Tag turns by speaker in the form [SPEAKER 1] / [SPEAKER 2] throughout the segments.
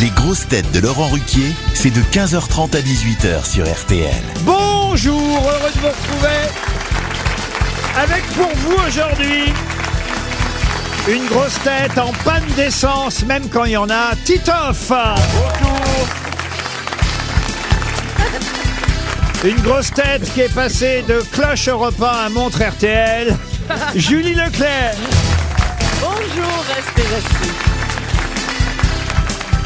[SPEAKER 1] Les grosses têtes de Laurent Ruquier, c'est de 15h30 à 18h sur RTL.
[SPEAKER 2] Bonjour, heureux de vous retrouver avec pour vous aujourd'hui une grosse tête en panne d'essence, même quand il y en a, Titoff. Une grosse tête qui est passée de cloche Europa à montre RTL, Julie Leclerc.
[SPEAKER 3] Bonjour, restez assis.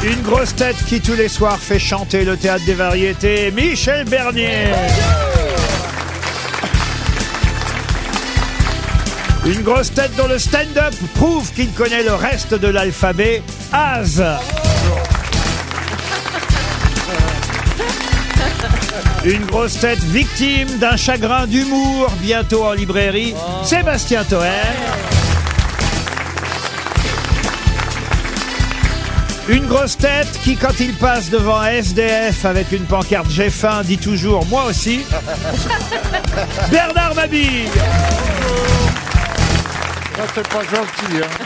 [SPEAKER 2] Une grosse tête qui tous les soirs fait chanter le théâtre des variétés, Michel Bernier. Une grosse tête dont le stand-up prouve qu'il connaît le reste de l'alphabet, Az. Une grosse tête victime d'un chagrin d'humour, bientôt en librairie, Sébastien Toen. Une grosse tête qui, quand il passe devant un SDF avec une pancarte J'ai faim, dit toujours Moi aussi. Bernard Mabille
[SPEAKER 4] c'est pas gentil, hein.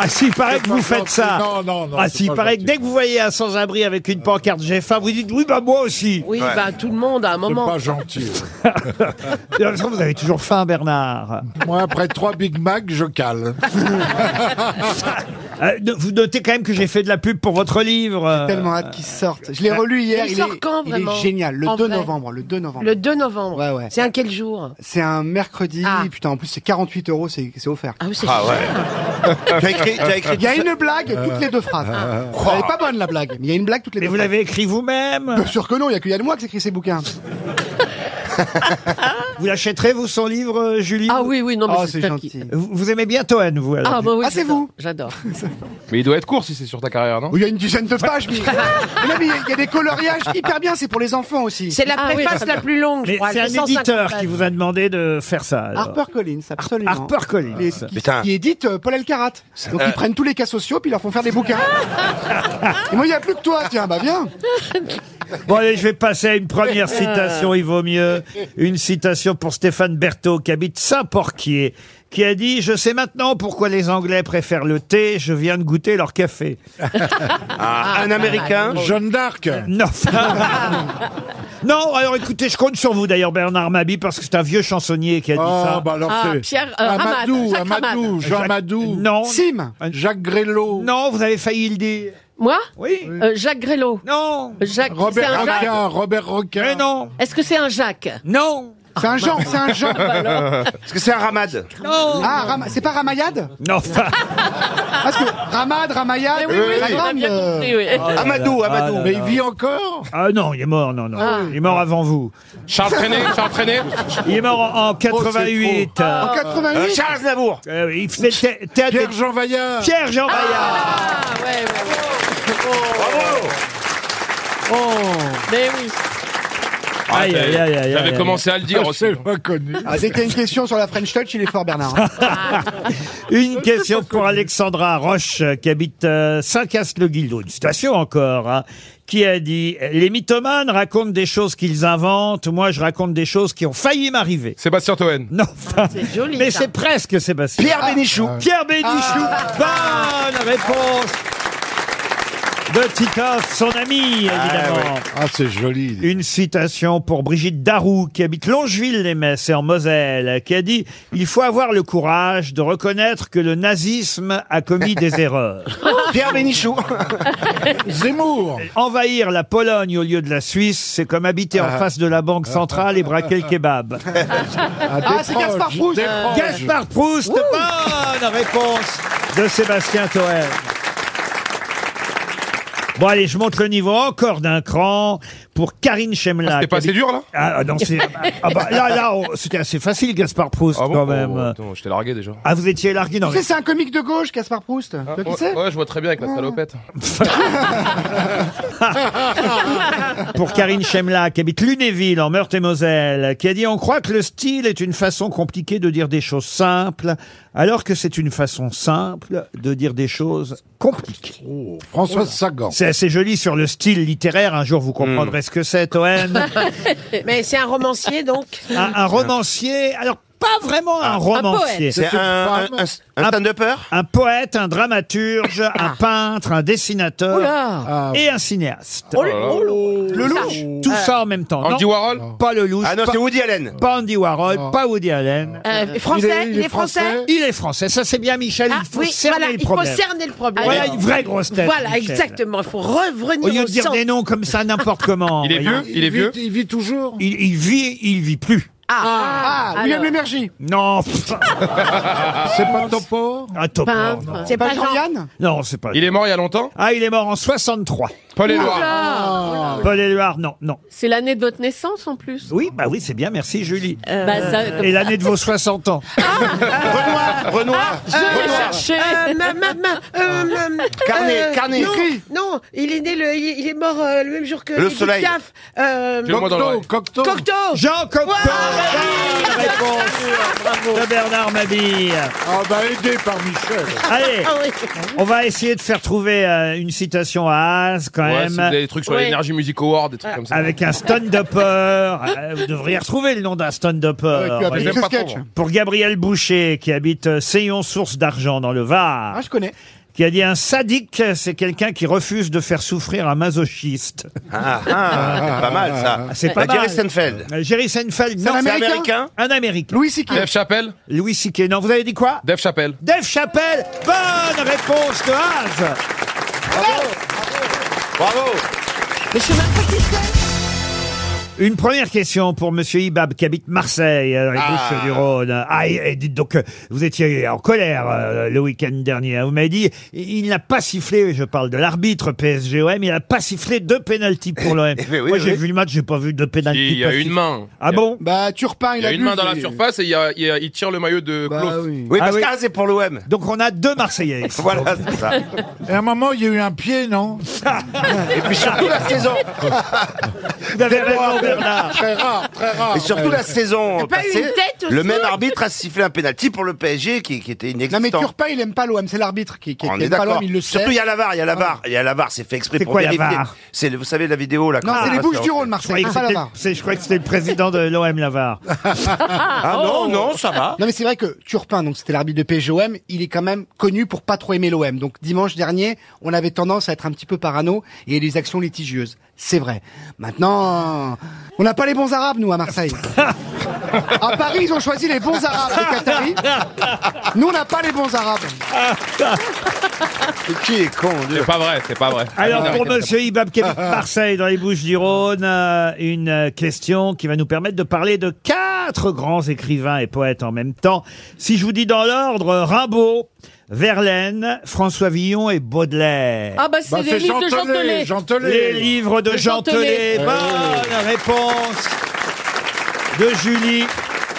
[SPEAKER 2] Ah, s'il paraît que vous faites ça.
[SPEAKER 4] Non, non, non,
[SPEAKER 2] Ah,
[SPEAKER 4] c'est
[SPEAKER 2] s'il
[SPEAKER 4] pas
[SPEAKER 2] paraît que
[SPEAKER 4] gentil.
[SPEAKER 2] dès que vous voyez un sans-abri avec une pancarte J'ai faim, vous dites Oui, bah moi aussi.
[SPEAKER 3] Oui, bah tout le monde à un
[SPEAKER 4] C'est
[SPEAKER 3] moment.
[SPEAKER 4] pas gentil.
[SPEAKER 2] De toute façon, Vous avez toujours faim, Bernard.
[SPEAKER 4] Moi, après trois Big Mac, je cale.
[SPEAKER 2] Euh, no- vous notez quand même que j'ai fait de la pub pour votre livre. euh,
[SPEAKER 5] tellement hâte qu'il sorte. Je l'ai relu
[SPEAKER 3] euh,
[SPEAKER 5] hier,
[SPEAKER 3] il
[SPEAKER 5] il,
[SPEAKER 3] sort
[SPEAKER 5] est,
[SPEAKER 3] quand,
[SPEAKER 5] il est
[SPEAKER 3] vraiment
[SPEAKER 5] génial. Le
[SPEAKER 3] En
[SPEAKER 5] 2
[SPEAKER 3] vrai
[SPEAKER 5] novembre, le 2 novembre.
[SPEAKER 3] Le 2 novembre.
[SPEAKER 5] Ouais, ouais.
[SPEAKER 3] C'est un quel jour
[SPEAKER 5] C'est un mercredi,
[SPEAKER 3] Ah.
[SPEAKER 5] putain, en plus c'est 48 euros, c'est c'est offert.
[SPEAKER 3] Ah oui, c'est
[SPEAKER 6] Tu as écrit, tu as écrit
[SPEAKER 5] Il y a une blague toutes les deux phrases.
[SPEAKER 3] Ah.
[SPEAKER 5] Elle est pas bonne la blague, mais il y a une blague toutes
[SPEAKER 2] Euh.
[SPEAKER 5] les
[SPEAKER 2] Mais
[SPEAKER 5] deux
[SPEAKER 2] vous
[SPEAKER 5] phrases.
[SPEAKER 2] l'avez écrit vous-même.
[SPEAKER 5] Bien sûr que non, il y a que Yann Moix qui écrit ses bouquins.
[SPEAKER 2] Vous l'achèterez, vous, son livre, euh, Julie
[SPEAKER 3] Ah oui, oui, non, mais
[SPEAKER 5] Oh,
[SPEAKER 3] c'est
[SPEAKER 5] c'est
[SPEAKER 3] top qui-
[SPEAKER 5] gentil.
[SPEAKER 2] Vous, vous aimez bien Toen, vous alors
[SPEAKER 3] Ah, bah oui,
[SPEAKER 5] Ah, c'est
[SPEAKER 3] j'adore,
[SPEAKER 5] vous
[SPEAKER 3] J'adore.
[SPEAKER 7] Mais il doit être court si c'est sur ta carrière, non
[SPEAKER 5] Où il y a une dizaine de pages, mais, Mais non, mais il y a- il y, a des coloriages hyper bien, c'est pour les enfants aussi.
[SPEAKER 3] C'est la
[SPEAKER 8] Ah oui,
[SPEAKER 3] préface la plus longue, je
[SPEAKER 2] Mais
[SPEAKER 3] crois.
[SPEAKER 2] c'est
[SPEAKER 3] elle
[SPEAKER 2] un
[SPEAKER 3] fait 150
[SPEAKER 2] éditeur
[SPEAKER 3] pages.
[SPEAKER 2] qui vous a demandé de faire ça.
[SPEAKER 3] Ah,
[SPEAKER 2] alors.
[SPEAKER 5] Harper Collins, absolument.
[SPEAKER 2] Harper Collins.
[SPEAKER 5] Les- qui,
[SPEAKER 6] Putain.
[SPEAKER 5] qui édite euh, Paul Elkarat. Donc ils prennent tous les cas sociaux puis ils leur font faire des bouquins. Et moi il n'y a plus que toi, tiens, bah viens.
[SPEAKER 2] Bon, allez, je vais passer à une première citation, il vaut mieux. Une citation pour Stéphane Berthaud, qui habite Saint-Porquier, qui a dit « Je sais maintenant pourquoi les Anglais préfèrent le thé, je viens de goûter leur café.
[SPEAKER 6] Ah, un Américain.
[SPEAKER 4] Ah, Jeanne d'Arc. »
[SPEAKER 2] Non, Non, alors écoutez, je compte sur vous d'ailleurs, Bernard Mabi, parce que c'est un vieux chansonnier qui a dit
[SPEAKER 4] Ah,
[SPEAKER 2] ça.
[SPEAKER 4] bah alors
[SPEAKER 8] Ah,
[SPEAKER 4] c'est.
[SPEAKER 8] Pierre, euh,
[SPEAKER 4] Amadou,
[SPEAKER 8] Hamad, Jacques
[SPEAKER 4] Amadou, Jean
[SPEAKER 2] Jacques-
[SPEAKER 4] Amadou.
[SPEAKER 2] Non,
[SPEAKER 5] Sim,
[SPEAKER 4] Jacques Grélo.
[SPEAKER 2] non, vous avez failli le dire.
[SPEAKER 8] Moi
[SPEAKER 2] Oui,
[SPEAKER 8] Euh, Jacques Grélo.
[SPEAKER 2] non,
[SPEAKER 8] Jacques, c'est
[SPEAKER 4] Robert
[SPEAKER 8] un Jacques
[SPEAKER 4] Roquin, Robert Roquin.
[SPEAKER 2] mais non,
[SPEAKER 8] Est-ce que c'est un Jacques
[SPEAKER 2] non, Bah,
[SPEAKER 5] c'est un genre, c'est un genre.
[SPEAKER 6] Est-ce que c'est un Ramad
[SPEAKER 2] non.
[SPEAKER 5] Ah, Ram- c'est pas Ramayad
[SPEAKER 2] Non, enfin,
[SPEAKER 5] Parce que Ramad, Ramayad,
[SPEAKER 8] Oui, oui,
[SPEAKER 5] la
[SPEAKER 8] on a
[SPEAKER 5] grande,
[SPEAKER 8] bien
[SPEAKER 5] euh,
[SPEAKER 8] compris, oui.
[SPEAKER 6] Amadou, Amadou.
[SPEAKER 4] Mais il vit encore
[SPEAKER 2] ah non, il est mort, non, non.
[SPEAKER 8] Ah.
[SPEAKER 2] Il est mort avant vous.
[SPEAKER 7] Charles Trenet, Charles Trenet.
[SPEAKER 2] Il est mort en, en
[SPEAKER 4] Oh,
[SPEAKER 2] 88.
[SPEAKER 5] en 88
[SPEAKER 6] Euh, Charles Navour.
[SPEAKER 2] Euh, il faisait thé- théâtre des-
[SPEAKER 4] Pierre-Jean Vaillant.
[SPEAKER 2] Pierre Jean Bayard.
[SPEAKER 8] Ah, ouais, ouais, ouais.
[SPEAKER 6] Bravo
[SPEAKER 2] Oh.
[SPEAKER 9] Oh.
[SPEAKER 8] Mais oui.
[SPEAKER 5] bah,
[SPEAKER 2] Aïe, aïe, aïe, aïe, aïe,
[SPEAKER 7] J'avais
[SPEAKER 2] aïe.
[SPEAKER 7] commencé à le dire aussi.
[SPEAKER 4] C'est pas connu.
[SPEAKER 5] Ah, Dès qu'il y a une question sur la French Touch, il est fort, Bernard. hein.
[SPEAKER 2] Une question pour Alexandra Roche euh, qui habite euh, Saint-Cast-le-Guildo, une station encore, hein, qui a dit Les mythomanes racontent des choses qu'ils inventent, moi je raconte des choses qui ont failli m'arriver.
[SPEAKER 7] Sébastien Toen.
[SPEAKER 2] Non, enfin,
[SPEAKER 8] C'est joli.
[SPEAKER 2] mais
[SPEAKER 8] ça.
[SPEAKER 2] c'est presque Sébastien. Ah,
[SPEAKER 6] Pierre Bénichou.
[SPEAKER 2] Pierre Bénichou, bonne réponse de Titoff, son ami évidemment.
[SPEAKER 4] Ah, c'est joli.
[SPEAKER 2] Une citation pour Brigitte Darou, qui habite Longeville-les-Messes et en Moselle, qui a dit « Il faut avoir le courage de reconnaître que le nazisme a commis des erreurs.
[SPEAKER 6] Pierre Bénichou.
[SPEAKER 4] Zemmour.
[SPEAKER 2] Envahir la Pologne au lieu de la Suisse, c'est comme habiter
[SPEAKER 4] Ah.
[SPEAKER 2] en face de la Banque Centrale et braquer le kebab.
[SPEAKER 5] Ah, c'est Gaspard Proust.
[SPEAKER 4] Desproges. »
[SPEAKER 2] Gaspard Proust, bonne réponse de Sébastien Toer. Bon allez, je monte le niveau encore d'un cran pour Karine Chemla.
[SPEAKER 7] C'était
[SPEAKER 2] qui
[SPEAKER 7] pas assez
[SPEAKER 2] habite-
[SPEAKER 7] dur là
[SPEAKER 2] Ah ah, non, c'est. Ah bah, là, là, on- c'était assez facile, Gaspard Proust,
[SPEAKER 7] Ah bon
[SPEAKER 2] quand
[SPEAKER 7] Oh,
[SPEAKER 2] même.
[SPEAKER 7] attends, je t'ai largué déjà.
[SPEAKER 2] Ah, vous étiez largué Non,
[SPEAKER 5] Tu
[SPEAKER 2] mais
[SPEAKER 5] sais, c'est un comique de gauche, Gaspard Proust. Tu vois qui
[SPEAKER 7] Ah, ouais,
[SPEAKER 5] c'est
[SPEAKER 7] ouais, je vois très bien avec la salopette.
[SPEAKER 2] pour Karine Chemla, qui habite Lunéville, en Meurthe-et-Moselle, qui a dit On croit que le style est une façon compliquée de dire des choses simples, alors que c'est une façon simple de dire des choses compliquées.
[SPEAKER 4] Oh, Françoise Sagan.
[SPEAKER 2] C'est assez joli sur le style littéraire. Un jour, vous
[SPEAKER 7] Hmm.
[SPEAKER 2] comprendrez ce que c'est, Toen.
[SPEAKER 3] Mais c'est un romancier, donc.
[SPEAKER 2] un, un romancier. Alors, pas vraiment un romancier.
[SPEAKER 6] C'est
[SPEAKER 4] C'est une
[SPEAKER 6] un,
[SPEAKER 4] femme.
[SPEAKER 6] un, un, un stand-upper
[SPEAKER 2] Un poète, un dramaturge,
[SPEAKER 8] Ah.
[SPEAKER 2] un peintre, un dessinateur
[SPEAKER 3] Oula
[SPEAKER 4] Ah,
[SPEAKER 2] et un cinéaste.
[SPEAKER 8] Oh
[SPEAKER 2] Euh,
[SPEAKER 7] Ah,
[SPEAKER 5] Le louche
[SPEAKER 2] Tout ça en même temps.
[SPEAKER 7] Andy
[SPEAKER 2] Non,
[SPEAKER 7] Warhol
[SPEAKER 2] pas Lelouch,
[SPEAKER 6] Ah non,
[SPEAKER 2] pas,
[SPEAKER 6] c'est Woody Allen.
[SPEAKER 2] pas Andy Warhol, pas Woody Allen.
[SPEAKER 8] Euh, Ah. français, il est, français.
[SPEAKER 2] Il est français, ça c'est bien Michel,
[SPEAKER 8] Ah
[SPEAKER 2] il faut
[SPEAKER 8] oui,
[SPEAKER 2] cerner
[SPEAKER 8] voilà,
[SPEAKER 2] le
[SPEAKER 8] il faut
[SPEAKER 2] problème.
[SPEAKER 8] cerner le problème.
[SPEAKER 2] Voilà
[SPEAKER 8] Alors,
[SPEAKER 2] une vraie grosse tête.
[SPEAKER 8] voilà,
[SPEAKER 2] Michel.
[SPEAKER 8] exactement. Il faut revenir
[SPEAKER 2] Au lieu
[SPEAKER 8] au
[SPEAKER 2] de dire
[SPEAKER 8] centre.
[SPEAKER 2] des noms comme ça n'importe comment.
[SPEAKER 7] Il est
[SPEAKER 2] voyez.
[SPEAKER 7] vieux Il est
[SPEAKER 4] vit-
[SPEAKER 7] vieux
[SPEAKER 4] Il vit toujours.
[SPEAKER 2] Il, il vit, il vit plus.
[SPEAKER 8] Ah,
[SPEAKER 5] Ah, William
[SPEAKER 8] alors,
[SPEAKER 5] Lémergie
[SPEAKER 2] Non, pff,
[SPEAKER 4] C'est pas Topor
[SPEAKER 2] un top.
[SPEAKER 8] peintre. C'est
[SPEAKER 5] Pas
[SPEAKER 8] pas Jean.
[SPEAKER 5] Jean-Yann
[SPEAKER 2] Non, c'est pas.
[SPEAKER 7] Il est mort il y a longtemps
[SPEAKER 2] Ah, il est mort en 63.
[SPEAKER 7] Paul Éluard.
[SPEAKER 5] Ah.
[SPEAKER 2] Paul Éluard, non, non.
[SPEAKER 9] C'est l'année de votre naissance en plus.
[SPEAKER 2] Oui, bah oui, c'est bien, merci Julie.
[SPEAKER 9] Bah, ça- comme-
[SPEAKER 2] Et l'année de vos 60 ans.
[SPEAKER 6] Renoir, Renoir, Renoir.
[SPEAKER 8] Euh, ma- ma- ma- euh, ma-
[SPEAKER 6] Carnet,
[SPEAKER 8] euh,
[SPEAKER 6] Carnet.
[SPEAKER 8] Non, non, il est né le, il, est- il est mort euh, le même jour que
[SPEAKER 6] Le
[SPEAKER 8] Edith
[SPEAKER 6] soleil.
[SPEAKER 8] Piaf. Euh,
[SPEAKER 7] J'ai le mot dans l'oreille.
[SPEAKER 4] Cocteau.
[SPEAKER 8] Cocteau.
[SPEAKER 2] Jean Cocteau, bonne
[SPEAKER 10] Ah.
[SPEAKER 2] réponse de Bernard Mabille.
[SPEAKER 4] Ah bah aidé par Michel.
[SPEAKER 2] Allez,
[SPEAKER 8] Ah oui.
[SPEAKER 2] on va essayer de faire trouver euh, une citation à As quand
[SPEAKER 7] Ouais, c'est
[SPEAKER 2] même.
[SPEAKER 7] des trucs sur l'énergie Music Award,
[SPEAKER 6] Ah.
[SPEAKER 7] des trucs comme ça.
[SPEAKER 2] Avec un stand-upper. Euh, Vous devriez retrouver le nom d'un stand-upper.
[SPEAKER 5] Tu as
[SPEAKER 2] Voyez.
[SPEAKER 5] fait
[SPEAKER 7] j'aime
[SPEAKER 5] ce
[SPEAKER 7] pas
[SPEAKER 5] sketch
[SPEAKER 7] trop, moi.
[SPEAKER 2] Pour Gabriel Boucher, qui habite euh, Séon, source d'argent dans le Var,
[SPEAKER 5] Ah, je connais.
[SPEAKER 2] qui a dit un sadique, c'est quelqu'un qui refuse de faire souffrir un masochiste.
[SPEAKER 6] Ah, ah, c'est pas mal ça.
[SPEAKER 2] Ah, C'est pas
[SPEAKER 6] Bah, Jerry
[SPEAKER 2] mal.
[SPEAKER 6] Seinfeld.
[SPEAKER 2] Euh, Jerry Seinfeld,
[SPEAKER 5] C'est
[SPEAKER 2] non,
[SPEAKER 5] un
[SPEAKER 6] C'est
[SPEAKER 5] Américain
[SPEAKER 6] américain
[SPEAKER 2] un Américain.
[SPEAKER 5] Louis C.K.
[SPEAKER 7] Dave Chappelle
[SPEAKER 2] Louis Siquet, non, vous avez dit quoi
[SPEAKER 7] Dave Chappelle.
[SPEAKER 2] Dave Chappelle, bonne réponse de Haas
[SPEAKER 6] Bravo.
[SPEAKER 2] Une première question pour Monsieur Ibab qui habite Marseille, euh, les
[SPEAKER 6] Ah.
[SPEAKER 2] Bouches-du-Rhône. Ah, et, et dites donc, euh, vous étiez en colère euh, le week-end dernier. Vous m'avez dit, il il n'a pas sifflé. Je parle de l'arbitre PSG-OM. Il n'a pas sifflé deux pénalties pour l'OM.
[SPEAKER 6] Eh ben oui,
[SPEAKER 2] Moi,
[SPEAKER 6] oui.
[SPEAKER 2] j'ai vu le match, j'ai pas vu de pénalty.
[SPEAKER 7] Il y a
[SPEAKER 2] passées.
[SPEAKER 7] une main.
[SPEAKER 2] Ah bon
[SPEAKER 5] Bah, Turpin,
[SPEAKER 7] Il
[SPEAKER 5] il
[SPEAKER 7] y
[SPEAKER 5] a
[SPEAKER 7] a une
[SPEAKER 5] bu,
[SPEAKER 7] main dans la
[SPEAKER 5] il-
[SPEAKER 7] surface et il, y a- il y a- il tire le maillot de Klose.
[SPEAKER 5] Bah oui.
[SPEAKER 6] Oui,
[SPEAKER 2] Ah
[SPEAKER 6] parce
[SPEAKER 2] oui.
[SPEAKER 6] que ah, c'est pour l'OM.
[SPEAKER 2] Donc on a deux Marseillais. ici.
[SPEAKER 6] Voilà, c'est ça.
[SPEAKER 4] Et à un moment, il y a eu un pied, non
[SPEAKER 6] Et puis surtout la saison.
[SPEAKER 2] Vous avez raison, Bernard.
[SPEAKER 4] Très rare, très
[SPEAKER 5] Oh,
[SPEAKER 4] rare.
[SPEAKER 6] Et surtout la saison
[SPEAKER 8] pas eu une
[SPEAKER 6] passée.
[SPEAKER 8] tête aussi
[SPEAKER 6] Le même arbitre a sifflé un pénalty pour le PSG qui, qui était
[SPEAKER 5] Non, mais
[SPEAKER 6] inexistant.
[SPEAKER 5] Turpin, il aime pas l'OM. C'est l'arbitre qui, qui,
[SPEAKER 6] On
[SPEAKER 5] qui
[SPEAKER 6] est
[SPEAKER 5] aime pas
[SPEAKER 6] d'accord.
[SPEAKER 5] l'OM, il le sait. Ah.
[SPEAKER 6] Surtout, il y a la VAR, il y a la VAR. Il y a la VAR, c'est fait exprès
[SPEAKER 2] C'est
[SPEAKER 6] pour
[SPEAKER 2] quoi, la
[SPEAKER 6] vérifier.
[SPEAKER 2] VAR
[SPEAKER 6] C'est, le- vous savez, la vidéo, là.
[SPEAKER 5] Non,
[SPEAKER 6] quand Ah,
[SPEAKER 5] c'est
[SPEAKER 6] ça
[SPEAKER 5] les
[SPEAKER 6] passe
[SPEAKER 5] Bouches du
[SPEAKER 6] en-
[SPEAKER 5] Rhône,
[SPEAKER 2] Je croyais
[SPEAKER 5] Marseille.
[SPEAKER 2] que
[SPEAKER 5] C'est pas la
[SPEAKER 2] c'était-
[SPEAKER 5] barre.
[SPEAKER 2] c'est- Je croyais que c'était le président de l'OM Lavar.
[SPEAKER 6] Ah non, non, ça va.
[SPEAKER 5] Oh. Non mais c'est vrai que Turpin, donc c'était l'arbitre de PGOM, il est quand même connu pour pas trop aimer l'OM. Donc dimanche dernier, on avait tendance à être un petit peu parano et les actions litigieuses. C'est vrai. Maintenant, on n'a pas les bons arabes nous à Marseille. à Paris, ils ont choisi les bons arabes, les Qataris. Nous, on n'a pas les bons arabes.
[SPEAKER 2] Ah,
[SPEAKER 6] Qui est con, Dieu.
[SPEAKER 7] C'est pas vrai, c'est pas vrai. Ah,
[SPEAKER 2] Alors pour Monsieur Ibab qui
[SPEAKER 4] Ah.
[SPEAKER 2] habite Marseille dans les Bouches-du-Rhône, euh, une euh, question qui va nous permettre de parler de quatre grands écrivains et poètes en même temps. Si je vous dis dans l'ordre, euh, Rimbaud, Verlaine, François Villon et Baudelaire.
[SPEAKER 9] Ah bah c'est
[SPEAKER 4] Bah,
[SPEAKER 9] les
[SPEAKER 4] c'est Eh
[SPEAKER 9] livres de Jean
[SPEAKER 4] Gentelet.
[SPEAKER 9] Telet.
[SPEAKER 2] Les
[SPEAKER 4] Gentelet.
[SPEAKER 2] livres de
[SPEAKER 9] de
[SPEAKER 2] Jean
[SPEAKER 9] Jean
[SPEAKER 2] Telet.
[SPEAKER 9] Telet.
[SPEAKER 2] Bonne réponse de Julie.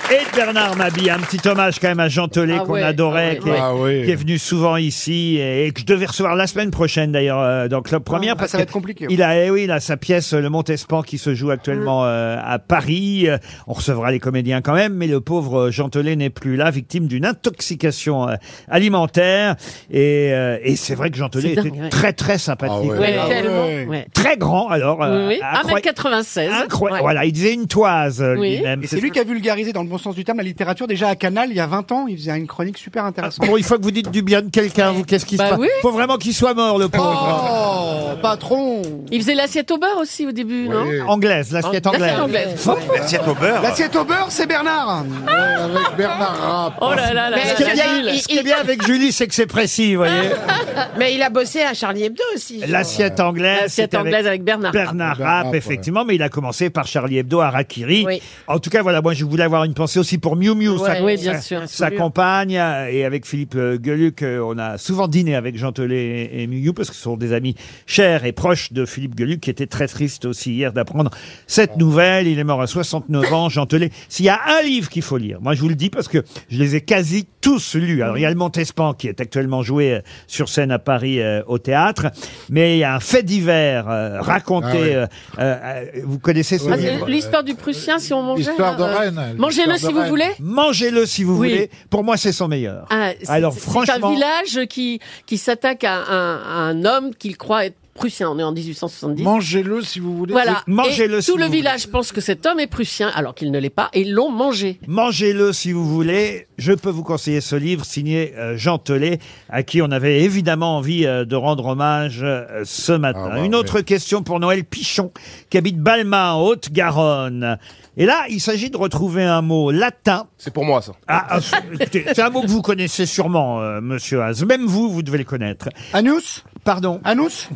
[SPEAKER 2] Et de Bernard Mabille, un petit hommage quand même à Jean Telet
[SPEAKER 9] Ah
[SPEAKER 2] qu'on
[SPEAKER 9] ouais,
[SPEAKER 2] adorait,
[SPEAKER 9] ah
[SPEAKER 2] qui, est,
[SPEAKER 4] Ah oui.
[SPEAKER 2] qui est venu souvent ici et, et que je devais recevoir la semaine prochaine d'ailleurs euh, dans Club Première
[SPEAKER 5] Ah,
[SPEAKER 2] parce
[SPEAKER 5] ça va
[SPEAKER 2] que
[SPEAKER 5] être compliqué.
[SPEAKER 2] Il a, eh oui, il a sa pièce euh, Le Montespan qui se joue actuellement
[SPEAKER 5] Mm.
[SPEAKER 2] euh, à Paris. Euh, On recevra les comédiens quand même, mais le pauvre euh, Jean Telet n'est plus là, victime d'une intoxication euh, alimentaire. Et, euh, et c'est vrai que Jean Telet
[SPEAKER 9] C'est dingue,
[SPEAKER 2] était
[SPEAKER 9] ouais.
[SPEAKER 2] très très sympathique.
[SPEAKER 4] Ah
[SPEAKER 9] Ouais,
[SPEAKER 4] ouais.
[SPEAKER 9] tellement.
[SPEAKER 4] ouais.
[SPEAKER 2] Très grand alors. euh,
[SPEAKER 9] Oui, oui.
[SPEAKER 2] incroy-
[SPEAKER 9] 1m96.
[SPEAKER 2] incroy-
[SPEAKER 9] Ouais.
[SPEAKER 2] Voilà, il disait une toise euh,
[SPEAKER 9] Oui.
[SPEAKER 2] lui-même.
[SPEAKER 5] Et c'est lui qui a vulgarisé dans le bon sens du terme la littérature déjà à Canal il y a 20 ans, il faisait une chronique super intéressante.
[SPEAKER 2] Bon, il faut que vous dites du bien de quelqu'un, vous, qu'est-ce qui se
[SPEAKER 9] Bah
[SPEAKER 2] passe
[SPEAKER 9] oui.
[SPEAKER 2] Faut vraiment qu'il soit mort, le pauvre.
[SPEAKER 5] Oh, patron
[SPEAKER 9] Il faisait l'assiette au beurre aussi au début, non
[SPEAKER 2] Euh, Anglaise, l'assiette anglaise.
[SPEAKER 9] L'assiette anglaise. ouais.
[SPEAKER 6] L'assiette au beurre.
[SPEAKER 5] L'assiette au beurre, c'est Bernard.
[SPEAKER 4] Avec Bernard Rapp.
[SPEAKER 9] Oh là là là.
[SPEAKER 2] Ce
[SPEAKER 9] là
[SPEAKER 2] qui est
[SPEAKER 9] là.
[SPEAKER 2] bien, ce qui est bien avec Julie, c'est que c'est précis, vous voyez.
[SPEAKER 9] Ah.
[SPEAKER 8] Mais il a bossé à Charlie Hebdo aussi.
[SPEAKER 2] L'assiette anglaise.
[SPEAKER 9] L'assiette
[SPEAKER 2] c'était avec-
[SPEAKER 9] anglaise avec Bernard.
[SPEAKER 2] Bernard
[SPEAKER 4] Bernard
[SPEAKER 2] Rapp,
[SPEAKER 4] Rapp,
[SPEAKER 2] effectivement, mais il a commencé par Charlie Hebdo, Harakiri.
[SPEAKER 9] Oui.
[SPEAKER 2] En tout cas, voilà, moi je voulais avoir une pensée aussi pour Miu hein. Miu, sa,
[SPEAKER 9] oui, bien
[SPEAKER 2] sa-
[SPEAKER 9] sûr.
[SPEAKER 2] sa compagne, euh, et avec Philippe euh, Gueluc, euh, on a souvent dîné avec Jean Telet et, et Miu Miu, parce que ce sont des amis chers et proches de Philippe Gueluc, qui était très triste aussi hier d'apprendre cette nouvelle. Il est mort à 69 ans, Jean Telet. S'il y a un livre qu'il faut lire, moi je vous le dis parce que je les ai quasi tous lus. Alors il y a le Montespan qui est actuellement joué euh, sur scène à Paris euh, au théâtre, mais il y a un fait divers euh, raconté.
[SPEAKER 4] Ah ouais.
[SPEAKER 2] euh, euh, euh, vous connaissez ce
[SPEAKER 4] Oui.
[SPEAKER 9] Ah,
[SPEAKER 2] livre
[SPEAKER 9] c'est L'histoire du Prussien, si on mangeait. là,
[SPEAKER 4] L'histoire de
[SPEAKER 9] euh,
[SPEAKER 4] Rennes.
[SPEAKER 9] Mangez-le
[SPEAKER 4] l'histoire
[SPEAKER 9] si
[SPEAKER 4] de
[SPEAKER 9] vous
[SPEAKER 4] Rennes.
[SPEAKER 9] voulez.
[SPEAKER 2] Mangez-le si vous
[SPEAKER 9] Oui.
[SPEAKER 2] voulez. Pour moi, c'est son meilleur.
[SPEAKER 9] Ah, c'est-
[SPEAKER 2] Alors,
[SPEAKER 9] c'est-
[SPEAKER 2] franchement-
[SPEAKER 9] c'est un village qui qui s'attaque à un, à un homme qu'il croit être prussien, on est en 1870.
[SPEAKER 4] Mangez-le si vous voulez.
[SPEAKER 9] Voilà.
[SPEAKER 2] Oui, mangez-le
[SPEAKER 9] Et
[SPEAKER 2] si
[SPEAKER 9] tout le
[SPEAKER 2] vous voulez.
[SPEAKER 9] village pense que cet homme est prussien, alors qu'il ne l'est pas, et ils l'ont mangé.
[SPEAKER 2] Mangez-le si vous voulez. Je peux vous conseiller ce livre signé euh, Jean Telet, à qui on avait évidemment envie euh, de rendre hommage euh, ce
[SPEAKER 7] Ah
[SPEAKER 2] matin.
[SPEAKER 7] bah,
[SPEAKER 2] Une autre question pour Noël Pichon, qui habite Balma, en Haute-Garonne. Et là, il s'agit de retrouver un mot latin.
[SPEAKER 7] C'est pour moi, ça.
[SPEAKER 2] Ah, ah, écoutez, c'est un mot que vous connaissez sûrement, euh, monsieur Haas. Même vous, vous devez le connaître.
[SPEAKER 5] Anus
[SPEAKER 2] Pardon.
[SPEAKER 5] Anus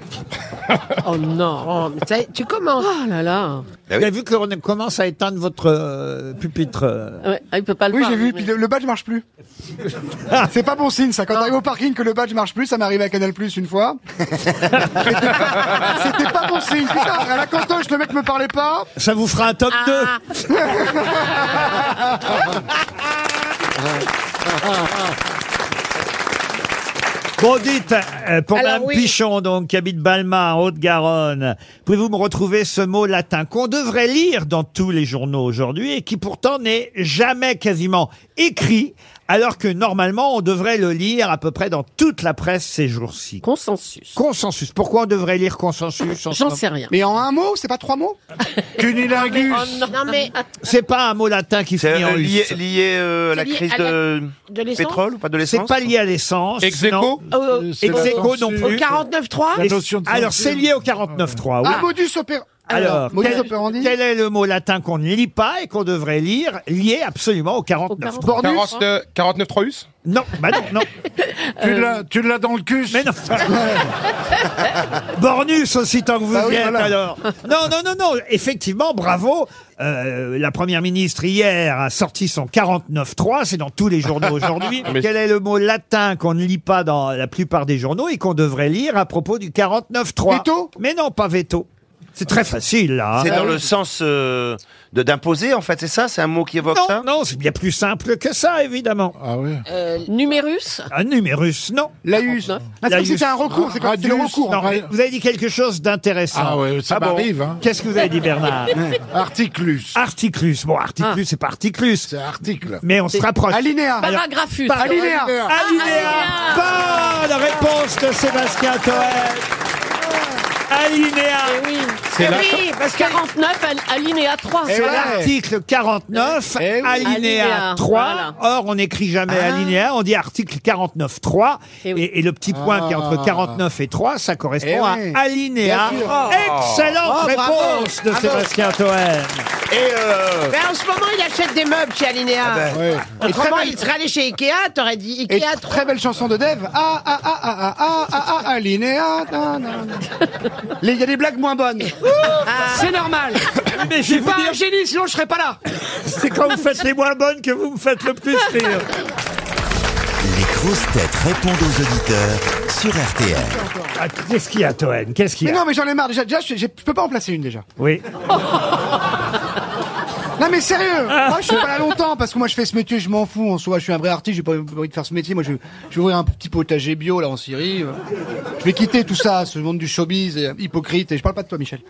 [SPEAKER 3] Oh non, mais ça- tu commences.
[SPEAKER 9] Oh là là.
[SPEAKER 2] Vous avez vu qu'on commence à éteindre votre euh, pupitre. euh.
[SPEAKER 9] Ouais, ah, il peut pas le
[SPEAKER 5] Oui,
[SPEAKER 9] voir,
[SPEAKER 5] j'ai vu,
[SPEAKER 9] mais-
[SPEAKER 5] puis le, le badge marche plus.
[SPEAKER 2] Ah.
[SPEAKER 5] C'est pas bon signe ça. Quand t'arrives au parking que le badge marche plus, ça m'est arrivé à Canal Plus une fois. C'était pas, c'était pas bon signe. Putain, à la cantoche, le mec me parlait pas.
[SPEAKER 2] Ça vous fera un top
[SPEAKER 9] Ah.
[SPEAKER 2] 2 Bon, dites, euh, pour
[SPEAKER 8] Alors,
[SPEAKER 2] Mme
[SPEAKER 8] oui.
[SPEAKER 2] Pichon, donc, qui habite Balma, en Haute-Garonne, pouvez-vous me retrouver ce mot latin qu'on devrait lire dans tous les journaux aujourd'hui et qui pourtant n'est jamais quasiment écrit, alors que normalement, on devrait le lire à peu près dans toute la presse ces jours-ci.
[SPEAKER 9] Consensus.
[SPEAKER 2] Consensus. Pourquoi on devrait lire consensus en ce
[SPEAKER 9] J'en
[SPEAKER 2] moment
[SPEAKER 9] sais rien.
[SPEAKER 5] Mais en un mot, c'est pas trois mots
[SPEAKER 4] Cunilingus.
[SPEAKER 8] Non, mais
[SPEAKER 2] C'est pas un mot latin qui
[SPEAKER 6] C'est
[SPEAKER 2] finit en
[SPEAKER 6] euh, lié,
[SPEAKER 2] us.
[SPEAKER 6] lié, euh, à la
[SPEAKER 8] C'est lié
[SPEAKER 6] crise
[SPEAKER 8] à la-
[SPEAKER 6] de
[SPEAKER 8] de l'essence Euh,
[SPEAKER 6] pétrole ou pas de
[SPEAKER 2] C'est
[SPEAKER 6] l'essence
[SPEAKER 2] pas lié à l'essence.
[SPEAKER 7] Ex aequo
[SPEAKER 2] non.
[SPEAKER 9] oh,
[SPEAKER 8] au, au-
[SPEAKER 4] C'est la
[SPEAKER 2] Ex aequo
[SPEAKER 4] censure.
[SPEAKER 2] non
[SPEAKER 8] au
[SPEAKER 2] plus.
[SPEAKER 8] 49.3
[SPEAKER 4] La notion de
[SPEAKER 2] Alors,
[SPEAKER 4] censure.
[SPEAKER 2] c'est lié au 49.3. oui.
[SPEAKER 5] Ah, modus opéra.
[SPEAKER 2] Alors,
[SPEAKER 5] modus
[SPEAKER 2] quel,
[SPEAKER 5] operandi.
[SPEAKER 2] quel est le mot latin qu'on ne lit pas et qu'on devrait lire, lié absolument au
[SPEAKER 9] Au
[SPEAKER 2] 49
[SPEAKER 9] 49.
[SPEAKER 5] Bordus
[SPEAKER 7] 40, euh, 49 Troyus
[SPEAKER 2] Non, bah non, non,
[SPEAKER 5] Euh.
[SPEAKER 4] Tu l'as- tu l'as dans le cul.
[SPEAKER 2] mais non. Bornus aussi tant que vous
[SPEAKER 5] Bah
[SPEAKER 2] y
[SPEAKER 5] oui,
[SPEAKER 2] êtes
[SPEAKER 5] voilà.
[SPEAKER 2] alors. Non, non, non, non. Effectivement, bravo. Euh, la première ministre hier a sorti son 49.3, c'est dans tous les journaux aujourd'hui.
[SPEAKER 7] Mais-
[SPEAKER 2] Quel est le mot latin qu'on ne lit pas dans la plupart des journaux et qu'on devrait lire à propos du 49.3
[SPEAKER 5] Veto
[SPEAKER 2] Mais non, pas veto. C'est très facile là. hein.
[SPEAKER 6] C'est dans le sens euh, de- d'imposer, en fait, c'est ça C'est un mot qui évoque ça
[SPEAKER 2] Non, non, c'est bien plus simple que ça, évidemment.
[SPEAKER 4] Ah oui.
[SPEAKER 3] Euh,
[SPEAKER 9] Numérus.
[SPEAKER 2] Un numérus, non.
[SPEAKER 5] Laïus. Ah, c'est comme si
[SPEAKER 2] Laïus.
[SPEAKER 5] c'était un recours, c'est comme si c'était le
[SPEAKER 4] Radius.
[SPEAKER 5] recours.
[SPEAKER 2] Non, mais vous avez dit quelque chose d'intéressant.
[SPEAKER 4] Ah ouais, ça
[SPEAKER 6] Ah bon
[SPEAKER 4] m'arrive. Hein.
[SPEAKER 2] Qu'est-ce que vous avez dit, Bernard
[SPEAKER 4] Articlus.
[SPEAKER 2] Articlus. Bon, articlus, c'est pas articlus.
[SPEAKER 4] C'est article.
[SPEAKER 2] Mais on se rapproche.
[SPEAKER 5] Alinéa.
[SPEAKER 2] Alors-
[SPEAKER 9] Paragraphus.
[SPEAKER 2] Par-
[SPEAKER 5] Alinéa.
[SPEAKER 2] Alinéa. Bonne réponse de Sébastien Toer. Alinéa.
[SPEAKER 9] Eh oui.
[SPEAKER 7] C'est là.
[SPEAKER 9] Oui, parce que 49 al- alinéa 3.
[SPEAKER 2] Ah, C'est l'article 49,
[SPEAKER 5] Eh oui. Ah.
[SPEAKER 2] alinéa,
[SPEAKER 9] Alinéa,
[SPEAKER 2] 3.
[SPEAKER 9] voilà.
[SPEAKER 2] Or, on n'écrit jamais alinéa, on dit article 49, 3.
[SPEAKER 9] Eh oui.
[SPEAKER 2] Et, et le petit point qui est entre 49 et 3, ça correspond
[SPEAKER 5] Ah. Eh
[SPEAKER 2] à
[SPEAKER 5] ouais.
[SPEAKER 2] alinéa. Oh.
[SPEAKER 5] Bien sûr. Oh,
[SPEAKER 2] Excellente réponse de Sébastien Toen. Ah,
[SPEAKER 6] Et euh,
[SPEAKER 8] Ben, en ce moment, il achète des meubles chez
[SPEAKER 5] ah
[SPEAKER 8] Alinéa.
[SPEAKER 5] ben.
[SPEAKER 2] ben.
[SPEAKER 4] Ouais.
[SPEAKER 8] Autrement, il serait allé chez Ikea, t'aurais dit
[SPEAKER 5] Et
[SPEAKER 8] Ikea 3.
[SPEAKER 5] très belle chanson de Dev. Ah, ah, ah, ah, ah, ah, ah, ah, alinéa. na, na, na. Les- Il y a des blagues moins bonnes. C'est normal.
[SPEAKER 2] Mais je vais vous
[SPEAKER 5] Pas un
[SPEAKER 2] dire,
[SPEAKER 5] génie, sinon je serais pas là.
[SPEAKER 2] c'est quand vous faites les moins bonnes que vous me faites le plus rire.
[SPEAKER 1] Les grosses têtes répondent aux auditeurs sur RTL.
[SPEAKER 2] Ah, Qu'est-ce qu'il y a, Toen Qu'est-ce qu'il y
[SPEAKER 5] Mais
[SPEAKER 2] a
[SPEAKER 5] non, mais j'en ai marre. Déjà, déjà je, je peux pas en placer une déjà.
[SPEAKER 2] Oui.
[SPEAKER 5] Non, mais sérieux. Moi, je suis pas là longtemps parce que moi, je fais ce métier, je m'en fous. En soi, je suis un vrai artiste, j'ai pas envie de faire ce métier. Moi, je, je vais ouvrir un petit potager bio là en Syrie. Je vais quitter tout ça, ce monde du showbiz euh, hypocrite. Et je parle pas de toi, Michel.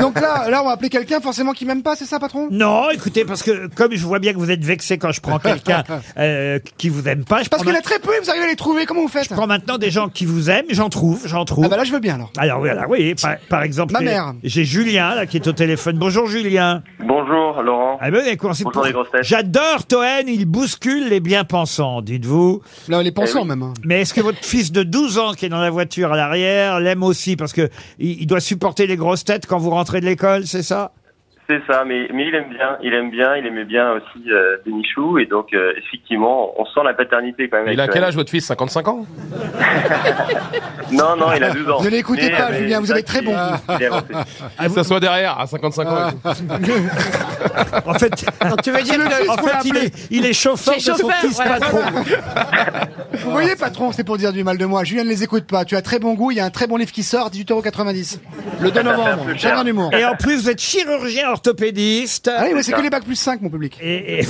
[SPEAKER 5] Donc là, là, on va appeler quelqu'un forcément qui m'aime pas, c'est ça, patron
[SPEAKER 2] Non, écoutez, parce que comme je vois bien que vous êtes vexé quand je prends quelqu'un euh, qui vous aime pas, je prends,
[SPEAKER 5] Parce Ah, qu'il y en
[SPEAKER 2] ma-
[SPEAKER 5] a très peu, et vous arrivez à les trouver. Comment vous faites
[SPEAKER 2] je prends maintenant des gens qui vous aiment, j'en trouve, j'en trouve.
[SPEAKER 5] Ah bah là, je veux bien alors.
[SPEAKER 2] Alors voilà, oui, par, par exemple,
[SPEAKER 5] Ma
[SPEAKER 2] j'ai-
[SPEAKER 5] mère.
[SPEAKER 2] j'ai Julien là qui est au téléphone. Bonjour Julien.
[SPEAKER 11] Bonjour Laurent.
[SPEAKER 2] Ah ben, vous avez commencé
[SPEAKER 11] Bonjour, les grosses têtes.
[SPEAKER 2] J'adore Toen, il bouscule les bien-pensants, dites-vous.
[SPEAKER 5] Là, les pensants
[SPEAKER 11] Eh oui.
[SPEAKER 5] même. hein.
[SPEAKER 2] Mais est-ce que votre fils de 12 ans qui est dans la voiture à l'arrière l'aime aussi parce que il, il doit supporter les grosses têtes quand vous rentrez de l'école, c'est ça
[SPEAKER 11] C'est ça, mais, mais il aime bien, il aime bien, il aimait bien aussi euh, Benichou, et donc euh, effectivement, on sent la paternité quand même.
[SPEAKER 7] Il a
[SPEAKER 11] avec,
[SPEAKER 7] quel
[SPEAKER 11] euh,
[SPEAKER 7] âge, votre fils 55 ans
[SPEAKER 11] Non, non, il a 12 ans.
[SPEAKER 5] Ne l'écoutez
[SPEAKER 11] Mais,
[SPEAKER 5] pas,
[SPEAKER 11] euh,
[SPEAKER 5] Julien, vous
[SPEAKER 11] ça,
[SPEAKER 5] avez très
[SPEAKER 11] il-
[SPEAKER 5] bon
[SPEAKER 11] il est avancé.
[SPEAKER 2] Ah,
[SPEAKER 7] Que ça soit derrière, à 55 ans. et tout.
[SPEAKER 2] En fait,
[SPEAKER 8] Tu veux dire que
[SPEAKER 2] en fait, il est, il est chauffeur de
[SPEAKER 8] C'est
[SPEAKER 2] son
[SPEAKER 8] chauffeur,
[SPEAKER 2] fils
[SPEAKER 8] ouais.
[SPEAKER 2] patron.
[SPEAKER 5] Vous voyez, patron, c'est pour dire du mal de moi. Julien ne les écoute pas. Tu as très bon goût. Il y a un très bon livre qui sort, 18,90€. Le 2 novembre. J'ai un humour.
[SPEAKER 2] Et en plus, vous êtes chirurgien orthopédiste.
[SPEAKER 5] Ah oui, mais c'est que les bacs plus 5, mon public.
[SPEAKER 2] Et, et-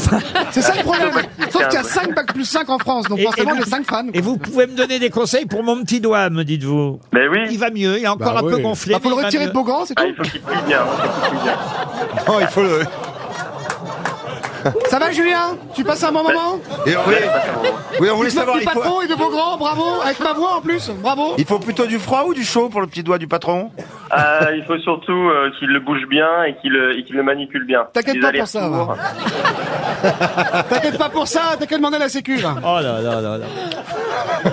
[SPEAKER 5] C'est ça le problème. Sauf qu'il y a
[SPEAKER 11] Putain.
[SPEAKER 5] 5 bacs plus 5 en France. Donc
[SPEAKER 2] Et- et
[SPEAKER 5] forcément,
[SPEAKER 2] vous-
[SPEAKER 5] j'ai 5 fans.
[SPEAKER 2] et vous pouvez me donner des conseils pour mon petit doigt, me dites-vous.
[SPEAKER 11] Mais
[SPEAKER 2] Il
[SPEAKER 11] oui,
[SPEAKER 2] va mieux, il est encore
[SPEAKER 4] Bah
[SPEAKER 2] un peu
[SPEAKER 4] oui.
[SPEAKER 2] gonflé.
[SPEAKER 5] Il Ah, faut le
[SPEAKER 2] mais il va
[SPEAKER 5] retirer de
[SPEAKER 2] mieux.
[SPEAKER 5] Beaugrand, c'est
[SPEAKER 11] Ah,
[SPEAKER 5] tout
[SPEAKER 11] il faut qu'il couille bien. il faut qu'il couille bien.
[SPEAKER 6] oh, il faut le...
[SPEAKER 5] Ça va, Julien Tu passes un bon moment
[SPEAKER 6] Et on voulait- oui, on voulait
[SPEAKER 5] Du club
[SPEAKER 6] savoir,
[SPEAKER 5] du
[SPEAKER 6] il faut-
[SPEAKER 5] patron et de beau grand, bravo Avec ma voix en plus, bravo
[SPEAKER 6] Il faut plutôt du froid ou du chaud pour le petit doigt du patron
[SPEAKER 11] Ah, il faut surtout euh, qu'il le bouge bien et qu'il le, et qu'il le manipule bien.
[SPEAKER 5] T'inquiète
[SPEAKER 11] Les
[SPEAKER 5] pas pour ça,
[SPEAKER 11] allers-retours.
[SPEAKER 5] T'inquiète pas pour ça, t'as qu'à demander à la sécu, là
[SPEAKER 2] Oh là là là là.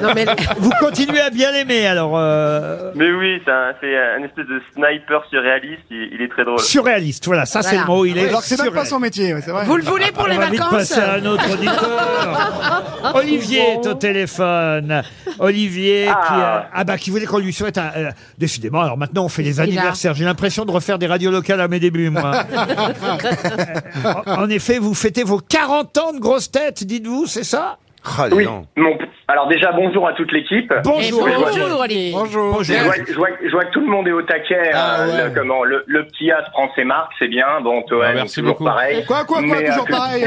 [SPEAKER 9] Non, mais
[SPEAKER 2] Vous continuez à bien l'aimer, alors. euh,
[SPEAKER 11] Mais oui, c'est un, c'est un espèce de sniper surréaliste, il, il est très drôle.
[SPEAKER 2] Surréaliste, voilà, ça c'est
[SPEAKER 9] Voilà.
[SPEAKER 2] le mot, il est.
[SPEAKER 5] Alors que c'est même pas
[SPEAKER 2] surréaliste.
[SPEAKER 5] son métier, ouais, c'est vrai.
[SPEAKER 9] vous le voulez pour les
[SPEAKER 2] Ah, On va vite
[SPEAKER 9] vacances
[SPEAKER 2] passer à un autre auditeur.
[SPEAKER 9] Ah,
[SPEAKER 2] Olivier est au téléphone. Olivier qui,
[SPEAKER 11] Ah.
[SPEAKER 2] a- ah bah, qui voulait qu'on lui souhaite un... euh, décidément, alors maintenant on fait les anniversaires. J'ai l'impression de refaire des radios locales à mes débuts, moi. en, en effet, vous fêtez vos 40 ans de grosses têtes, dites-vous, c'est ça
[SPEAKER 6] Ah, dis
[SPEAKER 11] Oui.
[SPEAKER 6] donc.
[SPEAKER 11] Mon- alors déjà, bonjour à toute l'équipe.
[SPEAKER 9] Eh,
[SPEAKER 2] Bonjour. Olivier.
[SPEAKER 9] Bonjour, Olivier.
[SPEAKER 5] Bonjour.
[SPEAKER 11] Je vois, je vois- je vois que tout le monde est au taquet.
[SPEAKER 5] Ah
[SPEAKER 11] hein,
[SPEAKER 5] ouais.
[SPEAKER 11] le, comment, le, le petit as prend ses marques, c'est bien. Bon, Toen,
[SPEAKER 7] Ah, merci
[SPEAKER 11] toujours
[SPEAKER 7] beaucoup.
[SPEAKER 11] pareil.
[SPEAKER 5] Quoi, quoi, quoi,
[SPEAKER 11] Mais, euh,
[SPEAKER 5] toujours
[SPEAKER 11] que-
[SPEAKER 5] pareil,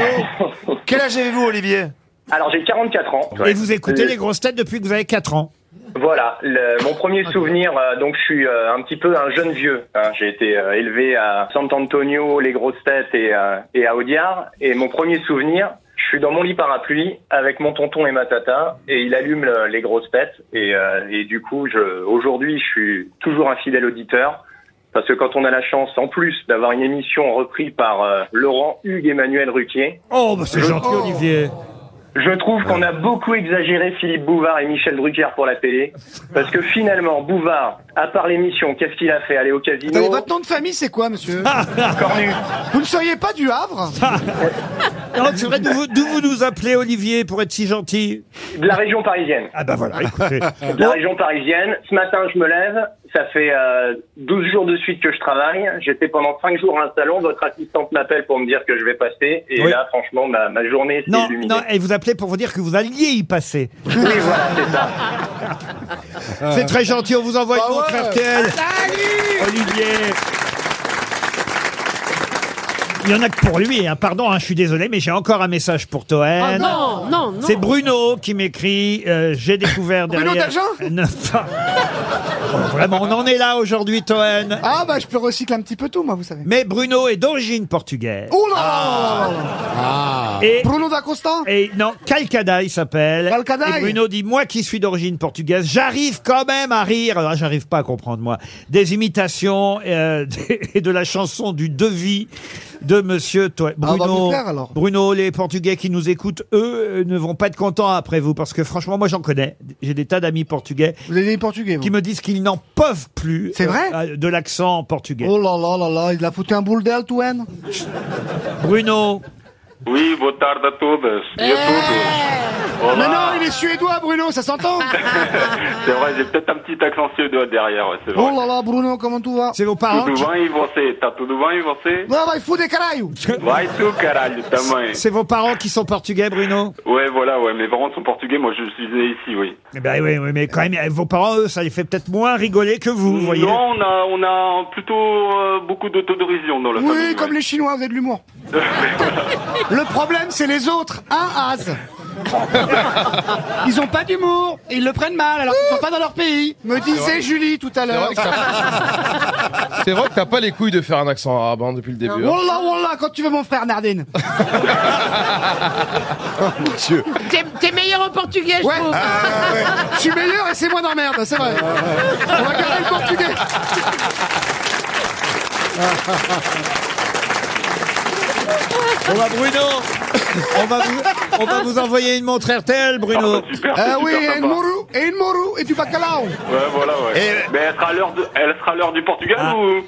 [SPEAKER 5] oh.
[SPEAKER 6] Quel âge avez-vous, Olivier
[SPEAKER 11] Alors, j'ai 44 ans.
[SPEAKER 2] Et vous écoutez
[SPEAKER 11] Euh,
[SPEAKER 2] les grosses têtes depuis que vous avez 4 ans.
[SPEAKER 11] Voilà, le- mon premier souvenir, euh, donc je suis euh, un petit peu un jeune vieux. hein. J'ai été euh, élevé à Sant Antonio, les grosses têtes et, euh, et à Audiard. Et mon premier souvenir, je suis dans mon lit parapluie avec mon tonton et ma tata, et il allume le- les grosses têtes. Et, euh, et du coup, je, aujourd'hui, je suis toujours un fidèle auditeur. Parce que quand on a la chance, en plus, d'avoir une émission reprise par euh, Laurent Hugues Emmanuel Ruquier,
[SPEAKER 2] Oh, bah, c'est
[SPEAKER 11] Je-
[SPEAKER 2] gentil, Olivier.
[SPEAKER 11] je trouve qu'on a beaucoup exagéré Philippe Bouvard et Michel Drucker pour la télé. Parce que finalement, Bouvard, à part l'émission, qu'est-ce qu'il a fait Aller au
[SPEAKER 5] Attendez,
[SPEAKER 11] casino
[SPEAKER 5] votre nom de famille, c'est quoi, monsieur
[SPEAKER 2] Ah.
[SPEAKER 11] Cornu.
[SPEAKER 5] Vous ne seriez pas du Havre
[SPEAKER 2] Ah, Non, c'est vrai, d'où vous, d'où vous nous appelez, Olivier, pour être si gentil
[SPEAKER 11] De la région parisienne.
[SPEAKER 2] Ah, bah voilà, écoutez.
[SPEAKER 11] De la région parisienne. Ce matin, je me lève. Ça fait euh, 12 jours de suite que je travaille. J'étais pendant 5 jours à un salon. Votre assistante m'appelle pour me dire que je vais passer. Et
[SPEAKER 2] Oui.
[SPEAKER 11] là, franchement, bah, ma, ma journée s'est
[SPEAKER 2] Non,
[SPEAKER 11] illuminée.
[SPEAKER 2] non, et vous appelez pour vous dire que vous alliez y passer. Oui, voilà, c'est ça. C'est très gentil, on vous envoie une montre RTL.
[SPEAKER 10] Ah,
[SPEAKER 5] Ah,
[SPEAKER 2] Olivier il y en a que pour lui, hein. pardon, hein, je suis désolé, mais j'ai encore un message pour
[SPEAKER 9] Oh,
[SPEAKER 2] Toen.
[SPEAKER 9] non, non, non.
[SPEAKER 2] C'est Bruno qui m'écrit. euh, j'ai découvert
[SPEAKER 5] Bruno
[SPEAKER 2] derrière.
[SPEAKER 5] d'Agen
[SPEAKER 2] Non, pas- Bon, Vraiment, on en est là aujourd'hui, Toen.
[SPEAKER 5] Ah, bah, je peux recycler un petit peu tout, moi, vous savez.
[SPEAKER 2] Mais Bruno est d'origine portugaise.
[SPEAKER 5] Oh là là là là là là.
[SPEAKER 2] Et
[SPEAKER 5] Bruno da Costa
[SPEAKER 2] Et non, Calcada, il s'appelle.
[SPEAKER 5] Calcada,
[SPEAKER 2] Et Bruno dit, moi qui suis d'origine portugaise, j'arrive quand même à rire. Alors, j'arrive pas à comprendre, moi. Des imitations euh, et de la chanson du devis de Monsieur Toé.
[SPEAKER 5] Ah, on va
[SPEAKER 2] Bruno,
[SPEAKER 5] vous faire, alors.
[SPEAKER 2] Bruno, les Portugais qui nous écoutent, eux, euh, ne vont pas être contents après vous. Parce que franchement, moi, j'en connais. J'ai des tas d'amis portugais
[SPEAKER 5] Vous avez des Portugais, vous
[SPEAKER 2] qui me disent qu'ils n'en peuvent plus
[SPEAKER 5] C'est vrai
[SPEAKER 2] euh, de l'accent portugais.
[SPEAKER 5] Oh là là là là, il a foutu un boule d'aile, Touen
[SPEAKER 2] Bruno,
[SPEAKER 11] Oui, boa tarde à todas et à todos.
[SPEAKER 5] Mais Ah, non,
[SPEAKER 10] Oh,
[SPEAKER 5] il est suédois, Bruno, ça s'entend
[SPEAKER 11] C'est vrai, j'ai peut-être un petit accent suédois derrière, ouais, c'est
[SPEAKER 5] Oh là là, Bruno, comment tu vas
[SPEAKER 2] c'est vos parents qui-
[SPEAKER 11] bem e você? Tá tudo bem e você?
[SPEAKER 5] Non, bah, il fout des carayou
[SPEAKER 11] Vai tu, caralho, também.
[SPEAKER 2] C'est vos parents qui sont portugais, Bruno
[SPEAKER 11] Ouais, voilà, ouais, mes parents sont portugais, moi je suis né ici, oui.
[SPEAKER 2] Eh Ben oui, oui, mais quand même, euh, vos parents, eux, ça les fait peut-être moins rigoler que vous, vous voyez.
[SPEAKER 11] Non, on a, on a plutôt euh, beaucoup d'autodérision dans la famille.
[SPEAKER 5] Oui,
[SPEAKER 11] ouais.
[SPEAKER 5] comme les Chinois, vous avez de l'humour. Le problème, c'est les autres. Un as. Ils ont pas d'humour et ils le prennent mal alors qu'ils sont pas dans leur pays. Me disait Julie tout à
[SPEAKER 7] C'est
[SPEAKER 5] l'heure.
[SPEAKER 7] vrai que t'as- C'est vrai que t'as pas les couilles de faire un accent arabe hein, depuis le début.
[SPEAKER 2] Oh
[SPEAKER 7] hein.
[SPEAKER 5] Wallah, wallah, quand tu veux mon frère Nardine.
[SPEAKER 7] Oh,
[SPEAKER 9] T'es t'es meilleur en portugais, je
[SPEAKER 5] Ouais.
[SPEAKER 9] trouve.
[SPEAKER 5] Je suis meilleur et c'est moins d'emmerde, c'est vrai.
[SPEAKER 11] Ah,
[SPEAKER 5] On va garder le portugais.
[SPEAKER 2] On va, Bruno on va, vous, on va vous envoyer une montre RTL, Bruno.
[SPEAKER 11] Super, c'est
[SPEAKER 5] Ah
[SPEAKER 11] super
[SPEAKER 5] oui, et une
[SPEAKER 11] sympa.
[SPEAKER 5] morou, et une morou, et du bacalao.
[SPEAKER 11] Ouais, voilà, ouais.
[SPEAKER 6] Et-
[SPEAKER 11] Mais elle sera à l'heure de- elle sera à l'heure du Portugal ou...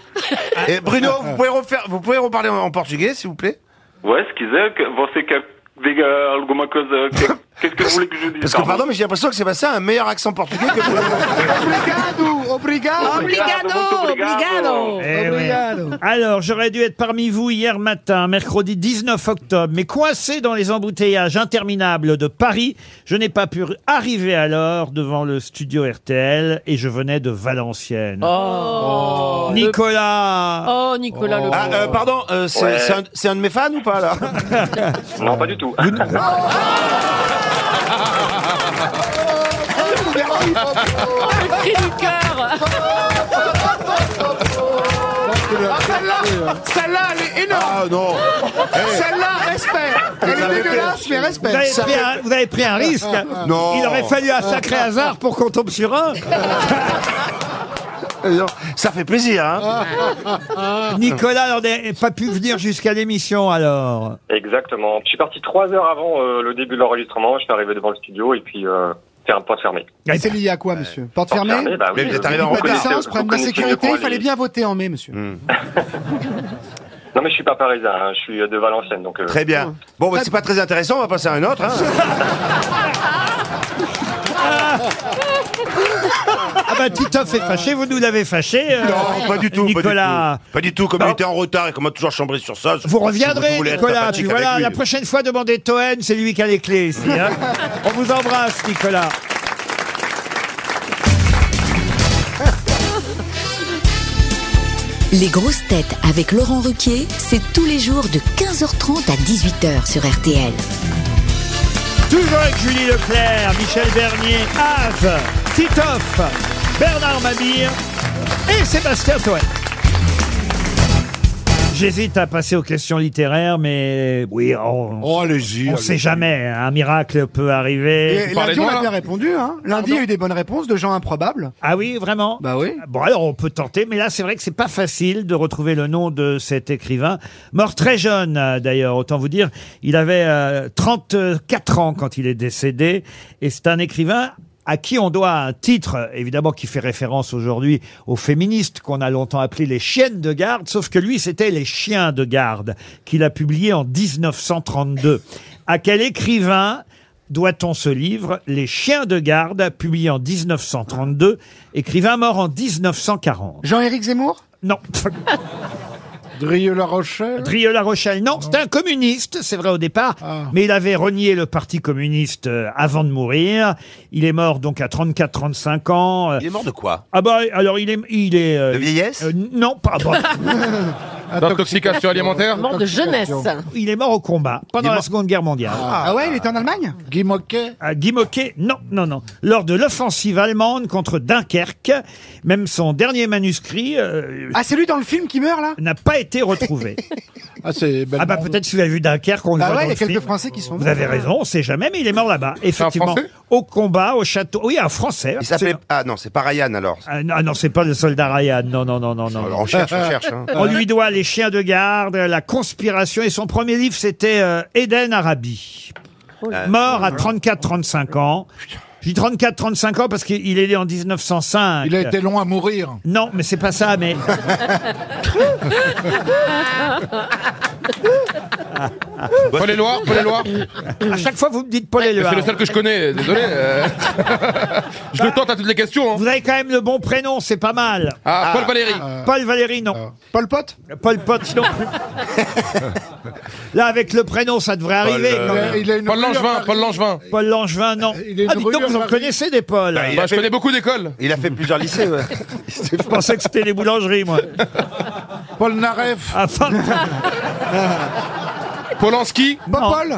[SPEAKER 6] Et Bruno, vous pouvez, refaire, vous pouvez reparler en, en portugais, s'il vous plaît
[SPEAKER 11] Ouais, ce qu'ils aient, que você quer diga alguma coisa, que- qu'est-ce que vous voulez que je vous dise
[SPEAKER 6] Parce que, pardon, mais j'ai l'impression que Sébastien a un meilleur accent portugais que Bruno.
[SPEAKER 5] Obrigado, obrigado.
[SPEAKER 9] Obligado,
[SPEAKER 11] Muito
[SPEAKER 9] obligado.
[SPEAKER 11] obrigado.
[SPEAKER 2] Eh oui.
[SPEAKER 5] Obrigado.
[SPEAKER 2] Alors, j'aurais dû être parmi vous hier matin, mercredi 19 octobre, mais coincé dans les embouteillages interminables de Paris, je n'ai pas pu arriver à l'heure devant le studio RTL et je venais de Valenciennes.
[SPEAKER 9] Oh, le-
[SPEAKER 2] Nicolas
[SPEAKER 9] Oh, Nicolas Le
[SPEAKER 6] Ah, euh, pardon, euh, c'est
[SPEAKER 11] Ouais.
[SPEAKER 6] c'est un, c'est un de mes fans ou pas, là
[SPEAKER 11] Non, pas du tout.
[SPEAKER 9] le cri du cœur.
[SPEAKER 5] Ah, celle-là, Celle-là, elle est énorme.
[SPEAKER 12] Ah non.
[SPEAKER 5] Celle-là, respect. Elle
[SPEAKER 12] Vous
[SPEAKER 5] est
[SPEAKER 12] avez
[SPEAKER 5] dégueulasse,
[SPEAKER 12] fait-
[SPEAKER 5] mais
[SPEAKER 2] Vous
[SPEAKER 5] respect.
[SPEAKER 2] avez, pris un, vous avez pris un risque.
[SPEAKER 12] Non.
[SPEAKER 2] Il aurait fallu un sacré hasard pour qu'on tombe sur un.
[SPEAKER 6] Euh, Ça fait plaisir, hein.
[SPEAKER 2] Ah. Nicolas n'aurait pas pu venir jusqu'à l'émission alors.
[SPEAKER 11] Exactement. Je suis parti trois heures avant euh, le début de l'enregistrement. Je suis arrivé devant le studio et puis euh, c'est un porte fermé.
[SPEAKER 5] C'est lié à quoi, monsieur Porte fermée
[SPEAKER 11] fermée, bah oui, Mais vous êtes arrivé en
[SPEAKER 5] Pas de
[SPEAKER 11] reconnaissez-
[SPEAKER 5] licence, problème de
[SPEAKER 11] reconnaissez
[SPEAKER 5] sécurité,
[SPEAKER 11] le
[SPEAKER 5] il fallait
[SPEAKER 11] colis.
[SPEAKER 5] bien voter en mai, monsieur.
[SPEAKER 11] Non mais je suis pas parisien. hein. Je suis euh, de Valenciennes donc. euh,
[SPEAKER 6] Très bien.
[SPEAKER 9] Oh.
[SPEAKER 6] Bon, bah, c'est pas très intéressant, on va passer à un autre. hein.
[SPEAKER 2] Ah bah Titoff est fâché, vous nous l'avez fâché. euh,
[SPEAKER 6] non, pas du tout.
[SPEAKER 2] Nicolas.
[SPEAKER 6] Pas du tout. Pas du tout, comme il était en retard et qu'on m'a toujours chambré sur ça.
[SPEAKER 2] Vous reviendrez, Nicolas. Puis
[SPEAKER 6] Tu
[SPEAKER 2] voilà, la prochaine fois, demandez Toen, c'est lui qui a les clés ici. hein. On vous embrasse, Nicolas.
[SPEAKER 10] Les grosses têtes avec Laurent Ruquier, c'est tous les jours de 15h30 à 18h sur RTL.
[SPEAKER 2] Toujours avec Julie Leclerc, Michel Bernier, Ave, Titoff, Bernard Mabir et Sébastien Toet. J'hésite à passer aux questions littéraires, mais oui, on
[SPEAKER 6] Oh,
[SPEAKER 2] ne sait jamais. hein, Un miracle peut arriver.
[SPEAKER 5] Et lundi, on a bien répondu. Hein. Lundi, il y a eu des bonnes réponses de gens improbables.
[SPEAKER 2] Ah oui, vraiment
[SPEAKER 5] Bah oui.
[SPEAKER 2] Bon, alors on peut tenter, mais là c'est vrai que c'est pas facile de retrouver le nom de cet écrivain. Mort très jeune euh, d'ailleurs, autant vous dire. Il avait euh, 34 ans quand il est décédé, et c'est un écrivain à qui on doit un titre, euh, évidemment, qui fait référence aujourd'hui aux féministes qu'on a longtemps appelés les chiennes de garde, sauf que lui, c'était les chiens de garde, qu'il a publié en 1932. À quel écrivain doit-on ce livre Les chiens de garde, publié en 1932, écrivain mort en 1940.
[SPEAKER 5] Jean-Éric Zemmour
[SPEAKER 2] Non.
[SPEAKER 4] Drieux La Rochelle
[SPEAKER 2] Drieux La Rochelle, non, c'est un communiste, c'est vrai au départ, mais il avait renié le parti communiste euh, avant de mourir. Il est mort donc à 34-35 ans. euh,
[SPEAKER 6] Il est mort de quoi
[SPEAKER 2] Ah bah alors il est... Il est euh,
[SPEAKER 6] De vieillesse
[SPEAKER 2] euh, Non, pas...
[SPEAKER 7] D'intoxication alimentaire
[SPEAKER 9] Mort de jeunesse.
[SPEAKER 2] Il est mort au combat, pendant la Seconde Guerre mondiale.
[SPEAKER 5] Ah, ouais, il était en Allemagne
[SPEAKER 4] Guy Moquet
[SPEAKER 2] Ah, Guy Moquet, non, non, non. Lors de l'offensive allemande contre Dunkerque, même son dernier manuscrit euh,
[SPEAKER 5] Ah, c'est lui dans le film qui meurt, là
[SPEAKER 2] n'a pas été retrouvé.
[SPEAKER 4] Ah, c'est
[SPEAKER 2] ah bah peut-être si vous avez vu Dunkerque, on le
[SPEAKER 5] Bah
[SPEAKER 2] voit
[SPEAKER 5] ouais,
[SPEAKER 2] dans
[SPEAKER 5] il y a
[SPEAKER 2] le film.
[SPEAKER 5] quelques Français qui sont
[SPEAKER 2] Vous avez raison, on sait jamais, mais il est mort là-bas. Effectivement,
[SPEAKER 7] Français
[SPEAKER 2] au combat, au château. Oui, un Français.
[SPEAKER 6] Il s'appelait.
[SPEAKER 2] absolument.
[SPEAKER 6] Ah non, c'est pas Ryan alors.
[SPEAKER 2] Ah non, ah non, c'est pas le soldat Ryan. Non, non, non, non, non.
[SPEAKER 6] Alors, on cherche, on cherche. hein.
[SPEAKER 2] On lui doit les chiens de garde, la conspiration et son premier livre c'était euh, Eden Arabi. Mort à 34-35 ans. Je dis 34-35 ans parce qu'il est né en 1905.
[SPEAKER 4] Il a été long à mourir.
[SPEAKER 2] Non, mais c'est pas ça, mais
[SPEAKER 7] Paul Éloire, Paul Éloire.
[SPEAKER 2] à chaque fois vous me dites Paul
[SPEAKER 7] C'est
[SPEAKER 2] Éluard.
[SPEAKER 7] le seul que je connais, désolé. euh. je le tente à toutes les questions. hein.
[SPEAKER 2] Vous avez quand même le bon prénom, c'est pas mal.
[SPEAKER 7] Ah, Paul Valéry.
[SPEAKER 2] Paul Valéry,
[SPEAKER 4] Ah.
[SPEAKER 2] non.
[SPEAKER 5] Paul Pot
[SPEAKER 2] Paul Pot non plus. Là, avec le prénom, ça devrait arriver.
[SPEAKER 6] euh,
[SPEAKER 2] quand même.
[SPEAKER 4] Il a une
[SPEAKER 7] Paul
[SPEAKER 4] rue à
[SPEAKER 7] Langevin,
[SPEAKER 4] Paris.
[SPEAKER 7] Paul Langevin.
[SPEAKER 2] Paul Langevin, non.
[SPEAKER 4] il est
[SPEAKER 2] Ah, dites
[SPEAKER 4] rue
[SPEAKER 2] donc,
[SPEAKER 4] à
[SPEAKER 2] vous en
[SPEAKER 4] Paris.
[SPEAKER 2] connais des Paul.
[SPEAKER 6] Bah, il a
[SPEAKER 7] Bah, je
[SPEAKER 6] fait-
[SPEAKER 7] connais beaucoup d'écoles.
[SPEAKER 6] Il a fait
[SPEAKER 8] Ah,
[SPEAKER 6] plusieurs lycées. ouais.
[SPEAKER 2] Je pensais que c'était les boulangeries, moi.
[SPEAKER 4] Paul Naref.
[SPEAKER 2] Ah, enfin,
[SPEAKER 7] Polanski.
[SPEAKER 5] Bob Paul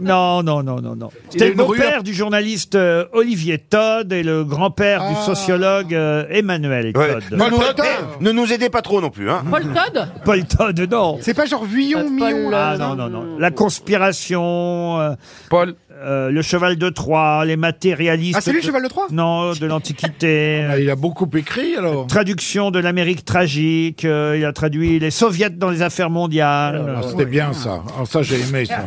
[SPEAKER 2] non, non, non, non, non.
[SPEAKER 4] a
[SPEAKER 2] C'était le
[SPEAKER 4] une rue à-
[SPEAKER 2] beau-père du journaliste euh, Olivier Todd et le grand-père
[SPEAKER 4] Ah.
[SPEAKER 2] du sociologue euh, Emmanuel
[SPEAKER 6] Ouais.
[SPEAKER 2] Todd.
[SPEAKER 6] Paul
[SPEAKER 5] Nono
[SPEAKER 6] Todd,
[SPEAKER 5] Todd.
[SPEAKER 6] eh, ne nous aidez pas trop non plus. Hein.
[SPEAKER 9] Paul Todd
[SPEAKER 2] Paul Todd, non.
[SPEAKER 5] C'est pas genre Vuillon, euh, Millon
[SPEAKER 2] Ah
[SPEAKER 5] là
[SPEAKER 2] non, non, non. La conspiration, euh,
[SPEAKER 7] Paul.
[SPEAKER 2] euh, le cheval de Troie, les matérialistes.
[SPEAKER 5] Ah, c'est lui,
[SPEAKER 2] de-
[SPEAKER 5] le Cheval de Troie
[SPEAKER 2] Non, de l'Antiquité.
[SPEAKER 4] Ah, il a beaucoup écrit alors.
[SPEAKER 2] Traduction de l'Amérique tragique, euh, il a traduit les soviets dans les affaires mondiales.
[SPEAKER 4] Ah, C'était bien ça. Ah, ça j'ai aimé ça.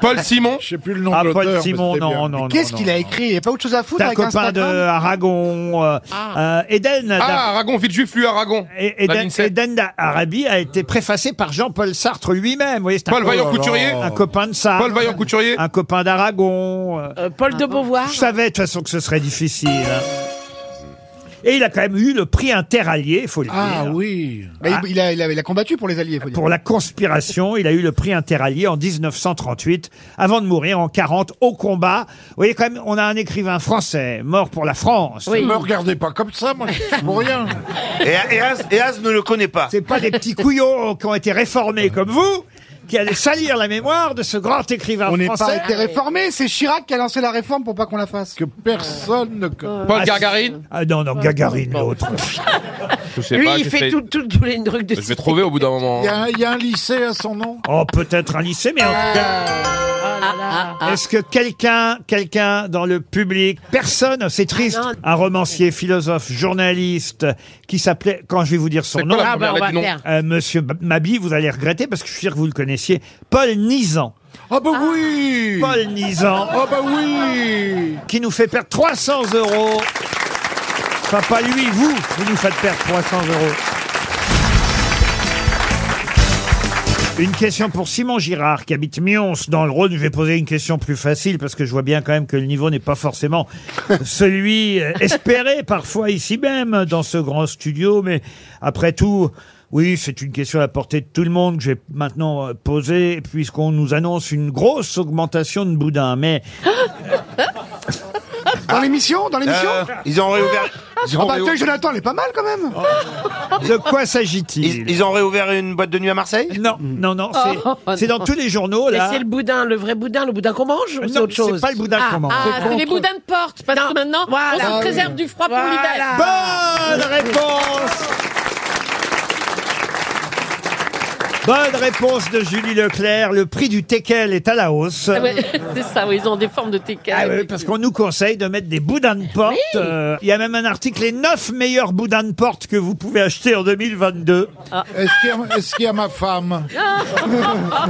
[SPEAKER 7] Paul Simon.
[SPEAKER 4] Je sais plus le nom
[SPEAKER 2] Ah,
[SPEAKER 4] de l'auteur.
[SPEAKER 2] Paul
[SPEAKER 4] mais
[SPEAKER 2] Simon,
[SPEAKER 4] c'était
[SPEAKER 2] non,
[SPEAKER 4] bien.
[SPEAKER 2] non, non.
[SPEAKER 5] Qu'est-ce
[SPEAKER 2] non.
[SPEAKER 5] qu'il a écrit Il n'y a pas autre chose à foutre
[SPEAKER 2] C'est un
[SPEAKER 5] avec
[SPEAKER 2] copain de
[SPEAKER 5] Instagram
[SPEAKER 2] Aragon, euh, euh, Eden,
[SPEAKER 7] Ah, Aragon, Villejuif, lui, Aragon.
[SPEAKER 2] d'A- et- Eden,
[SPEAKER 7] Vincennes.
[SPEAKER 2] Eden d'Arabie a été préfacé par Jean-Paul Sartre lui-même. Vous voyez, c'est un
[SPEAKER 7] Paul
[SPEAKER 2] co-
[SPEAKER 7] Vaillant-Couturier.
[SPEAKER 2] un copain de Sartre,
[SPEAKER 7] Paul Ah. Vaillant-Couturier.
[SPEAKER 2] un copain d'Aragon. euh,
[SPEAKER 8] euh, Paul de Beauvoir.
[SPEAKER 2] Je savais de toute façon que ce serait difficile. hein. Et il a quand même eu le prix interallié, il faut le
[SPEAKER 4] Ah
[SPEAKER 2] dire.
[SPEAKER 4] oui.
[SPEAKER 5] Bah, il- il, a, il, a, il a combattu pour les Alliés, faut dire.
[SPEAKER 2] Pour la conspiration, il a eu le prix interallié en 1938, avant de mourir en 40 au combat. Vous voyez quand même, on a un écrivain français mort pour la France.
[SPEAKER 4] Ne me regardez pas comme ça, moi je suis pour rien.
[SPEAKER 6] Et, et As, et As ne le connaît pas.
[SPEAKER 2] C'est pas des petits couillons qui ont été réformés comme vous qui allaient salir la mémoire de ce grand écrivain
[SPEAKER 5] On n'est pas
[SPEAKER 2] français.
[SPEAKER 5] été réformé, c'est Chirac qui a lancé la réforme pour pas qu'on la fasse.
[SPEAKER 9] Euh,
[SPEAKER 4] Que personne ne connaît.
[SPEAKER 7] Paul Gargarine.
[SPEAKER 2] Ah non, non, Gagarine, l'autre.
[SPEAKER 7] Je sais
[SPEAKER 8] Lui,
[SPEAKER 7] pas.
[SPEAKER 8] il
[SPEAKER 7] qu'est-ce
[SPEAKER 8] fait
[SPEAKER 7] que-
[SPEAKER 8] tout- tout- tous les trucs de
[SPEAKER 7] Je vais trouver au hein. bout d'un moment.
[SPEAKER 4] Il y, a, un- il y a un lycée à son nom
[SPEAKER 2] Oh, peut-être un lycée, mais en tout cas.
[SPEAKER 9] Ah.
[SPEAKER 7] Ah.
[SPEAKER 2] Est-ce que quelqu'un, quelqu'un dans le public, personne, c'est triste,
[SPEAKER 7] Ah,
[SPEAKER 2] un romancier, philosophe, journaliste, qui s'appelait, quand je vais vous dire son
[SPEAKER 7] C'est
[SPEAKER 2] nom,
[SPEAKER 7] quoi la Ah, première bah, on lettre va du nom faire.
[SPEAKER 2] Euh, Monsieur B- Mabi, vous allez regretter parce que je suis sûr que vous le connaissiez, Paul Nizan.
[SPEAKER 7] Oh,
[SPEAKER 4] Ah bah oui
[SPEAKER 2] Paul Nizan.
[SPEAKER 4] Ah bah oui
[SPEAKER 2] Qui nous fait perdre 300 euros. Enfin, pas lui, vous, vous nous faites perdre 300 euros. Une question pour Simon Girard qui habite Mions dans le Rhône. Je vais poser une question plus facile parce que je vois bien quand même que le niveau n'est pas forcément celui euh, espéré parfois ici même dans ce grand studio. Mais après tout, oui, c'est une question à la portée de tout le monde que j'ai maintenant euh, posée puisqu'on nous annonce une grosse augmentation de boudin. Mais
[SPEAKER 9] Ah.
[SPEAKER 5] Dans l'émission Dans l'émission
[SPEAKER 6] Euh, ils ont réouvert. Ils
[SPEAKER 5] Ah
[SPEAKER 6] ont
[SPEAKER 5] bah
[SPEAKER 6] réou-
[SPEAKER 5] tiens, Jonathan, elle est pas mal quand même
[SPEAKER 2] de quoi s'agit-il
[SPEAKER 6] Ils, ils ont réouvert une boîte de nuit à Marseille
[SPEAKER 2] Non, non, non, c'est
[SPEAKER 8] Oh,
[SPEAKER 2] c'est dans
[SPEAKER 8] non.
[SPEAKER 2] tous les journaux
[SPEAKER 8] Mais
[SPEAKER 2] là.
[SPEAKER 8] c'est le boudin, le vrai boudin, le boudin qu'on mange ou c'est
[SPEAKER 2] Non,
[SPEAKER 8] autre chose
[SPEAKER 2] c'est pas le boudin qu'on mange.
[SPEAKER 9] Ah, c'est les boudins de porte, parce que maintenant,
[SPEAKER 8] Voilà.
[SPEAKER 9] on se préserve du froid pour l'hiver.
[SPEAKER 2] Bonne réponse Bonne réponse de Julie Leclerc. Le prix du teckel est à la hausse.
[SPEAKER 9] Ah ouais, c'est ça, oui, ils ont des formes de TK.
[SPEAKER 2] Ah oui, parce qu'on nous conseille de mettre des boudins de porte. Euh, Il y a même un article, les 9 meilleurs boudins de porte que vous pouvez acheter en 2022.
[SPEAKER 4] Ah. Est-ce qu'il y, a- est-ce qu'il y a ma femme
[SPEAKER 9] Ah,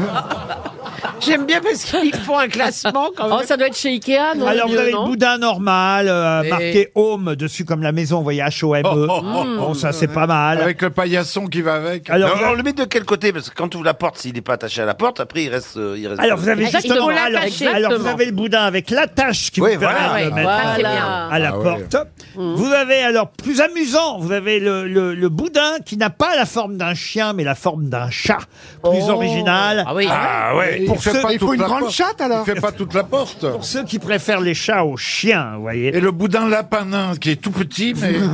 [SPEAKER 8] J'aime bien parce qu'ils font un classement quand
[SPEAKER 9] Oh,
[SPEAKER 8] même.
[SPEAKER 9] ça doit être chez Ikea, non
[SPEAKER 2] Ah, Alors, vous
[SPEAKER 9] mieux,
[SPEAKER 2] avez
[SPEAKER 9] non
[SPEAKER 2] le boudin normal, euh,
[SPEAKER 8] Et-
[SPEAKER 2] marqué Home dessus comme la maison, vous voyez, H-O-M-E. E.
[SPEAKER 9] Oh,
[SPEAKER 2] Bon, ça, c'est pas mal.
[SPEAKER 4] Avec le paillasson qui va avec
[SPEAKER 2] Alors,
[SPEAKER 6] Non,
[SPEAKER 2] vous
[SPEAKER 6] on
[SPEAKER 2] avez-
[SPEAKER 6] le met de quel côté Parce que quand tu ouvres la porte, s'il n'est pas attaché à la porte, après il reste. euh, il reste
[SPEAKER 2] Alors vous avez
[SPEAKER 8] Ah,
[SPEAKER 9] Exactement.
[SPEAKER 2] justement
[SPEAKER 9] Ah, Il faut
[SPEAKER 2] alors,
[SPEAKER 9] l'attacher.
[SPEAKER 2] alors, vous
[SPEAKER 9] Exactement.
[SPEAKER 2] avez le boudin avec l'attache qui
[SPEAKER 6] Oui,
[SPEAKER 2] vous permet
[SPEAKER 6] voilà.
[SPEAKER 2] de le
[SPEAKER 9] Ah,
[SPEAKER 2] mettre
[SPEAKER 9] voilà.
[SPEAKER 2] à la- à la
[SPEAKER 4] Ah ouais.
[SPEAKER 2] porte.
[SPEAKER 9] Mm.
[SPEAKER 2] Vous avez alors plus amusant, vous avez le, le- le boudin qui n'a pas la forme d'un chien mais la forme d'un chat, plus original.
[SPEAKER 9] Ah oui.
[SPEAKER 6] Ah ouais.
[SPEAKER 2] Pour
[SPEAKER 4] Il fait
[SPEAKER 2] ceux-
[SPEAKER 4] pas
[SPEAKER 5] Il faut
[SPEAKER 4] toute
[SPEAKER 5] une
[SPEAKER 4] la
[SPEAKER 5] grande
[SPEAKER 4] porte.
[SPEAKER 5] chatte alors
[SPEAKER 4] Il fait pas toute la porte
[SPEAKER 2] Pour ceux qui préfèrent les chats aux chiens, vous voyez.
[SPEAKER 4] Et le boudin lapin nain qui est tout petit mais...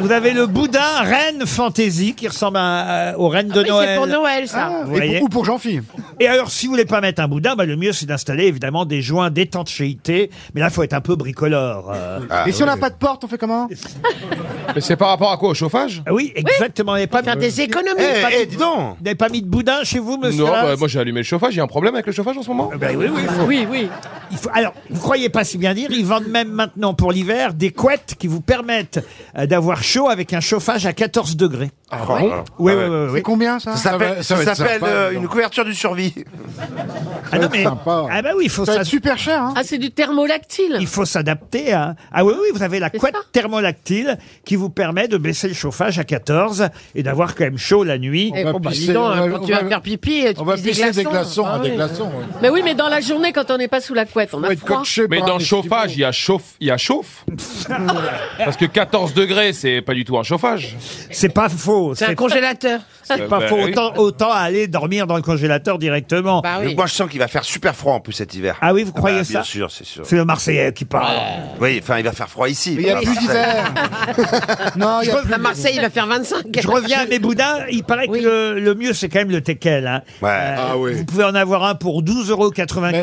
[SPEAKER 2] Vous avez le boudin reine fantaisie qui ressemble à- à- aux reines de
[SPEAKER 8] Mais Ah
[SPEAKER 2] Noël.
[SPEAKER 8] c'est pour Noël ça.
[SPEAKER 5] Ah,
[SPEAKER 2] Vous
[SPEAKER 5] et
[SPEAKER 2] voyez
[SPEAKER 5] pour, Ou pour Jean-Philippe
[SPEAKER 2] Et alors, si vous voulez pas mettre un boudin, bah, le mieux c'est d'installer évidemment des joints détente chez IT. Mais là, faut être un peu bricolore. euh.
[SPEAKER 5] Et si on n'a pas de porte, on fait comment
[SPEAKER 7] Ah, Mais c'est par rapport à quoi Au chauffage
[SPEAKER 2] Ah Oui, exactement. et pas
[SPEAKER 8] Faire des économies.
[SPEAKER 6] Eh,
[SPEAKER 8] pas-
[SPEAKER 6] eh, dis donc
[SPEAKER 2] Vous n'avez pas mis de boudin chez vous, monsieur
[SPEAKER 7] Non,
[SPEAKER 2] Haas
[SPEAKER 7] bah, moi j'ai allumé le chauffage. Il y a un problème avec le chauffage en ce moment
[SPEAKER 2] Eh ben oui, oui.
[SPEAKER 9] Oui, oui.
[SPEAKER 2] Il faut- Alors, vous croyez pas si bien dire, ils vendent même maintenant pour l'hiver des couettes qui vous permettent euh, d'avoir chaud avec un chauffage à 14 degrés.
[SPEAKER 6] Ah,
[SPEAKER 2] Oui,
[SPEAKER 6] Ah
[SPEAKER 2] oui,
[SPEAKER 6] ouais.
[SPEAKER 2] oui. oui.
[SPEAKER 5] C'est combien ça,
[SPEAKER 6] Ça
[SPEAKER 4] Ça va-
[SPEAKER 6] s'appelle
[SPEAKER 4] ça va
[SPEAKER 6] ça
[SPEAKER 4] être
[SPEAKER 6] s'appelle,
[SPEAKER 4] sympa,
[SPEAKER 6] euh,
[SPEAKER 4] dis donc.
[SPEAKER 6] une couverture du survie.
[SPEAKER 2] Ah non, mais...
[SPEAKER 4] sympa.
[SPEAKER 2] Ah bah oui, il faut
[SPEAKER 5] Ça va
[SPEAKER 2] ça.
[SPEAKER 5] être super cher hein
[SPEAKER 9] Ah, c'est du thermolactile.
[SPEAKER 2] Il faut s'adapter. hein. Ah oui, oui, vous avez la
[SPEAKER 9] C'est
[SPEAKER 2] couette
[SPEAKER 9] ça.
[SPEAKER 2] thermolactile qui vous permet de baisser le chauffage à 14 et d'avoir quand même chaud la nuit.
[SPEAKER 8] Eh,
[SPEAKER 4] va
[SPEAKER 8] bon, bah, dis
[SPEAKER 4] pisser,
[SPEAKER 8] donc,
[SPEAKER 4] on
[SPEAKER 8] hein,
[SPEAKER 4] va-
[SPEAKER 8] quand
[SPEAKER 4] on
[SPEAKER 8] tu vas
[SPEAKER 4] va-
[SPEAKER 8] faire pipi, tu
[SPEAKER 4] On va
[SPEAKER 8] pisses des
[SPEAKER 4] pisser des glaçons,
[SPEAKER 8] Ah
[SPEAKER 4] hein, des
[SPEAKER 8] oui.
[SPEAKER 4] glaçons. ouais.
[SPEAKER 9] Mais oui, mais dans la journée, quand on n'est pas sous la couette, on
[SPEAKER 2] Ah,
[SPEAKER 4] Faut
[SPEAKER 9] a
[SPEAKER 4] être
[SPEAKER 9] froid.
[SPEAKER 4] coaché
[SPEAKER 7] Mais
[SPEAKER 4] par
[SPEAKER 7] dans
[SPEAKER 4] un
[SPEAKER 7] le chauffage, il y a chauffe, il y a chauffe. Parce que 14 degrés, c'est pas du tout un chauffage.
[SPEAKER 2] C'est pas faux.
[SPEAKER 8] C'est un
[SPEAKER 2] C'est
[SPEAKER 8] congélateur.
[SPEAKER 7] Euh,
[SPEAKER 2] pas
[SPEAKER 4] Eh
[SPEAKER 7] bah,
[SPEAKER 2] faux.
[SPEAKER 4] ben
[SPEAKER 7] oui.
[SPEAKER 2] Autant, autant aller dormir dans le congélateur directement.
[SPEAKER 8] Bah
[SPEAKER 6] Mais
[SPEAKER 8] oui.
[SPEAKER 6] Moi, je sens qu'il va faire super froid en plus cet hiver.
[SPEAKER 2] Ah oui, vous croyez
[SPEAKER 6] Bah,
[SPEAKER 2] ça
[SPEAKER 6] Bien sûr, c'est sûr. Ah.
[SPEAKER 2] C'est le Marseillais qui parle.
[SPEAKER 6] Oui, enfin, il va faire froid ici.
[SPEAKER 5] Il y a
[SPEAKER 6] Ah,
[SPEAKER 5] plus
[SPEAKER 6] Marseille.
[SPEAKER 5] d'hiver Non, il y a plus
[SPEAKER 8] À Marseille, il va faire 25.
[SPEAKER 2] Je reviens à mes boudins. Il paraît que
[SPEAKER 8] Oui.
[SPEAKER 2] le, le mieux, c'est quand même le teckel. hein.
[SPEAKER 6] Ouais.
[SPEAKER 4] Ah oui.
[SPEAKER 2] Vous pouvez en avoir un pour 12,95 euros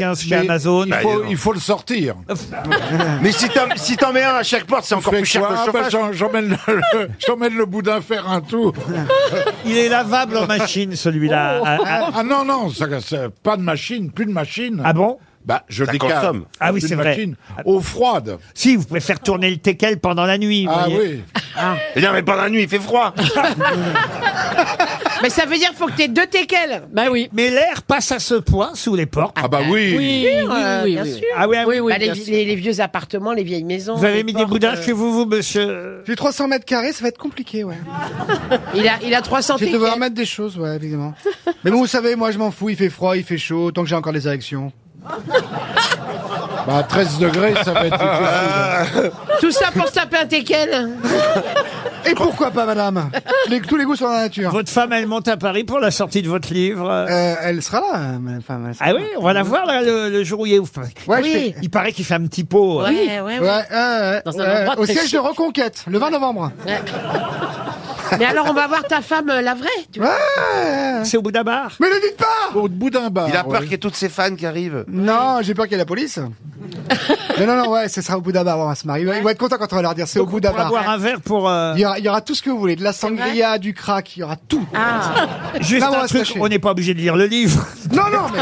[SPEAKER 4] Mais-
[SPEAKER 2] chez
[SPEAKER 4] mais
[SPEAKER 2] Amazon.
[SPEAKER 4] Il
[SPEAKER 6] Bah, dis
[SPEAKER 4] faut,
[SPEAKER 6] donc.
[SPEAKER 4] il faut le sortir.
[SPEAKER 6] Mais si t'en si t'en mets un à chaque porte, c'est encore
[SPEAKER 4] Fais
[SPEAKER 6] plus cher que
[SPEAKER 4] quoi
[SPEAKER 6] le
[SPEAKER 4] Ah, bah,
[SPEAKER 6] chauffage.
[SPEAKER 4] j'en- J'emmène le, j'emmène le boudin faire un tour.
[SPEAKER 2] Il est lavable en machine, celui-là. Ah, ah,
[SPEAKER 4] Ah non, non, ça- ça- pas de machine, plus de machine.
[SPEAKER 2] ah bon
[SPEAKER 4] Bah, je
[SPEAKER 6] Ça
[SPEAKER 4] décale.
[SPEAKER 6] consomme.
[SPEAKER 2] Ah oui,
[SPEAKER 4] Plus
[SPEAKER 2] c'est
[SPEAKER 4] de
[SPEAKER 2] vrai.
[SPEAKER 4] machine. Eau froide.
[SPEAKER 2] Si, vous pouvez faire tourner le teckel pendant la nuit. vous
[SPEAKER 4] Ah
[SPEAKER 2] voyez.
[SPEAKER 4] oui.
[SPEAKER 6] Eh bien, mais pendant la nuit, il fait froid.
[SPEAKER 8] Mais ça veut dire qu'il faut que t'aies deux teckels.
[SPEAKER 9] Bah oui.
[SPEAKER 2] Mais l'air passe à ce point sous les portes.
[SPEAKER 4] Ah bah oui.
[SPEAKER 9] Oui, oui, oui, oui,
[SPEAKER 8] bien
[SPEAKER 9] oui.
[SPEAKER 8] sûr.
[SPEAKER 2] Ah oui, ah oui.
[SPEAKER 8] Bah, les, les- les vieux appartements, les vieilles maisons.
[SPEAKER 2] Vous avez
[SPEAKER 8] les
[SPEAKER 2] mis des
[SPEAKER 8] portes,
[SPEAKER 2] boudins
[SPEAKER 8] euh,
[SPEAKER 2] chez vous, vous, monsieur
[SPEAKER 5] J'ai 300 mètres carrés, ça va être compliqué, ouais.
[SPEAKER 8] Il a, il a 300
[SPEAKER 5] Je vais devoir
[SPEAKER 8] teckels.
[SPEAKER 5] mettre des choses, ouais, évidemment. Mais bon, vous savez, moi, je m'en fous, il fait froid, il fait chaud, tant que j'ai encore des érections.
[SPEAKER 4] Bah, 13 degrés, ça va être difficile.
[SPEAKER 8] Tout ça pour se taper un teckel.
[SPEAKER 5] Et pourquoi pas, madame Les- Tous les goûts sont dans la nature.
[SPEAKER 2] Votre femme, elle monte à Paris pour la sortie de votre livre.
[SPEAKER 5] Euh, elle sera là, euh, madame. Enfin, elle sera-
[SPEAKER 2] Ah oui, on va la voir là, le, le jour où il est ouf.
[SPEAKER 5] Ouais, je
[SPEAKER 8] Oui.
[SPEAKER 5] fais-
[SPEAKER 2] Il paraît qu'il fait un petit pot. euh.
[SPEAKER 8] Ouais, ouais,
[SPEAKER 5] Ouais,
[SPEAKER 8] ouais.
[SPEAKER 5] euh,
[SPEAKER 9] Dans un
[SPEAKER 5] ouais,
[SPEAKER 9] endroit
[SPEAKER 5] au
[SPEAKER 9] très
[SPEAKER 5] siège
[SPEAKER 9] chic.
[SPEAKER 5] de Reconquête, le 20 novembre.
[SPEAKER 8] Mais alors, on va voir ta femme, euh, la vraie. tu vois.
[SPEAKER 5] Ouais.
[SPEAKER 2] C'est au bout d'un bar
[SPEAKER 5] Mais Ah, ne dites pas
[SPEAKER 4] Au boudin bar.
[SPEAKER 6] Il a
[SPEAKER 4] ouais.
[SPEAKER 6] peur qu'il y ait toutes ses fans qui arrivent.
[SPEAKER 5] Non, j'ai peur qu'il y ait la police. non, non, non, ouais, ce sera au bout d'un bar, on va se marier. Ils vont être contents quand on va leur dire c'est au bout d'un
[SPEAKER 2] pourra
[SPEAKER 5] bar.
[SPEAKER 2] boire un verre pour. euh,
[SPEAKER 5] Il, y aura, il y aura tout ce que vous voulez, de la sangria, du crack, il y aura tout.
[SPEAKER 2] Ah.
[SPEAKER 9] Ah.
[SPEAKER 2] Juste
[SPEAKER 5] Là, on
[SPEAKER 2] un
[SPEAKER 5] va se
[SPEAKER 2] truc,
[SPEAKER 5] lâcher.
[SPEAKER 2] on n'est pas obligé de lire le livre.
[SPEAKER 5] Non, non, mais.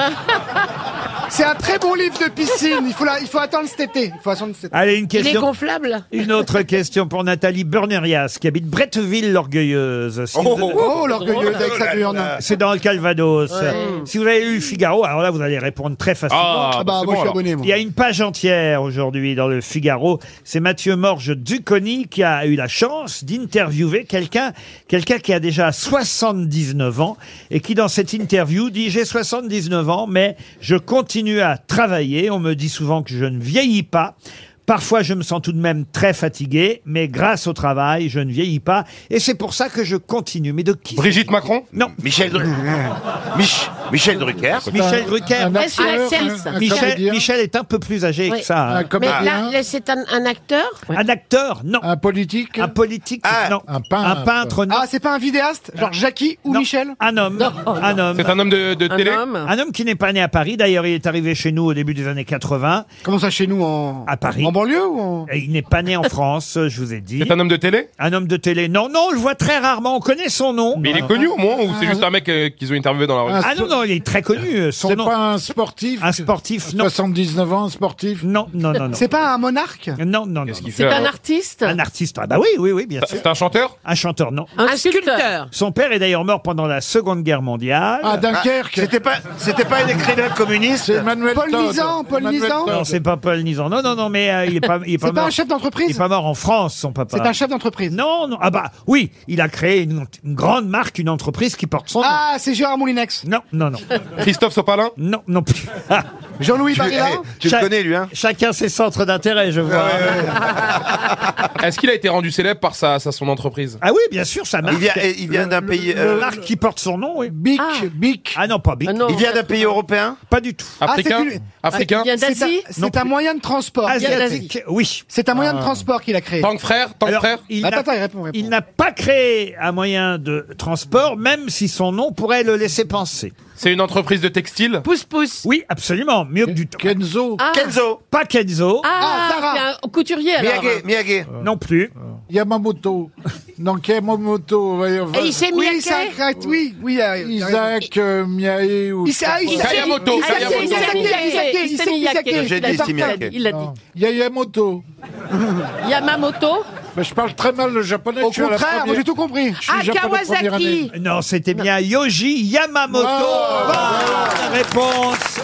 [SPEAKER 5] C'est un très bon livre de piscine. Il faut, la- il faut attendre cet été. Il faut attendre cet été.
[SPEAKER 2] Allez, une question.
[SPEAKER 5] gonflable.
[SPEAKER 2] Une autre question pour Nathalie Bernerias, qui habite Bretteville-l'Orgueilleuse. Si
[SPEAKER 5] Oh,
[SPEAKER 2] vous-
[SPEAKER 5] oh, oh, l'orgueilleuse avec sa burne.
[SPEAKER 2] C'est dans le Calvados.
[SPEAKER 5] Ouais.
[SPEAKER 2] Si vous avez eu le Figaro, alors là, vous allez répondre très facilement.
[SPEAKER 5] Ah, Ah bah, bah, c'est moi, bon, je suis alors. abonné, moi.
[SPEAKER 2] Il y a une page entière aujourd'hui dans le Figaro. C'est Mathieu Morge Duconi qui a eu la chance d'interviewer quelqu'un, quelqu'un qui a déjà 79 ans et qui, dans cette interview, dit J'ai 79 ans, mais je continue à travailler. On me dit souvent que je ne vieillis pas. Parfois, je me sens tout de même très fatigué, mais grâce au travail, je ne vieillis pas. Et c'est pour ça que je continue. Mais de qui Brigitte
[SPEAKER 7] Macron
[SPEAKER 2] Non.
[SPEAKER 6] Michel, Dru- Mich- Michel Drucker.
[SPEAKER 2] Michel Drucker.
[SPEAKER 8] Est-ce une actrice
[SPEAKER 2] Michel, Michel est un peu plus âgé
[SPEAKER 8] Oui. Ah.
[SPEAKER 2] que ça. hein.
[SPEAKER 8] Mais là, là, c'est un, un acteur
[SPEAKER 2] Un acteur, non. Un politique Un politique, non. Un peintre, non.
[SPEAKER 5] Ah, c'est pas un vidéaste Genre Jackie ou Michel
[SPEAKER 2] Un homme. Un homme. Ah,
[SPEAKER 7] C'est un homme de, de télé
[SPEAKER 2] Un homme qui n'est pas né à Paris. D'ailleurs, il est arrivé chez nous au début des années 80.
[SPEAKER 5] Comment ça, chez nous en...
[SPEAKER 2] À Paris.
[SPEAKER 5] En banlieue ou en...
[SPEAKER 2] Et il n'est pas né en France, je vous ai dit.
[SPEAKER 7] C'est un homme de télé
[SPEAKER 2] Un homme de télé. Non, non, on le voit très rarement. On connaît son nom.
[SPEAKER 7] Mais il est connu au moins ou c'est juste un mec euh, qu'ils ont interviewé dans la rue
[SPEAKER 2] Ah non, non, il est très connu. euh, Son
[SPEAKER 4] C'est
[SPEAKER 2] nom.
[SPEAKER 4] pas un sportif
[SPEAKER 2] Un sportif, non.
[SPEAKER 4] 79 ans, un sportif
[SPEAKER 2] Non, non, non. non.
[SPEAKER 5] C'est pas un monarque
[SPEAKER 2] Non, non, non.
[SPEAKER 7] qu'il fait, C'est un alors
[SPEAKER 2] artiste Un artiste, ah bah oui, oui, oui, bien sûr.
[SPEAKER 7] C'est un chanteur
[SPEAKER 2] Un chanteur, non.
[SPEAKER 9] Un, sculpteur.
[SPEAKER 2] Son père est d'ailleurs mort pendant la Seconde Guerre mondiale.
[SPEAKER 4] Ah, Dunkerque.
[SPEAKER 6] C'était pas, c'était pas un écrivain communiste.
[SPEAKER 4] C'est Emmanuel
[SPEAKER 5] Paul
[SPEAKER 4] Todd.
[SPEAKER 5] Nizan, Paul
[SPEAKER 4] Emmanuel
[SPEAKER 5] Nizan.
[SPEAKER 4] Todd.
[SPEAKER 2] Non, c'est pas Paul Nizan. Non, non, non, mais euh, il est pas, il est pas
[SPEAKER 5] C'est pas
[SPEAKER 2] mort.
[SPEAKER 5] un chef d'entreprise
[SPEAKER 2] il est pas mort en France, son papa.
[SPEAKER 5] C'est un chef d'entreprise
[SPEAKER 2] Non, non. Ah bah oui, il a créé une, une grande marque, une entreprise qui porte son nom.
[SPEAKER 5] Ah, c'est Gérard Moulinex
[SPEAKER 2] Non, non, non.
[SPEAKER 7] Christophe Sopalin
[SPEAKER 2] Non, non plus.
[SPEAKER 5] Jean-Louis Barilla
[SPEAKER 6] Tu le
[SPEAKER 2] Cha-
[SPEAKER 6] connais, lui, hein
[SPEAKER 2] Chacun ses centres d'intérêt, je vois.
[SPEAKER 7] Est-ce qu'il a été rendu célèbre par sa, sa- son entreprise
[SPEAKER 2] Ah oui, bien sûr, ça marque.
[SPEAKER 6] Il vient, il vient d'un pays. euh,
[SPEAKER 2] Une marque qui porte son nom, oui.
[SPEAKER 4] Bic, Bic.
[SPEAKER 2] Ah non, pas Bic.
[SPEAKER 6] il vient d'un pays européen.
[SPEAKER 2] Pas du tout.
[SPEAKER 5] Ah, c'est
[SPEAKER 7] Africain
[SPEAKER 5] une- Ah,
[SPEAKER 7] Africain
[SPEAKER 9] vient
[SPEAKER 5] C'est un,
[SPEAKER 9] d'Asie
[SPEAKER 5] c'est un moyen de transport.
[SPEAKER 2] Asiatique, oui. Ah.
[SPEAKER 5] C'est un moyen de transport qu'il a créé.
[SPEAKER 7] Tank frère Tank
[SPEAKER 2] Alors,
[SPEAKER 7] frère
[SPEAKER 2] il
[SPEAKER 5] Attends,
[SPEAKER 2] n'a-
[SPEAKER 5] attends, il répond, répond.
[SPEAKER 2] il n'a pas créé un moyen de transport, même si son nom pourrait le laisser penser.
[SPEAKER 7] C'est une entreprise de textile
[SPEAKER 8] Pousse, pousse.
[SPEAKER 2] Oui, absolument. Mieux que du temps.
[SPEAKER 4] Kenzo.
[SPEAKER 6] Ah. Kenzo.
[SPEAKER 2] Pas Kenzo,
[SPEAKER 9] Ah,
[SPEAKER 5] Ah, Sarah.
[SPEAKER 9] c'est un couturier alors.
[SPEAKER 6] Miyagi. Miyagi.
[SPEAKER 2] Euh, non plus.
[SPEAKER 5] Euh.
[SPEAKER 4] Yamamoto. Non, Yamamoto. va- va-
[SPEAKER 8] Et il s'est mis à
[SPEAKER 5] Oui, c'est un
[SPEAKER 8] quai
[SPEAKER 5] cra- Oui, oui, il a- il a raison.
[SPEAKER 4] Isaac euh, Miaé ou.
[SPEAKER 5] Il s'est- ah, il s'est-
[SPEAKER 7] Kayamoto,
[SPEAKER 5] il s'est-
[SPEAKER 7] Kayamoto.
[SPEAKER 5] il s'est- il s'est- il s'est- il s'est- il s'est- il s'est-
[SPEAKER 6] J'ai
[SPEAKER 5] il
[SPEAKER 6] dit
[SPEAKER 5] s'est-
[SPEAKER 6] Isaac Miyake.
[SPEAKER 9] Il l'a dit.
[SPEAKER 4] Yayamoto.
[SPEAKER 9] Yamamoto.
[SPEAKER 4] Mais je parle très mal le japonais.
[SPEAKER 5] Au
[SPEAKER 4] je suis à la
[SPEAKER 5] contraire, moi
[SPEAKER 4] première-
[SPEAKER 5] j'ai tout compris.
[SPEAKER 4] je suis
[SPEAKER 8] Ah,
[SPEAKER 4] japonais de première année.
[SPEAKER 8] Kawasaki
[SPEAKER 2] Non, c'était bien Yoji Yamamoto.
[SPEAKER 4] Oh,
[SPEAKER 2] bonne réponse.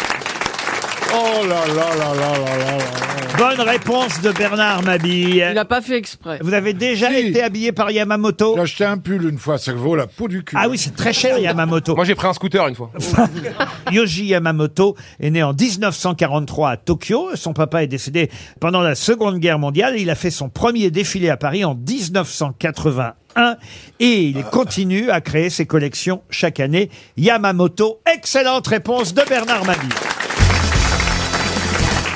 [SPEAKER 4] Oh là là là là là là là.
[SPEAKER 2] Bonne réponse de Bernard Mabille.
[SPEAKER 9] Il n'a pas fait exprès.
[SPEAKER 2] Vous avez déjà
[SPEAKER 4] Si.
[SPEAKER 2] été habillé par Yamamoto
[SPEAKER 4] J'ai acheté un pull une fois, ça vaut la peau du cul.
[SPEAKER 2] Ah oui, c'est très cher Yamamoto.
[SPEAKER 7] Moi j'ai pris un scooter une fois.
[SPEAKER 2] Yoji Yamamoto est né en 1943 à Tokyo. Son papa est décédé pendant la Seconde Guerre mondiale. Il a fait son premier défilé à Paris en 1981 et il
[SPEAKER 4] Ah.
[SPEAKER 2] continue à créer ses collections chaque année. Yamamoto, excellente réponse de Bernard Mabille.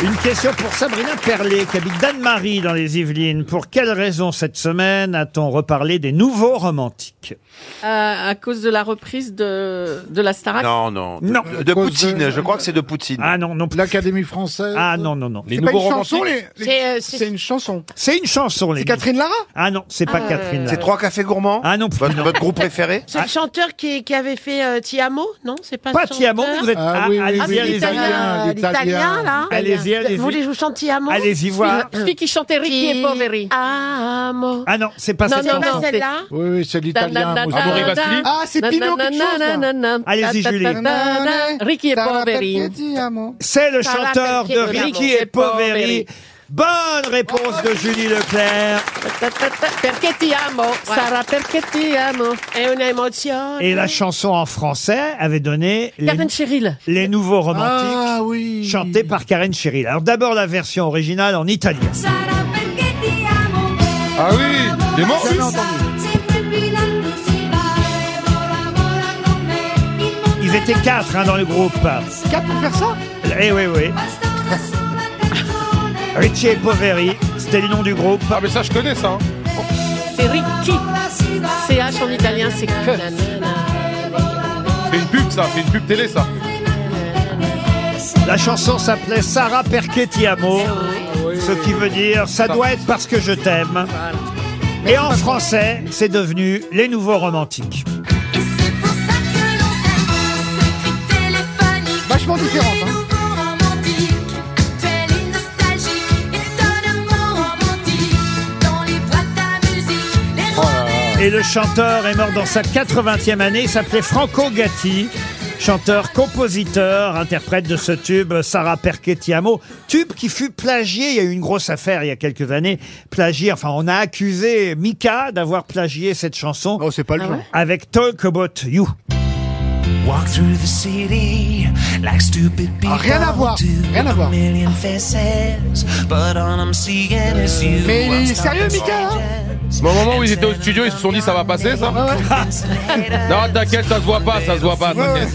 [SPEAKER 2] Une question pour Sabrina Perlet, qui habite Danemarie dans les Yvelines. Pour quelle raison cette semaine a-t-on reparlé des nouveaux romantiques
[SPEAKER 9] euh, À, à cause de la reprise de, de la Starac.
[SPEAKER 6] Non, non. De,
[SPEAKER 2] Non.
[SPEAKER 6] de- de Poutine. Je crois que c'est de Poutine.
[SPEAKER 2] Ah non, non plus.
[SPEAKER 4] L'Académie française.
[SPEAKER 2] Ah non, non, non.
[SPEAKER 7] Les
[SPEAKER 5] C'est pas une
[SPEAKER 7] nouveaux
[SPEAKER 5] chanson,
[SPEAKER 7] romantiques
[SPEAKER 5] les-
[SPEAKER 8] C'est, euh,
[SPEAKER 5] les-
[SPEAKER 8] c'est-
[SPEAKER 5] c'est une chanson.
[SPEAKER 2] C'est une chanson, les
[SPEAKER 5] C'est Catherine Lara
[SPEAKER 2] Ah non, c'est pas
[SPEAKER 8] Ah,
[SPEAKER 2] Catherine.
[SPEAKER 6] C'est trois cafés gourmands.
[SPEAKER 2] Ah non,
[SPEAKER 6] Votre, votre groupe préféré
[SPEAKER 8] c'est le chanteur qui, qui avait fait euh, Tiamo Non, c'est pas,
[SPEAKER 2] pas
[SPEAKER 8] ce
[SPEAKER 2] Tiamo,
[SPEAKER 8] chanteur
[SPEAKER 2] vous êtes.
[SPEAKER 4] Ah
[SPEAKER 2] Ah,
[SPEAKER 4] oui, oui,
[SPEAKER 8] Ah,
[SPEAKER 2] allez-y,
[SPEAKER 8] c'est
[SPEAKER 4] oui,
[SPEAKER 2] allez-y,
[SPEAKER 8] l'italien,
[SPEAKER 4] allez-y.
[SPEAKER 8] l'italien, là.
[SPEAKER 2] Allez-y, allez-y.
[SPEAKER 8] Vous voulez jouer chanter Amo
[SPEAKER 2] allez-y voir.
[SPEAKER 9] Oh, Celui qui chantait Ricky et Poveri.
[SPEAKER 8] Amo.
[SPEAKER 2] Ah non, c'est pas
[SPEAKER 8] Non,
[SPEAKER 2] cette
[SPEAKER 8] non,
[SPEAKER 2] chanson.
[SPEAKER 8] non, celle-là.
[SPEAKER 4] Oui, oui, c'est l'italien.
[SPEAKER 9] Dan, dan, dan,
[SPEAKER 4] Mozart.
[SPEAKER 7] Amaury
[SPEAKER 9] Ah,
[SPEAKER 7] Vasily
[SPEAKER 9] Dan.
[SPEAKER 5] Ah, c'est Pino quelque chose là.
[SPEAKER 2] Allez-y, Julie.
[SPEAKER 9] Ricky et Poveri.
[SPEAKER 2] C'est le
[SPEAKER 9] Ça va,
[SPEAKER 2] chanteur de
[SPEAKER 9] Ricky
[SPEAKER 2] Ricky
[SPEAKER 9] et
[SPEAKER 2] et Poveri.
[SPEAKER 9] Poveri.
[SPEAKER 2] Bonne réponse de Julie Leclerc.
[SPEAKER 9] Perché ti amo, Sarah, perché ti amo.
[SPEAKER 8] Et une émotion.
[SPEAKER 2] Et la chanson en français avait donné les,
[SPEAKER 9] Karen Cheryl.
[SPEAKER 2] les nouveaux romantiques
[SPEAKER 4] Ah oui.
[SPEAKER 2] chantés par Karen Cheryl. Alors d'abord la version originale en italien.
[SPEAKER 7] Ah oui, des morts
[SPEAKER 2] Ils étaient quatre hein, dans le groupe.
[SPEAKER 5] Quatre pour faire ça
[SPEAKER 2] Eh oui, oui. Richie et Poveri, c'était le nom du groupe.
[SPEAKER 7] Ah mais ça je connais ça. hein.
[SPEAKER 9] C'est Ricky. CH en italien, c'est que.
[SPEAKER 7] C'est une pub ça, c'est une pub télé ça.
[SPEAKER 2] La chanson s'appelait Sarah Perquetiamo,
[SPEAKER 7] Ah
[SPEAKER 2] ce qui veut dire Ça doit être parce que je t'aime. Et en français, c'est devenu Les Nouveaux Romantiques.
[SPEAKER 5] Vachement différente. Hein.
[SPEAKER 2] Et le chanteur est mort dans sa 80e année, il s'appelait Franco Gatti. Chanteur, compositeur, interprète de ce tube, Sarah Perquetiamo. Tube qui fut plagié, il y a eu une grosse affaire il y a quelques années, plagié, enfin on a accusé Mika d'avoir plagié cette chanson. Oh, c'est pas
[SPEAKER 5] le Ah genre. ouais
[SPEAKER 2] Avec Talk About You.
[SPEAKER 12] Walk through the city like stupid people.
[SPEAKER 5] Ah, rien à voir, rien à voir.
[SPEAKER 12] Million faces, but all I'm seeing is you.
[SPEAKER 5] Mais il est
[SPEAKER 12] I'm stuck
[SPEAKER 5] sérieux,
[SPEAKER 12] in
[SPEAKER 5] Mika, hein
[SPEAKER 12] strangers.
[SPEAKER 7] Mais au moment où ils étaient au studio, ils se sont dit ça va passer ça Non, t'inquiète, ça se voit pas, ça se voit pas, t'inquiète.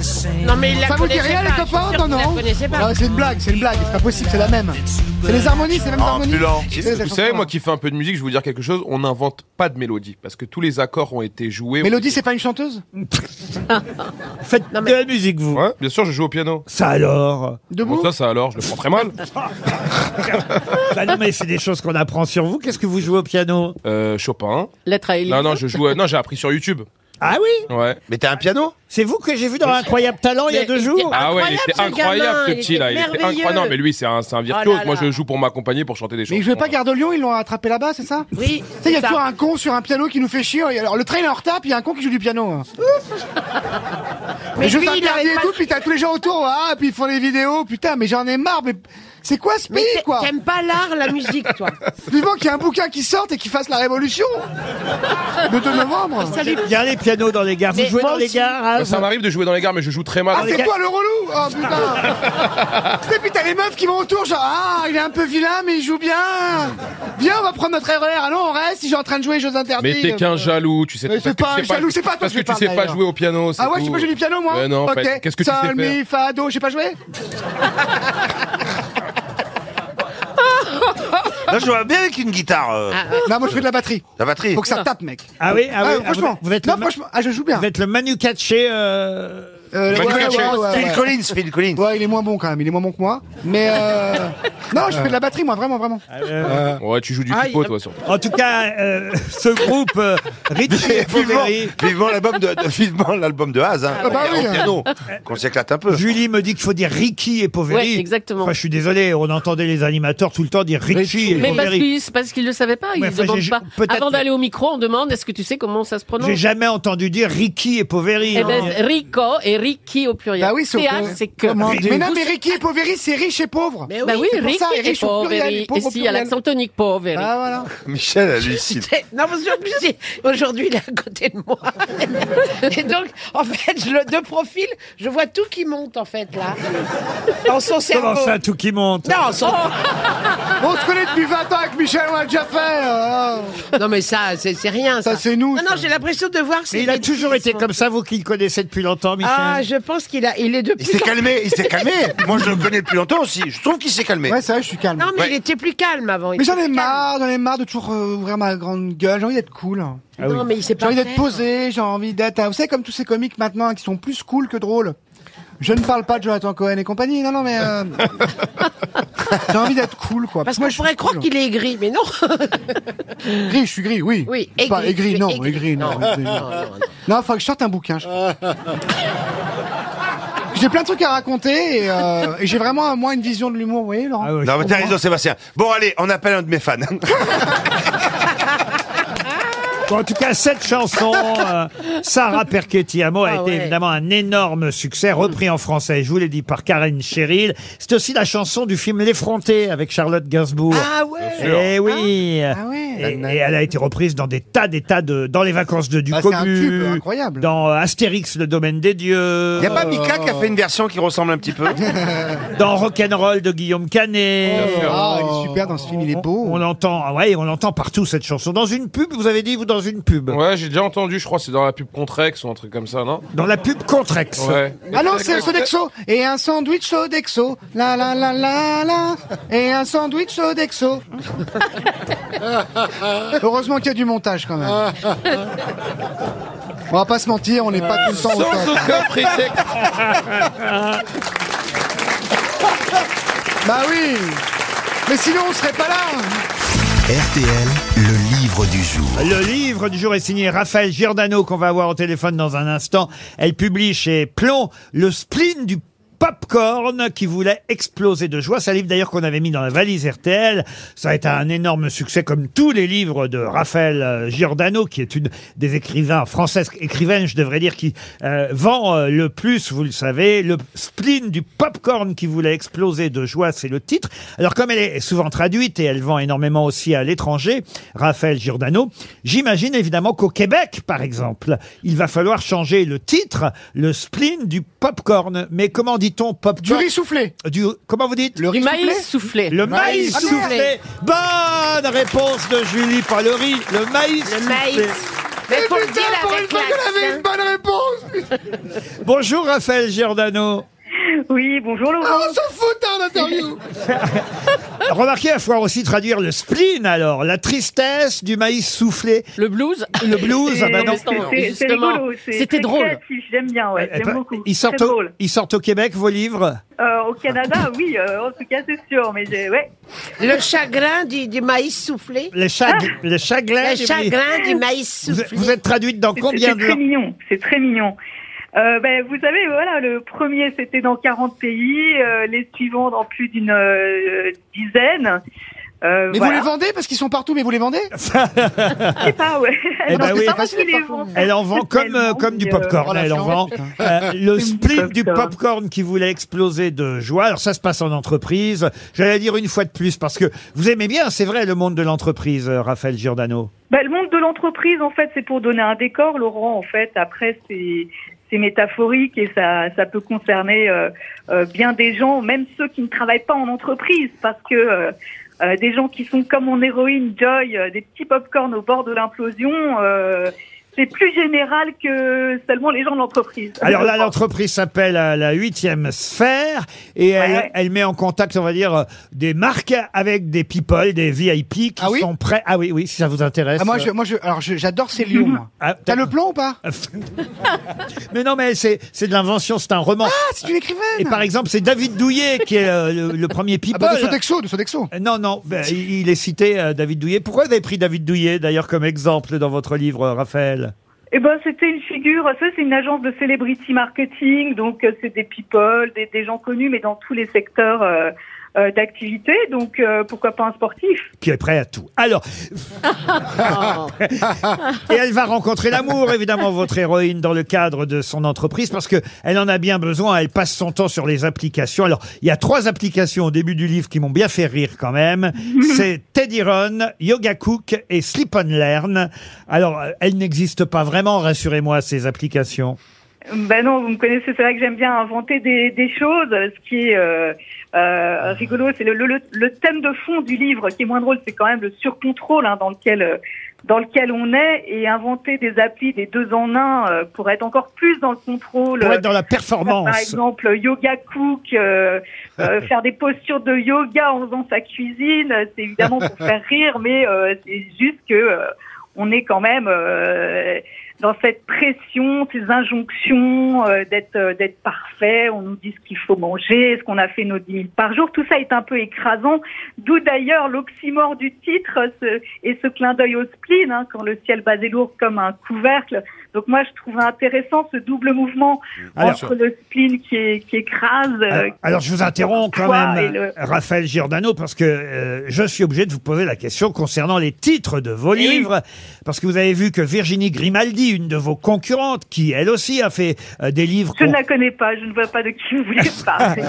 [SPEAKER 8] Non, mais il la
[SPEAKER 5] Ça vous dit
[SPEAKER 8] connaissait
[SPEAKER 5] rien,
[SPEAKER 8] pas,
[SPEAKER 5] les
[SPEAKER 8] je suis
[SPEAKER 5] copains
[SPEAKER 8] sûre
[SPEAKER 5] Non,
[SPEAKER 8] qu'il la
[SPEAKER 5] non.
[SPEAKER 8] connaissait pas.
[SPEAKER 5] Ah, C'est une blague, c'est une blague. C'est pas possible, c'est la même. C'est les harmonies, c'est les mêmes
[SPEAKER 6] Ah,
[SPEAKER 5] harmonies. C'est les
[SPEAKER 7] Vous
[SPEAKER 5] chansons,
[SPEAKER 7] savez,
[SPEAKER 5] hein.
[SPEAKER 7] moi qui fais un peu de musique, je vais vous dire quelque chose, on n'invente pas de mélodie, parce que tous les accords ont été joués.
[SPEAKER 5] Mélodie, c'est pas une chanteuse
[SPEAKER 2] Faites de la musique, vous.
[SPEAKER 7] Ouais, bien sûr, je joue au piano.
[SPEAKER 2] Ça alors
[SPEAKER 7] Bon, ça, ça alors, je le prends très mal.
[SPEAKER 2] Bah non, mais c'est des choses qu'on apprend sur vous. Qu'est-ce que vous jouez au piano
[SPEAKER 7] Euh, Chopin.
[SPEAKER 9] Lettre à Elise.
[SPEAKER 7] Non, non, je joue. euh, non, j'ai appris sur YouTube.
[SPEAKER 2] Ah oui
[SPEAKER 7] Ouais.
[SPEAKER 6] Mais t'as un piano
[SPEAKER 2] C'est vous que j'ai vu dans Incroyable Talent il y a
[SPEAKER 9] Mais
[SPEAKER 2] deux
[SPEAKER 9] il
[SPEAKER 2] jours
[SPEAKER 7] Ah ouais, il était
[SPEAKER 9] Incroyable, ce
[SPEAKER 7] incroyable
[SPEAKER 9] gamin,
[SPEAKER 7] ce
[SPEAKER 9] il
[SPEAKER 7] petit
[SPEAKER 9] était
[SPEAKER 7] là. Il était
[SPEAKER 9] merveilleux. Oh
[SPEAKER 7] incroyable. Non, mais lui, c'est un, c'est un virtuose.
[SPEAKER 9] là
[SPEAKER 7] Moi,
[SPEAKER 9] là.
[SPEAKER 7] je joue pour m'accompagner, pour chanter des choses.
[SPEAKER 5] Mais il jouait pas Garde Lyon, ils l'ont attrapé là-bas, c'est ça
[SPEAKER 9] Oui.
[SPEAKER 5] Tu sais, il y a
[SPEAKER 9] ça.
[SPEAKER 5] toujours un con sur un piano qui nous fait chier. Et Alors, le train est en retard, puis il y a un con qui joue du piano. mais
[SPEAKER 8] Mais
[SPEAKER 5] je
[SPEAKER 8] lui,
[SPEAKER 5] fais un
[SPEAKER 8] il arrête
[SPEAKER 5] dernier et
[SPEAKER 8] pas
[SPEAKER 5] tout,
[SPEAKER 8] de-
[SPEAKER 5] puis t'as tous les gens autour. Ah, puis ils font les vidéos. Putain, mais j'en ai marre. Mais c'est quoi ce
[SPEAKER 8] Mais
[SPEAKER 5] pays,
[SPEAKER 8] t'a-
[SPEAKER 5] quoi
[SPEAKER 8] t'aimes pas l'art, la musique, toi.
[SPEAKER 5] Vivant qu'il y ait un bouquin qui sorte et qui fasse la révolution Le 2 novembre
[SPEAKER 8] Ça lui-
[SPEAKER 2] J'aime bien les pianos dans les gares. Vous
[SPEAKER 8] Mais
[SPEAKER 2] jouez
[SPEAKER 8] moi
[SPEAKER 2] dans les
[SPEAKER 8] aussi.
[SPEAKER 2] gares hein,
[SPEAKER 7] Ouais, Ça
[SPEAKER 2] vous-
[SPEAKER 7] m'arrive de jouer dans les gares, mais je joue très mal.
[SPEAKER 5] Ah, c'est toi le relou Oh putain Tu sais, puis t'as les meufs qui vont autour, genre Ah, il est un peu vilain, mais il joue bien Viens, on va prendre notre RER. Ah non, on reste si j'ai en train de jouer les jeux interdits.
[SPEAKER 7] Mais t'es qu'un jaloux, tu sais.
[SPEAKER 5] euh, Mais c'est
[SPEAKER 7] parce que
[SPEAKER 5] pas
[SPEAKER 7] tu
[SPEAKER 5] un
[SPEAKER 7] sais
[SPEAKER 5] jaloux, c'est pas toi
[SPEAKER 7] Parce
[SPEAKER 5] que
[SPEAKER 7] que
[SPEAKER 5] je
[SPEAKER 7] tu
[SPEAKER 5] parle,
[SPEAKER 7] sais pas
[SPEAKER 5] d'ailleurs.
[SPEAKER 7] jouer au piano. c'est
[SPEAKER 5] Ah ouais,
[SPEAKER 7] tout.
[SPEAKER 5] tu peux jouer du piano, moi
[SPEAKER 7] Ouais, non, en
[SPEAKER 5] Ok.
[SPEAKER 7] fait, Qu'est-ce que tu sais
[SPEAKER 5] Sol,
[SPEAKER 7] faire
[SPEAKER 5] mi, fa, do, je sais pas jouer
[SPEAKER 6] Là, je vois bien avec une guitare. euh,
[SPEAKER 8] Ah,
[SPEAKER 5] Non, moi je fais de la batterie.
[SPEAKER 6] La batterie.
[SPEAKER 5] Faut que ça tape, mec.
[SPEAKER 2] Ah oui, ah oui,
[SPEAKER 5] Ah,
[SPEAKER 2] ah,
[SPEAKER 5] franchement.
[SPEAKER 2] vous, vous êtes
[SPEAKER 5] non,
[SPEAKER 2] le, ma-
[SPEAKER 5] franchement, ah, je joue bien.
[SPEAKER 2] vous êtes le Manu Katché, euh,
[SPEAKER 5] Euh,
[SPEAKER 7] Manu
[SPEAKER 5] ouais, ouais,
[SPEAKER 7] Katché.
[SPEAKER 5] ouais, ouais,
[SPEAKER 6] Phil
[SPEAKER 5] ouais.
[SPEAKER 6] Collins, Phil Collins.
[SPEAKER 5] Ouais, il est moins bon quand même, il est moins bon que moi. Mais euh... non, je fais de la batterie, moi, vraiment, vraiment.
[SPEAKER 6] Ah
[SPEAKER 2] euh,
[SPEAKER 7] Ouais, tu joues du
[SPEAKER 8] Ah,
[SPEAKER 7] pipeau,
[SPEAKER 8] il-
[SPEAKER 7] toi, surtout.
[SPEAKER 2] En tout cas, euh, ce groupe euh, Richie et
[SPEAKER 6] Vivement,
[SPEAKER 2] Poveri,
[SPEAKER 6] vivement l'album de, de- vivement l'album de Haz, hein,
[SPEAKER 5] Ah bah
[SPEAKER 6] au-
[SPEAKER 5] oui.
[SPEAKER 6] au piano, qu'on s'éclate un peu.
[SPEAKER 2] Julie me dit qu'il faut dire Ricky et Poveri.
[SPEAKER 9] Ouais, exactement.
[SPEAKER 2] Enfin, je suis désolé, on entendait les animateurs tout le temps dire Richie et
[SPEAKER 9] Mais parce
[SPEAKER 2] Poveri.
[SPEAKER 9] qu'ils parce qu'ils le savaient pas, ils
[SPEAKER 2] Ouais,
[SPEAKER 9] ne
[SPEAKER 2] enfin,
[SPEAKER 9] demandent
[SPEAKER 2] j'ai-
[SPEAKER 9] pas.
[SPEAKER 2] peut-être-
[SPEAKER 9] Avant d'aller au micro, on demande est-ce que tu sais comment ça se
[SPEAKER 2] J'ai
[SPEAKER 9] prononce
[SPEAKER 2] jamais entendu dire Ricky et Poveri.
[SPEAKER 9] Eh
[SPEAKER 2] hein.
[SPEAKER 9] ben, Rico et Ricky au pluriel.
[SPEAKER 5] Bah oui, c'est au
[SPEAKER 9] TH,
[SPEAKER 5] pluriel.
[SPEAKER 9] c'est que.
[SPEAKER 5] Comment
[SPEAKER 9] Vous-
[SPEAKER 5] Mais non, mais Ricky et Poveri, c'est riche et pauvre.
[SPEAKER 9] Bah oui,
[SPEAKER 5] c'est pour
[SPEAKER 9] Ricky
[SPEAKER 5] ça,
[SPEAKER 9] et
[SPEAKER 5] riche au pluriel,
[SPEAKER 9] Poveri.
[SPEAKER 5] et
[SPEAKER 9] Et
[SPEAKER 5] pauvre au
[SPEAKER 9] si, à
[SPEAKER 5] pluriel.
[SPEAKER 9] l'accent tonique, Poveri.
[SPEAKER 5] Ah voilà.
[SPEAKER 6] Michel hallucine.
[SPEAKER 8] Putain, Non, mais en plus, il- aujourd'hui, il est à côté de moi. Et donc, en fait, je le, de profil, je vois tout qui monte, en fait, là. Dans son cerveau.
[SPEAKER 2] Comment ça, tout qui monte
[SPEAKER 8] non, son-
[SPEAKER 5] On se connaît depuis 20 ans avec Michel, on l'a déjà fait. euh,
[SPEAKER 8] non, mais ça, c'est c'est rien, ça.
[SPEAKER 5] Ça, c'est nous.
[SPEAKER 8] Non, non, j'ai l'impression de voir...
[SPEAKER 2] Mais
[SPEAKER 8] ses
[SPEAKER 2] il a
[SPEAKER 8] bêtises.
[SPEAKER 2] toujours été comme ça, vous qui le connaissez depuis longtemps, Michel.
[SPEAKER 8] Ah, je pense qu'il a, il est de
[SPEAKER 6] Il
[SPEAKER 8] plus
[SPEAKER 6] s'est
[SPEAKER 8] en-
[SPEAKER 6] calmé, il s'est calmé. Moi, je le connais depuis longtemps aussi. Je trouve qu'il s'est calmé.
[SPEAKER 5] Ouais, c'est vrai, je suis calme.
[SPEAKER 8] Non, mais
[SPEAKER 6] Ouais.
[SPEAKER 8] il était plus calme avant. il
[SPEAKER 5] Mais j'en
[SPEAKER 8] était
[SPEAKER 5] ai
[SPEAKER 8] plus calme.
[SPEAKER 5] marre, j'en ai marre de toujours euh, ouvrir ma grande gueule. J'ai envie d'être cool.
[SPEAKER 2] Ah oui.
[SPEAKER 8] Non, mais il s'est
[SPEAKER 5] J'ai
[SPEAKER 8] pas. hein.
[SPEAKER 5] envie d'être
[SPEAKER 8] fait.
[SPEAKER 5] posé, j'ai envie d'être. Vous savez, comme tous ces comiques maintenant hein, qui sont plus cool que drôles. Je ne parle pas de Jonathan Cohen et compagnie. Non, non, mais. euh, j'ai envie d'être cool, quoi.
[SPEAKER 8] Parce
[SPEAKER 5] moi,
[SPEAKER 8] qu'on
[SPEAKER 5] je
[SPEAKER 8] pourrait
[SPEAKER 5] suis
[SPEAKER 8] croire
[SPEAKER 5] cool.
[SPEAKER 8] qu'il est aigri, mais non.
[SPEAKER 5] Gris, je suis gris, oui.
[SPEAKER 8] Oui,
[SPEAKER 5] Je suis Pas
[SPEAKER 8] aigri,
[SPEAKER 5] aigri,
[SPEAKER 8] mais
[SPEAKER 5] non,
[SPEAKER 8] aigri.
[SPEAKER 5] aigri, non. aigri, non. Non, faut que je sorte un bouquin. je crois. J'ai plein de trucs à raconter et, euh, et j'ai vraiment moi une vision de l'humour, vous voyez, Laurent.
[SPEAKER 2] Ah oui.
[SPEAKER 6] Non, mais t'as raison, Sébastien. Bon, allez, on appelle un de mes fans.
[SPEAKER 2] Bon, en tout cas, cette chanson, euh, Sarah Perquetiamo, a
[SPEAKER 8] Ah
[SPEAKER 2] été
[SPEAKER 8] ouais.
[SPEAKER 2] évidemment un énorme
[SPEAKER 5] Mm.
[SPEAKER 2] succès, repris en français, je vous l'ai dit, par Karen Cheryl. C'est aussi la chanson du film L'Effronté avec Charlotte Gainsbourg.
[SPEAKER 8] Ah ouais.
[SPEAKER 2] Eh oui
[SPEAKER 5] Ah ouais.
[SPEAKER 2] Et, et elle a été reprise dans des tas, des tas de... Dans les vacances de
[SPEAKER 5] Ah,
[SPEAKER 2] Ducobu.
[SPEAKER 5] c'est un tube incroyable.
[SPEAKER 2] Dans euh, Astérix, le domaine des dieux.
[SPEAKER 6] Y a pas Mika qui a fait une version qui ressemble un petit peu
[SPEAKER 2] Dans Rock'n'Roll de Guillaume Canet.
[SPEAKER 6] Oh.
[SPEAKER 5] Ah, il est super dans ce film, il est beau.
[SPEAKER 2] On l'entend, ah ouais, on l'entend partout cette chanson. Dans une pub, vous avez dit, vous, dans une pub.
[SPEAKER 7] Ouais, j'ai déjà entendu, je crois, c'est dans la pub Contrex ou un truc comme ça, non
[SPEAKER 2] Dans la pub Contrex.
[SPEAKER 7] Ouais.
[SPEAKER 5] Ah non, c'est un Sodexo et un sandwich Sodexo. La la la la la et un sandwich Sodexo. Heureusement qu'il y a du montage quand même. On va pas se mentir, on n'est pas tout le temps au top.
[SPEAKER 7] Sans aucun prétexte.
[SPEAKER 5] Bah oui Mais sinon, on serait pas là hein.
[SPEAKER 1] RTL, le livre du jour.
[SPEAKER 2] Le livre du jour est signé Raphaël Giordano qu'on va avoir au téléphone dans un instant. Elle publie chez Plon le spleen du popcorn qui voulait exploser de joie. C'est un livre d'ailleurs qu'on avait mis dans la valise RTL. Ça a été un énorme succès comme tous les livres de Raphaël euh, Giordano qui est une des écrivains françaises, écrivaine je devrais dire, qui euh, vend euh, le plus, vous le savez. Le spleen du popcorn qui voulait exploser de joie, c'est le titre. Alors comme elle est souvent traduite et elle vend énormément aussi à l'étranger, Raphaël Giordano, j'imagine évidemment qu'au Québec, par exemple, il va falloir changer le titre, le spleen du popcorn. Mais comment dit-on popcorn Du riz
[SPEAKER 5] soufflé.
[SPEAKER 2] Du, comment vous dites Le
[SPEAKER 9] riz Maïs soufflé. soufflé.
[SPEAKER 2] Le maïs,
[SPEAKER 4] Ah,
[SPEAKER 9] Maïs
[SPEAKER 2] soufflé.
[SPEAKER 9] soufflé.
[SPEAKER 2] Bonne réponse de Julie, pas le riz, le maïs
[SPEAKER 8] Le
[SPEAKER 2] soufflé.
[SPEAKER 8] maïs. Mais faut le
[SPEAKER 4] putain,
[SPEAKER 8] dire
[SPEAKER 4] pour
[SPEAKER 8] avec
[SPEAKER 4] une fois qu'elle avait une
[SPEAKER 8] l'accent.
[SPEAKER 4] bonne réponse
[SPEAKER 2] Bonjour Raphaël Giordano.
[SPEAKER 13] Oui, bonjour Laurent.
[SPEAKER 4] Ah, on s'en fout, hein, l'interview
[SPEAKER 2] Remarquez, il va falloir aussi traduire le spleen alors, la tristesse du maïs soufflé.
[SPEAKER 9] Le blues
[SPEAKER 2] Le blues, ah bah non.
[SPEAKER 13] C'est- C'est
[SPEAKER 9] Justement,
[SPEAKER 13] rigolo, c'est
[SPEAKER 9] c'était
[SPEAKER 13] très
[SPEAKER 9] drôle.
[SPEAKER 13] créatif, J'aime bien, ouais,
[SPEAKER 2] Eh
[SPEAKER 13] j'aime
[SPEAKER 2] ben,
[SPEAKER 13] beaucoup.
[SPEAKER 2] ils, sortent
[SPEAKER 13] Très
[SPEAKER 2] au,
[SPEAKER 13] drôle.
[SPEAKER 2] ils sortent au Québec, vos livres
[SPEAKER 13] Euh, au Canada, oui, euh, en tout cas, c'est sûr, mais j'ai- ouais.
[SPEAKER 8] Le chagrin du, du maïs soufflé. Ah.
[SPEAKER 2] Les, chag-
[SPEAKER 13] Ah
[SPEAKER 2] les chagrins
[SPEAKER 8] Le
[SPEAKER 2] du-
[SPEAKER 8] chagrin du maïs
[SPEAKER 2] Vous,
[SPEAKER 8] soufflé.
[SPEAKER 2] vous êtes traduite dans
[SPEAKER 13] C'est-
[SPEAKER 2] combien
[SPEAKER 13] C'est
[SPEAKER 2] de
[SPEAKER 13] très
[SPEAKER 2] langues
[SPEAKER 13] mignon, c'est très mignon. Euh, ben, vous savez, voilà, le premier c'était dans 40 pays, euh, les suivants dans plus d'une euh, dizaine. Euh,
[SPEAKER 5] Mais
[SPEAKER 13] voilà.
[SPEAKER 5] vous les vendez parce qu'ils sont partout, mais vous les vendez
[SPEAKER 13] Je sais pas, ouais.
[SPEAKER 2] Eh
[SPEAKER 13] Non,
[SPEAKER 2] ben
[SPEAKER 13] je sais
[SPEAKER 2] oui.
[SPEAKER 13] pas parce que les vend.
[SPEAKER 2] Elle en vend comme, euh, comme du
[SPEAKER 13] mais, euh,
[SPEAKER 2] popcorn.
[SPEAKER 13] oh, la
[SPEAKER 2] elle en
[SPEAKER 13] chance,
[SPEAKER 2] vend
[SPEAKER 13] putain.
[SPEAKER 2] Euh, le spleen du popcorn qui voulait exploser de joie. Alors ça se passe en entreprise. J'allais dire une fois de plus parce que vous aimez bien, c'est vrai, le monde de l'entreprise, euh, Raphaël Giordano.
[SPEAKER 13] Bah, le monde de l'entreprise, en fait, c'est pour donner un décor, Laurent. En fait, après, c'est c'est métaphorique et ça, ça peut concerner euh, euh, bien des gens, même ceux qui ne travaillent pas en entreprise, parce que euh, euh, des gens qui sont comme mon héroïne Joy, euh, des petits pop-corn au bord de l'implosion, euh, c'est plus général que seulement les gens de l'entreprise.
[SPEAKER 2] Alors là, l'entreprise s'appelle euh, la huitième sphère et elle, elle met en contact, on va dire, euh, des marques avec des people, des VIP qui sont prêts. Ah oui, oui, si ça vous intéresse.
[SPEAKER 5] Ah, moi, je,
[SPEAKER 2] euh,
[SPEAKER 5] moi, je, alors, je- j'adore ces lions. moi.
[SPEAKER 2] ah,
[SPEAKER 5] T'as le plan ou pas
[SPEAKER 2] Mais non, mais c'est c'est de l'invention, c'est un roman.
[SPEAKER 5] Ah, c'est une écrivaine
[SPEAKER 2] Et par exemple, c'est David Douillet qui est euh, le, le premier people.
[SPEAKER 5] Ah bah, de Sodexo, de Sodexo.
[SPEAKER 2] Euh, Non, non, ben, il il est cité, euh, David Douillet. Pourquoi vous avez pris David Douillet, d'ailleurs, comme exemple dans votre livre, euh, Raphaël
[SPEAKER 13] Eh ben, c'était une figure. Ça, c'est une agence de celebrity marketing, donc euh, c'est des people, des, des gens connus, mais dans tous les secteurs euh, euh, d'activité. Donc, euh, pourquoi pas un sportif
[SPEAKER 2] qui est prêt à tout. Alors, et elle va rencontrer l'amour, évidemment, votre héroïne dans le cadre de son entreprise, parce que elle en a bien besoin. Elle passe son temps sur les applications. Alors, il y a trois applications au début du livre qui m'ont bien fait rire quand même. C'est Teddy Run, Yoga Cook et Sleep on Learn. Alors, euh, elles n'existent pas vraiment, rassurez-moi, ces applications.
[SPEAKER 13] Ben non, vous me connaissez. C'est vrai que j'aime bien inventer des, des choses. Ce qui est euh, euh, rigolo, c'est le, le- le- le thème de fond du livre qui est moins drôle. C'est quand même le surcontrôle hein, dans lequel euh, dans lequel on est et inventer des applis des deux en un euh, pour être encore plus dans le contrôle.
[SPEAKER 2] Pour être dans la
[SPEAKER 13] Par
[SPEAKER 2] performance.
[SPEAKER 13] exemple, yoga cook, euh, euh, faire des postures de yoga en faisant sa cuisine, c'est évidemment pour faire rire, mais euh, c'est juste que euh, on est quand même euh, dans cette pression, ces injonctions euh, d'être euh, d'être parfait. On nous dit ce qu'il faut manger, ce qu'on a fait nos 10 000 par jour. Tout ça est un peu écrasant. D'où d'ailleurs l'oxymore du titre euh, ce- et ce clin d'œil au spleen, hein, quand le ciel basé lourd comme un couvercle. Donc moi, je trouve intéressant ce double mouvement
[SPEAKER 2] Alors-
[SPEAKER 13] entre le spleen qui, est- qui écrase. euh,
[SPEAKER 2] Alors, Ah, alors, je vous interromps quand
[SPEAKER 13] poids et
[SPEAKER 2] même,
[SPEAKER 13] le-
[SPEAKER 2] Raphaël Giordano, parce que euh, je suis obligé de vous poser la question concernant les titres de
[SPEAKER 13] Eh
[SPEAKER 2] vos livres, parce que vous avez vu que Virginie Grimaldi, une de vos concurrentes, qui elle aussi a fait euh, des livres...
[SPEAKER 13] Je ne
[SPEAKER 2] qu'on- Ah, euh, eh
[SPEAKER 13] la connais pas, je ne vois pas de qui vous voulez parler.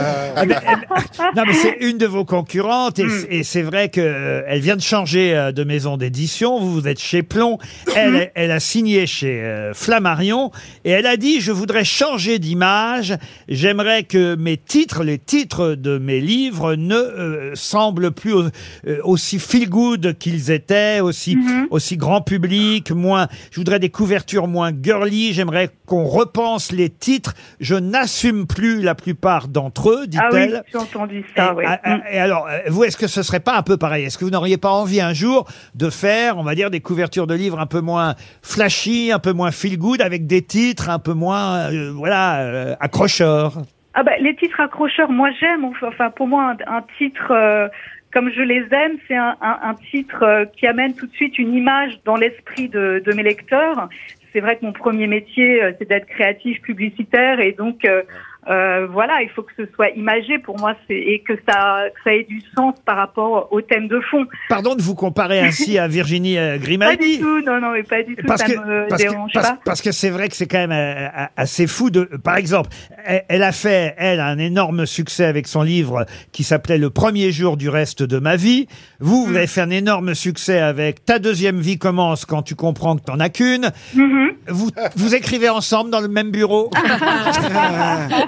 [SPEAKER 2] non, mais c'est une de vos concurrentes et, c'est- et c'est vrai que euh, elle vient de changer euh, de maison d'édition. Vous, vous êtes chez Plomb. Elle, elle a signé chez euh, Flammarion et elle a dit je voudrais changer d'image. J'aimerais que mes titres, les titres de mes livres, ne euh, semblent plus au- euh, aussi feel good qu'ils étaient, aussi aussi grand public, moins. Je voudrais des couvertures moins girly. J'aimerais qu'on repense les titres. Je n'assume plus la plupart d'entre eux,
[SPEAKER 13] ah oui,
[SPEAKER 2] dit-elle.
[SPEAKER 13] j'ai entendu ça, Mm. oui.
[SPEAKER 2] Ah, ah, Et alors, euh, vous, est-ce que ce serait pas un peu pareil Est-ce que vous n'auriez pas envie un jour de faire, on va dire, des couvertures de livres un peu moins flashy, un peu moins feel good, avec des titres un peu moins, euh, voilà, euh, accrocheurs
[SPEAKER 13] Ah bah, les titres accrocheurs, moi j'aime. Enfin, pour moi, un, un titre euh, comme je les aime, c'est un, un- un titre euh, qui amène tout de suite une image dans l'esprit de, de mes lecteurs. C'est vrai que mon premier métier, euh, c'est d'être créatif publicitaire, et donc euh, euh, voilà, il faut que ce soit imagé pour moi, c'est- et que ça, que ça ait du sens par rapport au thème de fond.
[SPEAKER 2] Pardon de vous comparer ainsi à Virginie euh,
[SPEAKER 13] Pas
[SPEAKER 2] Grimaldi.
[SPEAKER 13] du tout, non, non, mais pas du tout,
[SPEAKER 2] Parce
[SPEAKER 13] ça
[SPEAKER 2] que,
[SPEAKER 13] me
[SPEAKER 2] parce,
[SPEAKER 13] dérange
[SPEAKER 2] que, parce-
[SPEAKER 13] pas.
[SPEAKER 2] parce que c'est vrai que c'est quand même euh, euh, assez fou de. Par exemple, elle, elle a fait, elle, un énorme succès avec son livre qui s'appelait Le premier jour du reste de ma vie. Vous,
[SPEAKER 13] Mm.
[SPEAKER 2] vous avez fait un énorme succès avec Ta deuxième vie commence quand tu comprends que t'en as qu'une.
[SPEAKER 13] Mm-hmm.
[SPEAKER 2] Vous, vous écrivez ensemble dans le même bureau.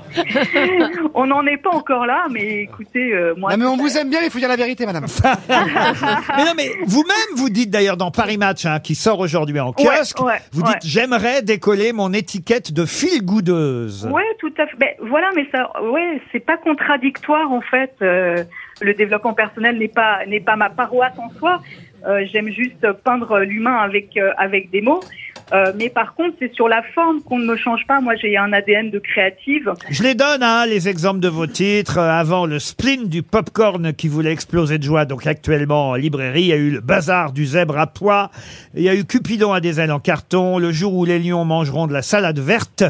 [SPEAKER 13] on n'en est pas encore là, mais écoutez, euh, moi.
[SPEAKER 5] Non, mais on vous aime bien, il faut dire la vérité, madame.
[SPEAKER 2] mais non, mais vous-même, vous dites d'ailleurs dans Paris Match, hein, qui sort aujourd'hui en
[SPEAKER 13] Ouais,
[SPEAKER 2] kiosque,
[SPEAKER 13] ouais,
[SPEAKER 2] vous
[SPEAKER 13] ouais.
[SPEAKER 2] dites J'aimerais décoller mon étiquette de fil goudeuse.
[SPEAKER 13] Ouais, tout à fait. Ben, voilà, mais ça, ouais, c'est pas contradictoire en fait. Euh, le développement personnel n'est pas n'est pas ma paroisse en soi. Euh, J'aime juste peindre l'humain avec euh, avec des mots. Euh, mais par contre, c'est sur la forme qu'on ne me change pas. Moi, j'ai un ADN de créative.
[SPEAKER 2] Je les donne, hein, les exemples de vos titres. Euh, Avant, le spleen du popcorn qui voulait exploser de joie, donc actuellement en librairie. Il y a eu le bazar du zèbre à pois. Il y a eu Cupidon à des ailes en carton. Le jour où les lions mangeront de la salade verte.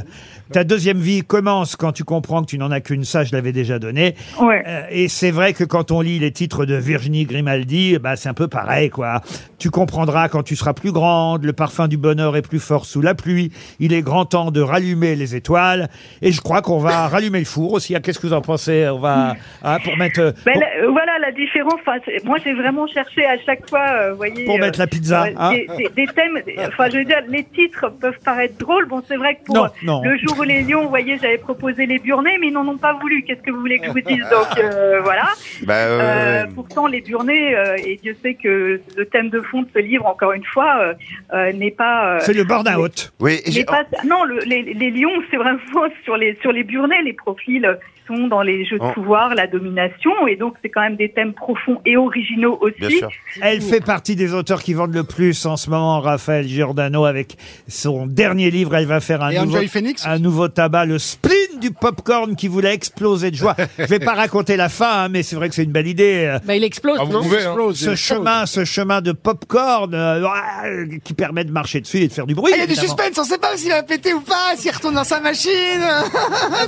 [SPEAKER 2] Ta deuxième vie commence quand tu comprends que tu n'en as qu'une. Ça, je l'avais déjà donné. Euh, et c'est vrai que quand on lit les titres de Virginie Grimaldi, eh ben, c'est un peu pareil, quoi. Tu comprendras quand tu seras plus grande, le parfum du bonheur est plus fort sous la pluie, il est grand temps de rallumer les étoiles, et je crois qu'on va rallumer le four aussi. Ah, Qu'est-ce que vous en pensez On va, ah, pour mettre, euh,
[SPEAKER 13] Ben,
[SPEAKER 2] pour-
[SPEAKER 13] la- euh, voilà la différence. Enfin, c'est- moi, j'ai vraiment cherché à chaque fois, euh, vous voyez,
[SPEAKER 2] Pour mettre la pizza,
[SPEAKER 13] ouais,
[SPEAKER 2] hein.
[SPEAKER 13] des, des- des thèmes. des- Enfin, je veux dire, les titres peuvent paraître drôles. Bon, c'est vrai que pour
[SPEAKER 2] Non,
[SPEAKER 13] euh,
[SPEAKER 2] non.
[SPEAKER 13] le jour où les lions, vous voyez, j'avais proposé les burnets, mais ils n'en ont pas voulu. Qu'est-ce que vous voulez que je vous dise Donc euh, voilà.
[SPEAKER 6] Bah,
[SPEAKER 13] Euh,
[SPEAKER 6] euh,
[SPEAKER 13] pourtant, les burnets, euh, et Dieu sait que le thème de fond de ce livre, encore une fois, euh, euh, n'est pas. euh,
[SPEAKER 2] c'est le burn-out.
[SPEAKER 6] Oui,
[SPEAKER 13] mais pas- non, le- les, les lions, c'est vraiment sur les, sur les burnets, les profils euh, sont dans les jeux de
[SPEAKER 2] Oh.
[SPEAKER 13] pouvoir, la domination, et donc c'est quand même des thèmes profonds et originaux aussi.
[SPEAKER 2] Elle fait partie des auteurs qui vendent le plus en ce moment, Raphaël Giordano, avec son dernier livre. Elle va faire un,
[SPEAKER 5] Et
[SPEAKER 2] nouveau,
[SPEAKER 5] Enjoy Phoenix
[SPEAKER 2] un nouveau tabac, le spleen du popcorn qui voulait exploser de joie. Je vais pas raconter la fin, hein, mais c'est vrai que c'est une belle idée.
[SPEAKER 9] Bah, il explose,
[SPEAKER 2] Euh,
[SPEAKER 9] Ah, vous non pouvez, hein.
[SPEAKER 2] Ce chemin, ce chemin de popcorn euh, ah, qui permet de marcher dessus et de faire du bruit.
[SPEAKER 5] Ah, il y a du
[SPEAKER 2] évidemment.
[SPEAKER 5] suspense, on sait pas s'il va péter ou pas, s'il retourne dans sa machine.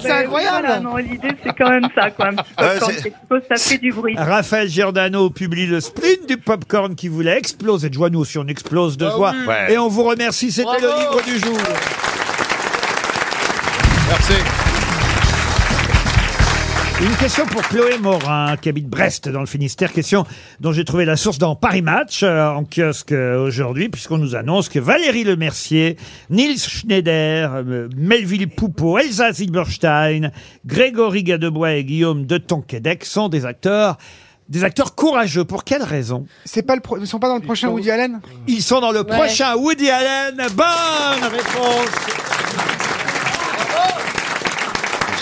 [SPEAKER 5] c'est
[SPEAKER 13] Ben,
[SPEAKER 5] incroyable.
[SPEAKER 13] voilà, non, l'idée c'est quand même ça, quoi. Un petit peu
[SPEAKER 2] Euh,
[SPEAKER 13] quand
[SPEAKER 2] c'est-
[SPEAKER 13] ça explose, ça fait du bruit.
[SPEAKER 2] Raphaël Giordano publie le spleen du popcorn qui voulait exploser de joie. Nous aussi, on explose de
[SPEAKER 13] Ah
[SPEAKER 2] joie.
[SPEAKER 13] oui. Ouais.
[SPEAKER 2] Et on vous remercie. C'était le livre du jour.
[SPEAKER 7] Merci.
[SPEAKER 2] Une question pour Chloé Morin, qui habite Brest dans le Finistère. Question dont j'ai trouvé la source dans Paris Match, euh, en kiosque euh, aujourd'hui, puisqu'on nous annonce que Valérie Lemercier, Nils Schneider, euh, Melville Poupeau, Elsa Silberstein, Grégory Gadebois et Guillaume de Tonquédec sont des acteurs des acteurs courageux. Pour quelle raison
[SPEAKER 5] C'est pas le pro- Ils sont pas dans le prochain Woody Allen
[SPEAKER 2] Ils sont dans le prochain Woody Allen. Bonne réponse.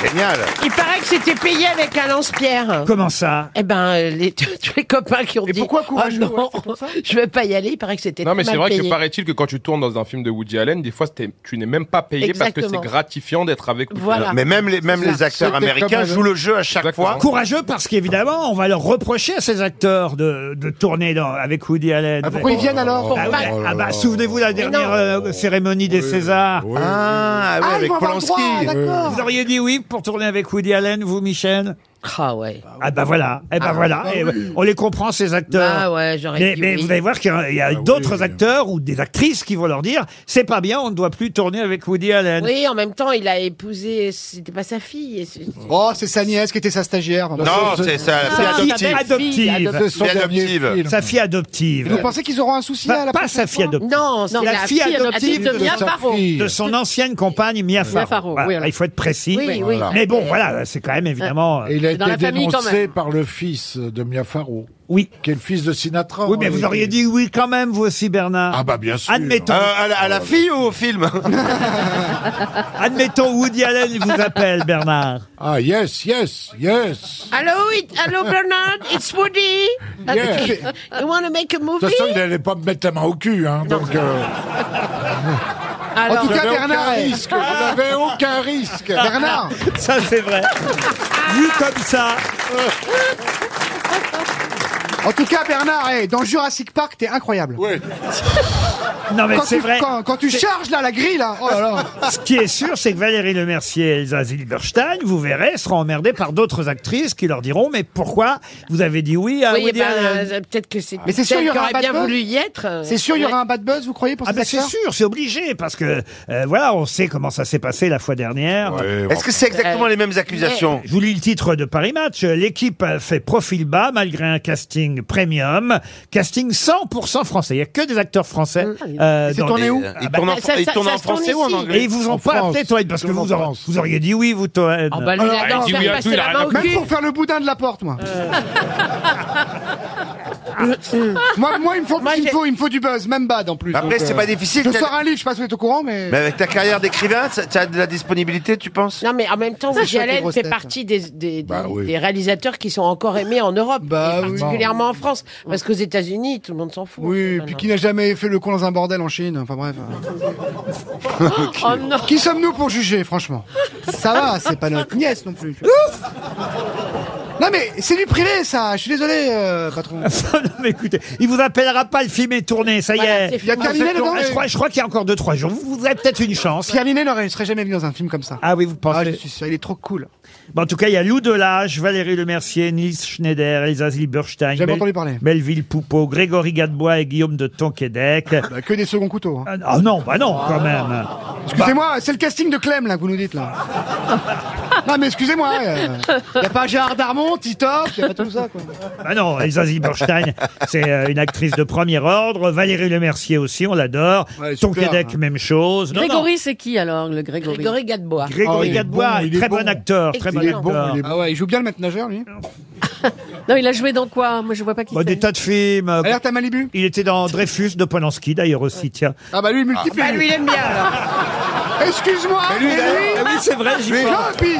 [SPEAKER 6] Génial.
[SPEAKER 8] Il paraît que c'était payé avec un lance-pierre.
[SPEAKER 2] Comment ça
[SPEAKER 8] Eh ben, euh, les, tous les copains qui ont dit. Pourquoi courageux Je vais pas y aller. Il paraît que c'était.
[SPEAKER 7] Non, mais c'est
[SPEAKER 8] mal
[SPEAKER 7] vrai que
[SPEAKER 8] payé.
[SPEAKER 7] paraît-il que quand tu tournes dans un film de Woody Allen, des fois, c'était- tu n'es même pas payé parce
[SPEAKER 8] Exactement.
[SPEAKER 7] que c'est gratifiant d'être avec Woody
[SPEAKER 8] Voilà.
[SPEAKER 7] Allen.
[SPEAKER 6] Mais même les- même les acteurs américains jouent
[SPEAKER 2] hein.
[SPEAKER 6] le jeu à chaque fois.
[SPEAKER 2] Courageux parce qu'évidemment, on va leur reprocher à ces acteurs de, de tourner dans- avec Woody Allen.
[SPEAKER 5] pourquoi ils viennent alors
[SPEAKER 2] Ah,
[SPEAKER 5] Pourquoi
[SPEAKER 2] ouais. Ah bah, souvenez-vous la dernière euh, cérémonie des Césars.
[SPEAKER 6] Ah, oui, Ah, ils avec vont avoir le droit, Polanski. d'accord.
[SPEAKER 2] Euh, Vous auriez dit oui pour tourner avec Woody Allen, vous, Michel
[SPEAKER 8] Ah ouais.
[SPEAKER 2] Ah bah voilà. Eh bah
[SPEAKER 8] Ah,
[SPEAKER 2] voilà.
[SPEAKER 8] bah
[SPEAKER 2] Eh
[SPEAKER 8] oui.
[SPEAKER 2] ouais, On les comprend ces acteurs.
[SPEAKER 8] Ah ouais, j'aurais
[SPEAKER 2] Mais,
[SPEAKER 8] dit
[SPEAKER 2] mais
[SPEAKER 8] oui.
[SPEAKER 2] vous allez voir qu'il y a, il y a d'autres acteurs ou des actrices qui vont leur dire c'est pas bien, on ne doit plus tourner avec Woody Allen.
[SPEAKER 8] Oui, en même temps, il a épousé. C'était pas sa fille. et c'est-
[SPEAKER 5] Oh, c'est sa nièce qui était sa stagiaire.
[SPEAKER 6] Non, c'est ça, c'est
[SPEAKER 5] Ah,
[SPEAKER 2] Sa fille
[SPEAKER 6] adoptif.
[SPEAKER 2] adoptive.
[SPEAKER 6] C'est adoptive.
[SPEAKER 2] Sa fille
[SPEAKER 5] Et
[SPEAKER 2] adoptive.
[SPEAKER 5] vous pensez qu'ils auront un souci là, à la
[SPEAKER 2] Bah, Pas
[SPEAKER 5] prochaine
[SPEAKER 2] sa fille
[SPEAKER 5] fois
[SPEAKER 2] adoptive.
[SPEAKER 8] Non,
[SPEAKER 2] la,
[SPEAKER 8] c'est la
[SPEAKER 2] fille
[SPEAKER 8] fille
[SPEAKER 2] adoptive,
[SPEAKER 8] adoptive de Mia
[SPEAKER 2] sa
[SPEAKER 8] Farrow.
[SPEAKER 2] fille. de son ancienne compagne Mia Farrow.
[SPEAKER 9] Farrow,
[SPEAKER 2] Voilà,
[SPEAKER 9] oui, alors.
[SPEAKER 2] Il faut être précis.
[SPEAKER 9] Oui, oui. Voilà.
[SPEAKER 2] Mais bon, voilà, c'est quand même évidemment.
[SPEAKER 4] Et il a
[SPEAKER 9] C'est dans
[SPEAKER 4] été
[SPEAKER 9] la famille, quand
[SPEAKER 4] dénoncé
[SPEAKER 9] même.
[SPEAKER 4] par le fils de Mia Farrow.
[SPEAKER 2] Oui.
[SPEAKER 4] Qui est le fils de Sinatra.
[SPEAKER 2] Oui, mais vous auriez dit oui quand même, vous aussi, Bernard.
[SPEAKER 4] Ah bah bien sûr.
[SPEAKER 2] Admettons.
[SPEAKER 4] Euh, à la- à la fille
[SPEAKER 6] ou au film
[SPEAKER 2] Admettons, Woody Allen vous appelle, Bernard.
[SPEAKER 4] Ah yes, yes, yes.
[SPEAKER 8] Allô, it- allô Bernard, it's Woody. Ah,
[SPEAKER 4] Yeah.
[SPEAKER 8] You want to make a
[SPEAKER 4] De
[SPEAKER 8] movie?
[SPEAKER 4] toute façon, il n'allait pas me mettre la main au cul. Hein, donc, euh, En tout cas, Bernard eh. est- vous n'avez aucun risque. Bernard
[SPEAKER 2] Ça, Ah, c'est vrai. Vu comme ça.
[SPEAKER 5] En tout cas, Bernard, hey, dans Jurassic Park, t'es incroyable.
[SPEAKER 2] Non, mais
[SPEAKER 5] Quand
[SPEAKER 2] c'est
[SPEAKER 5] tu-
[SPEAKER 2] vrai.
[SPEAKER 5] Quand, quand tu
[SPEAKER 2] C'est-
[SPEAKER 5] charges là la grille là, oh là là.
[SPEAKER 2] Ce qui est sûr, c'est que Valérie Lemercier et Elsa Zilberstein, vous verrez, seront emmerdées par d'autres actrices qui leur diront Mais pourquoi vous avez dit oui à
[SPEAKER 8] Oui, eh
[SPEAKER 2] Woody
[SPEAKER 8] ben,
[SPEAKER 2] Allen
[SPEAKER 8] euh, peut-être que c'est.
[SPEAKER 5] Mais c'est sûr, il y aura un bad
[SPEAKER 8] bien
[SPEAKER 5] buzz.
[SPEAKER 8] voulu y être. euh,
[SPEAKER 5] C'est sûr, il y
[SPEAKER 8] ouais.
[SPEAKER 5] aura un bad buzz, vous croyez, pour
[SPEAKER 2] Ah
[SPEAKER 5] ces
[SPEAKER 2] ben c'est
[SPEAKER 5] acteurs
[SPEAKER 2] sûr, c'est obligé parce que euh, voilà, on sait comment ça s'est passé la fois dernière.
[SPEAKER 6] Est-ce que c'est
[SPEAKER 2] Euh,
[SPEAKER 6] exactement les mêmes accusations
[SPEAKER 2] Je vous lis le titre de Paris Match. L'équipe fait profil bas malgré un casting premium, casting 100% français. Il n'y a que des acteurs français.
[SPEAKER 5] Ah,
[SPEAKER 2] euh,
[SPEAKER 6] Et c'est
[SPEAKER 2] dans
[SPEAKER 6] tourné
[SPEAKER 2] les-
[SPEAKER 6] où
[SPEAKER 2] Ah
[SPEAKER 6] Ils
[SPEAKER 2] bah,
[SPEAKER 6] tournent en- Ça- ça- ils tournent ça en se tourne français ou en ici. anglais
[SPEAKER 2] Et ils vous ont
[SPEAKER 6] En
[SPEAKER 2] pas
[SPEAKER 6] France.
[SPEAKER 2] appelé Toed parce
[SPEAKER 6] Ils
[SPEAKER 2] que
[SPEAKER 6] tournent en
[SPEAKER 2] vous, aur-
[SPEAKER 6] France.
[SPEAKER 2] vous auriez dit oui vous Toed.
[SPEAKER 5] Ah bah, lui, il adore faire passer la main au cul. Même pour faire le bout d'un de la porte, moi. moi, Euh. moi, il me faut, il me faut, il me faut du buzz, même bad en plus.
[SPEAKER 6] Après,
[SPEAKER 5] Donc, euh,
[SPEAKER 6] c'est pas difficile,
[SPEAKER 5] Je
[SPEAKER 6] t'as-
[SPEAKER 5] sors un livre, je sais pas si vous êtes au courant, mais.
[SPEAKER 6] Mais avec ta carrière d'écrivain, ça- t'as de la disponibilité, tu penses
[SPEAKER 8] Non, mais en même temps,
[SPEAKER 5] Ça,
[SPEAKER 8] Woody
[SPEAKER 5] chouette, les
[SPEAKER 8] Allen
[SPEAKER 5] grosses
[SPEAKER 8] fait
[SPEAKER 5] têtes.
[SPEAKER 8] partie des, des,
[SPEAKER 6] Bah
[SPEAKER 8] des-
[SPEAKER 6] oui.
[SPEAKER 8] des réalisateurs qui sont encore aimés en Europe,
[SPEAKER 4] Bah
[SPEAKER 8] et particulièrement en France. Parce qu'aux États-Unis, tout le monde s'en fout.
[SPEAKER 5] Oui, puis qui n'a jamais fait le con dans un bordel en Chine, enfin bref.
[SPEAKER 8] Oh non
[SPEAKER 5] Qui sommes-nous pour juger, franchement Ça va, c'est pas notre nièce non plus. non mais c'est du privé ça, je suis désolé euh, patron.
[SPEAKER 2] non mais écoutez, il vous appellera pas le film est tourné, ça
[SPEAKER 5] Voilà,
[SPEAKER 2] y
[SPEAKER 5] c'est
[SPEAKER 2] est.
[SPEAKER 5] fini. Il y a terminé
[SPEAKER 2] Ah, c'est
[SPEAKER 5] dedans,
[SPEAKER 2] tourné.
[SPEAKER 5] mais-
[SPEAKER 2] Je crois, je crois qu'il y a encore deux trois jours. Vous, vous avez peut-être une chance.
[SPEAKER 5] Pierre Ninet n'aurait serait jamais venu dans un film comme ça.
[SPEAKER 2] Ah oui, vous pensez
[SPEAKER 5] je suis sûr, il est trop cool.
[SPEAKER 2] Bon, en tout cas, il y a Lou Delage, Valérie Lemercier, Nils Schneider, Elsa Zilberstein,
[SPEAKER 5] J'avais entendu parler.
[SPEAKER 2] Melville Poupeau, Grégory Gadebois et Guillaume de Tonquédec.
[SPEAKER 5] Ah, que des seconds couteaux. hein.
[SPEAKER 2] Ah non, bah non, quand même.
[SPEAKER 5] Excusez-moi, c'est le casting de Clem là que vous nous dites là. non mais excusez-moi, il n'y a pas Gérard Darmon, Titoff, il a pas tout ça quoi.
[SPEAKER 2] Ah non, Elsa Zilberstein, c'est euh, une actrice de premier ordre. Valérie Lemercier aussi, on l'adore.
[SPEAKER 5] Ouais, super,
[SPEAKER 2] Tonquédec,
[SPEAKER 5] hein.
[SPEAKER 2] même chose. Non, non.
[SPEAKER 9] Grégory, c'est qui alors, le Grégory
[SPEAKER 8] Grégory Gadebois.
[SPEAKER 2] Grégory
[SPEAKER 5] Oh,
[SPEAKER 2] Gadebois, très bon, acteur, très bon
[SPEAKER 5] Il est
[SPEAKER 2] acteur.
[SPEAKER 5] bon, il est bon. Ah ouais, il joue bien le maître nageur lui.
[SPEAKER 9] Non, il a joué dans quoi Moi, je vois pas qui
[SPEAKER 2] Bon, Bah, des
[SPEAKER 9] c'est.
[SPEAKER 2] tas de films.
[SPEAKER 5] Alerte à Malibu
[SPEAKER 2] Il était dans Dreyfus de Polanski d'ailleurs aussi, tiens.
[SPEAKER 5] Ah bah lui il multiplie.
[SPEAKER 8] Ah bah lui, il aime bien, alors.
[SPEAKER 5] Excuse-moi,
[SPEAKER 2] Mais lui,
[SPEAKER 5] mais
[SPEAKER 2] d'ailleurs- Ah oui, c'est vrai, j'y
[SPEAKER 5] Mais
[SPEAKER 2] crois.
[SPEAKER 5] Jean-Pi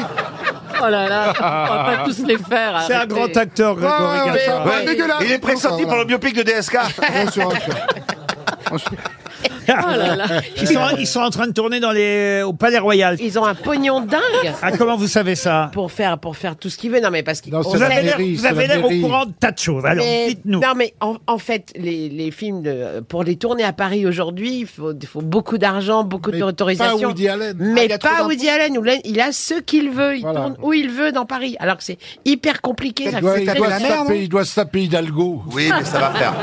[SPEAKER 9] Oh là là, on va pas tous les faire.
[SPEAKER 2] C'est un
[SPEAKER 9] arrêtez.
[SPEAKER 2] grand acteur,
[SPEAKER 5] Ouais,
[SPEAKER 2] Grégory
[SPEAKER 5] ouais, ouais,
[SPEAKER 2] Gadebois.
[SPEAKER 5] ouais, dégueulasse.
[SPEAKER 6] Il est pressenti pour le biopic de DSK.
[SPEAKER 5] Bien sûr, bien sûr.
[SPEAKER 9] Oh là là.
[SPEAKER 2] Ils sont, ils sont en train de tourner dans les, Euh, au Palais Royal.
[SPEAKER 8] Ils ont un pognon dingue
[SPEAKER 2] Ah, comment vous savez ça
[SPEAKER 8] pour faire, pour faire tout ce qu'ils veulent. Non, mais parce qu'ils
[SPEAKER 4] Non,
[SPEAKER 8] on
[SPEAKER 4] c'est
[SPEAKER 2] Vous
[SPEAKER 4] la
[SPEAKER 8] sait-
[SPEAKER 2] avez l'air-
[SPEAKER 4] mairie,
[SPEAKER 2] vous
[SPEAKER 4] c'est
[SPEAKER 2] avez
[SPEAKER 4] la
[SPEAKER 2] l'air au
[SPEAKER 4] mairie.
[SPEAKER 2] courant de tas de choses. Alors,
[SPEAKER 8] Mais-
[SPEAKER 2] dites-nous.
[SPEAKER 8] Non, mais en, en fait, les, les films, de- pour les tourner à Paris aujourd'hui, il faut, il faut beaucoup d'argent, beaucoup
[SPEAKER 4] Mais
[SPEAKER 8] d'autorisation.
[SPEAKER 4] pas Woody Allen.
[SPEAKER 5] Ah,
[SPEAKER 8] Mais
[SPEAKER 5] il y a trop
[SPEAKER 8] pas
[SPEAKER 5] d'impôts.
[SPEAKER 8] Woody Allen. où là, Il a ce qu'il veut. Il
[SPEAKER 4] Voilà.
[SPEAKER 8] tourne où il veut dans Paris. Alors que c'est hyper compliqué.
[SPEAKER 5] Elle
[SPEAKER 8] ça
[SPEAKER 5] doit-
[SPEAKER 8] crée
[SPEAKER 5] elle
[SPEAKER 8] très-
[SPEAKER 5] doit
[SPEAKER 4] Il doit
[SPEAKER 5] la
[SPEAKER 4] se
[SPEAKER 5] merde,
[SPEAKER 4] taper-
[SPEAKER 5] non
[SPEAKER 4] Il doit se taper Hidalgo.
[SPEAKER 6] Oui, mais ça va faire.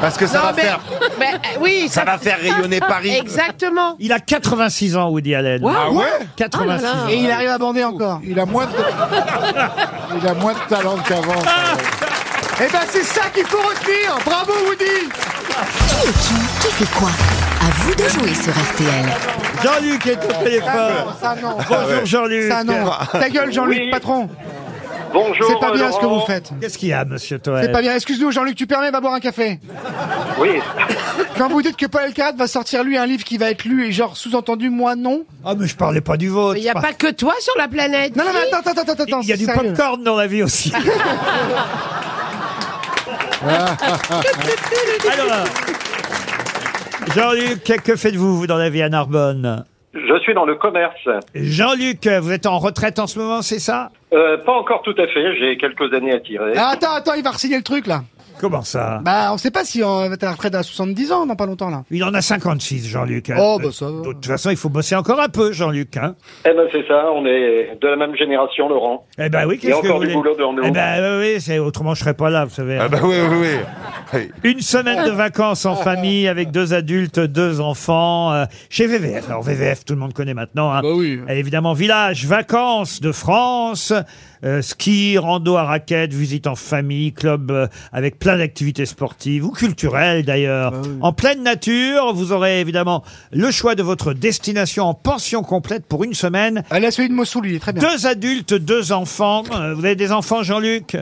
[SPEAKER 6] Parce que ça
[SPEAKER 8] Non,
[SPEAKER 6] va
[SPEAKER 8] mais-
[SPEAKER 6] faire.
[SPEAKER 8] mais, euh, oui,
[SPEAKER 6] Ça va faire rayonner Paris.
[SPEAKER 8] Exactement.
[SPEAKER 2] Il a 86 ans, Woody Allen.
[SPEAKER 4] Ah ouais
[SPEAKER 2] 86
[SPEAKER 9] Ah là là.
[SPEAKER 2] ans.
[SPEAKER 5] Et il arrive à bander encore.
[SPEAKER 4] Il a moins de, il a moins de talent qu'avant.
[SPEAKER 5] Eh ben c'est ça qu'il faut retenir Bravo Woody
[SPEAKER 10] Qui est qui Qui fait quoi À vous de jouer sur RTL.
[SPEAKER 2] Jean-Luc est au téléphone.
[SPEAKER 5] Ça non
[SPEAKER 2] Bonjour Jean-Luc.
[SPEAKER 5] Ah Ça non Ta gueule Jean-Luc,
[SPEAKER 11] Oui.
[SPEAKER 5] patron
[SPEAKER 11] Bonjour.
[SPEAKER 5] C'est pas bien
[SPEAKER 11] Laurent.
[SPEAKER 5] ce que vous faites.
[SPEAKER 2] Qu'est-ce qu'il y a, monsieur Toel
[SPEAKER 5] C'est pas bien. Excuse-nous Jean-Luc, tu permets, va boire un café
[SPEAKER 11] Oui.
[SPEAKER 5] Quand vous dites que Paul Elkarat va sortir lui un livre qui va être lu et genre sous-entendu moi non
[SPEAKER 2] Ah, mais je parlais pas du vôtre.
[SPEAKER 8] Il n'y a pas que toi sur la planète.
[SPEAKER 5] Non non mais attends, attends, attends, attends
[SPEAKER 2] Il y a du
[SPEAKER 5] c'est sérieux.
[SPEAKER 2] popcorn dans la vie aussi. Alors, Jean-Luc, que faites-vous vous, dans la vie à Narbonne
[SPEAKER 11] Je suis dans le commerce.
[SPEAKER 2] Jean-Luc, vous êtes en retraite en ce moment, c'est ça
[SPEAKER 11] Euh, pas encore tout à fait. J'ai quelques années à tirer.
[SPEAKER 5] Ah, Attends, attends, il va re-signer le truc là
[SPEAKER 2] Comment ça
[SPEAKER 5] Bah on sait pas si on va être à la retraite à 70 ans dans pas longtemps là
[SPEAKER 2] Il en a 56, Jean-Luc. hein.
[SPEAKER 5] Oh, bah, ça va.
[SPEAKER 2] De toute façon, il faut bosser encore un peu, Jean-Luc. hein.
[SPEAKER 11] Eh ben c'est ça. On est de la même génération, Laurent.
[SPEAKER 2] eh ben oui,
[SPEAKER 11] Il y
[SPEAKER 2] qu'est-ce
[SPEAKER 11] a
[SPEAKER 2] que vous
[SPEAKER 11] encore du
[SPEAKER 2] voulez
[SPEAKER 11] boulot devant nous.
[SPEAKER 2] Eh ben euh, oui, c'est autrement je serais pas là, vous savez.
[SPEAKER 6] Ah bah oui, oui, oui.
[SPEAKER 2] Une semaine de vacances en famille avec deux adultes, deux enfants euh, chez VVF. Alors VVF, tout le monde connaît maintenant. hein.
[SPEAKER 5] Bah oui.
[SPEAKER 2] Et évidemment, village, vacances de France, euh, ski, rando à raquettes, visite en famille, club euh, avec plein d'activités sportives ou culturelles d'ailleurs.
[SPEAKER 5] Bah
[SPEAKER 2] En pleine nature, vous aurez évidemment le choix de votre destination en pension complète pour une semaine.
[SPEAKER 5] Elle a celui de Mossoul, il est très bien
[SPEAKER 2] Deux adultes, deux enfants. Euh, Vous avez des enfants, Jean-Luc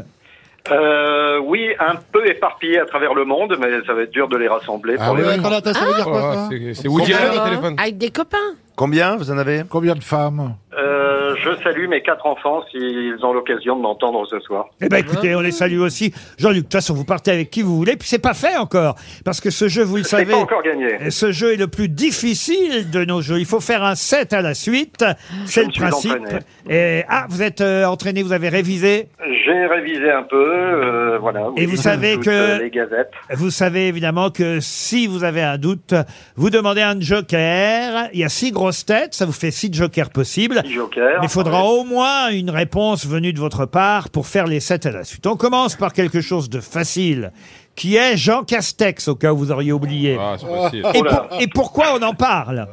[SPEAKER 11] Euh, oui, un peu éparpillé à travers le monde, mais ça va être dur de les rassembler.
[SPEAKER 7] Ah
[SPEAKER 11] pour les
[SPEAKER 7] ouais.
[SPEAKER 11] vacances.
[SPEAKER 5] Attends, attends, ça veut dire quoi
[SPEAKER 7] Oh,
[SPEAKER 5] ça
[SPEAKER 7] c'est- C'est Woody Allen au téléphone.
[SPEAKER 8] Avec des copains.
[SPEAKER 6] Combien vous hein en avez
[SPEAKER 4] Combien de femmes
[SPEAKER 11] Euh,
[SPEAKER 14] je salue mes quatre enfants s'ils ont l'occasion de m'entendre ce soir.
[SPEAKER 2] Eh ben écoutez, on les salue aussi. Jean-Luc, de toute façon, vous partez avec qui vous voulez, puis c'est pas fait encore. Parce que ce jeu, vous le savez,
[SPEAKER 14] pas encore gagné.
[SPEAKER 2] et ce jeu est le plus difficile de nos jeux. Il faut faire un 7 à la suite. C'est
[SPEAKER 14] Je
[SPEAKER 2] le
[SPEAKER 14] me suis
[SPEAKER 2] principe.
[SPEAKER 14] entraîné.
[SPEAKER 2] Et, ah, vous êtes euh, entraîné, vous avez révisé.
[SPEAKER 14] J'ai révisé un peu, euh, voilà.
[SPEAKER 2] Et vous savez
[SPEAKER 14] toutes,
[SPEAKER 2] que-
[SPEAKER 14] euh, les gazettes.
[SPEAKER 2] Vous savez évidemment que si vous avez un doute, vous demandez un joker. Il y a six grosses têtes, ça vous fait six jokers possibles.
[SPEAKER 14] jokers,
[SPEAKER 2] Mais il faudra au moins une réponse venue de votre part pour faire les sept à la suite. On commence par quelque chose de facile, qui est Jean Castex, au cas où vous auriez oublié.
[SPEAKER 7] Ah,
[SPEAKER 14] facile.
[SPEAKER 2] et,
[SPEAKER 14] Oh là.
[SPEAKER 2] pour- et pourquoi on en parle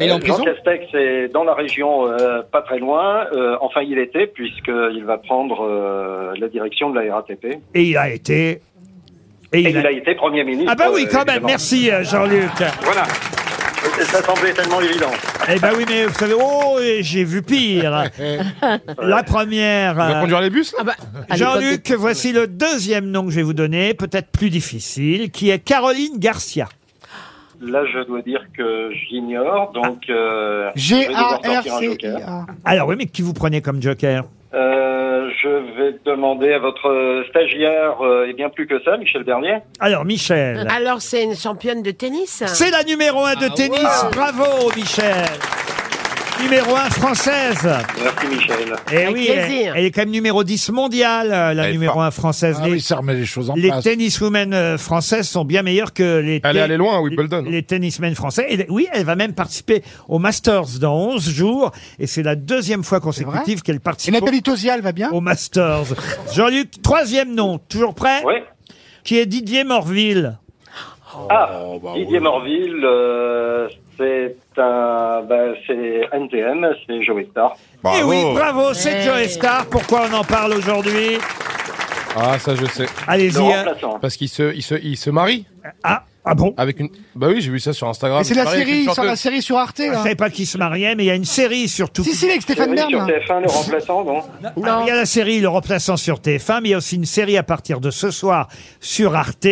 [SPEAKER 14] Euh, Jean Castex est dans la région, euh, pas très loin. Euh, enfin, il était, puisqu'il va prendre euh, la direction de la RATP.
[SPEAKER 2] Et il a été...
[SPEAKER 14] Et, il, a... été Premier ministre.
[SPEAKER 2] Ah bah oui,
[SPEAKER 14] euh,
[SPEAKER 2] quand même,
[SPEAKER 14] évidemment.
[SPEAKER 2] merci euh, Jean-Luc.
[SPEAKER 14] Voilà. Ça semblait tellement évident.
[SPEAKER 2] Eh ben oui, mais vous savez, oh, et j'ai vu pire. La première.
[SPEAKER 7] On va
[SPEAKER 2] euh,
[SPEAKER 7] conduire les bus, là
[SPEAKER 2] À Jean-Luc, voici le deuxième nom que je vais vous donner, peut-être plus difficile, qui est Caroline Garcia.
[SPEAKER 14] Là, je dois dire que j'ignore, donc... euh, je vais devoir sortir un joker.
[SPEAKER 2] G-A-R-C-I-A. Alors oui, mais qui vous prenez comme joker
[SPEAKER 14] Euh, je vais demander à votre stagiaire, euh, et bien plus que ça, Michel Bernier.
[SPEAKER 2] Alors Michel,
[SPEAKER 8] Alors, c'est une championne de tennis
[SPEAKER 2] c'est la numéro un de tennis. Bravo Michel. Numéro un française.
[SPEAKER 14] Merci Michel.
[SPEAKER 2] Et Eh oui, elle, elle est quand même numéro 10 mondiale, euh, la numéro 1 française. les, les
[SPEAKER 11] place.
[SPEAKER 2] tenniswomen euh, françaises sont bien meilleures que les
[SPEAKER 7] Elle est allée
[SPEAKER 2] loin Wimbledon. Les, les tennismen français. Et oui, elle va même participer au Masters dans 11 jours et c'est la deuxième fois consécutive qu'elle participe. Et Nathalie Tosial va bien Au Masters. Jean-Luc, troisième nom, toujours prêt
[SPEAKER 14] Oui.
[SPEAKER 2] Qui est Didier Morville.
[SPEAKER 14] Ah, Didier Morville, euh, c'est un... Bah, c'est NTM, c'est Joey Star.
[SPEAKER 7] Eh
[SPEAKER 2] Et Eh oui, bravo, c'est Joe Star. Pourquoi on en parle aujourd'hui
[SPEAKER 7] Ah, ça, je sais.
[SPEAKER 2] Allez-y, Le hein.
[SPEAKER 7] Parce qu'il se, il se, il se marie.
[SPEAKER 2] Ah, ah bon
[SPEAKER 7] Avec une. Bah oui, j'ai vu ça sur Instagram.
[SPEAKER 5] Mais c'est la
[SPEAKER 7] Il se marie avec
[SPEAKER 5] série,
[SPEAKER 7] une
[SPEAKER 5] il sort la
[SPEAKER 7] chanteuse.
[SPEAKER 5] série sur Arte,
[SPEAKER 2] Je
[SPEAKER 5] là.
[SPEAKER 2] savais pas qui se mariait, mais il y a une série surtout.
[SPEAKER 5] Si, si, avec Stéphane Bern.
[SPEAKER 14] Sur TF1, le remplaçant, non
[SPEAKER 2] Alors, Il y a la série Le Remplaçant sur TF1, mais il y a aussi une série à partir de ce soir sur Arte,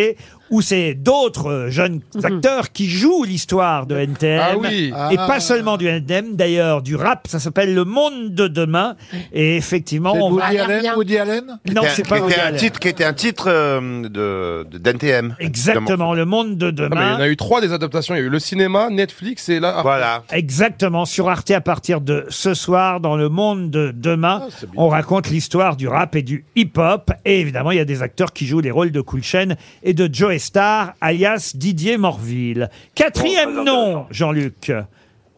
[SPEAKER 2] où c'est d'autres euh, jeunes acteurs qui jouent l'histoire de NTM.
[SPEAKER 7] Ah oui.
[SPEAKER 2] Et
[SPEAKER 7] Ah.
[SPEAKER 2] pas seulement du NTM, d'ailleurs, du rap. Ça s'appelle Le Monde de Demain. Et effectivement,
[SPEAKER 6] C'est
[SPEAKER 2] on
[SPEAKER 6] Woody
[SPEAKER 2] va-
[SPEAKER 6] Allen,
[SPEAKER 2] Woody Allen Non,
[SPEAKER 6] Qui était-
[SPEAKER 2] c'est pas
[SPEAKER 6] qui
[SPEAKER 2] Woody
[SPEAKER 6] était un
[SPEAKER 2] Allen.
[SPEAKER 6] titre, Qui était un titre euh, de de- d'NTM.
[SPEAKER 2] Exactement, Le Monde de
[SPEAKER 7] Ah, mais il y
[SPEAKER 2] Demain.
[SPEAKER 7] en a eu trois des adaptations. Il y a eu le cinéma, Netflix et là. Voilà.
[SPEAKER 2] Exactement, sur Arte à partir de ce soir, dans le monde de demain, on raconte l'histoire du rap et du hip-hop. Et évidemment, il y a des acteurs qui jouent les rôles de Coolchen et de Joe Star, alias Didier Morville.
[SPEAKER 5] Oh,
[SPEAKER 2] Quatrième nom, Jean-Luc.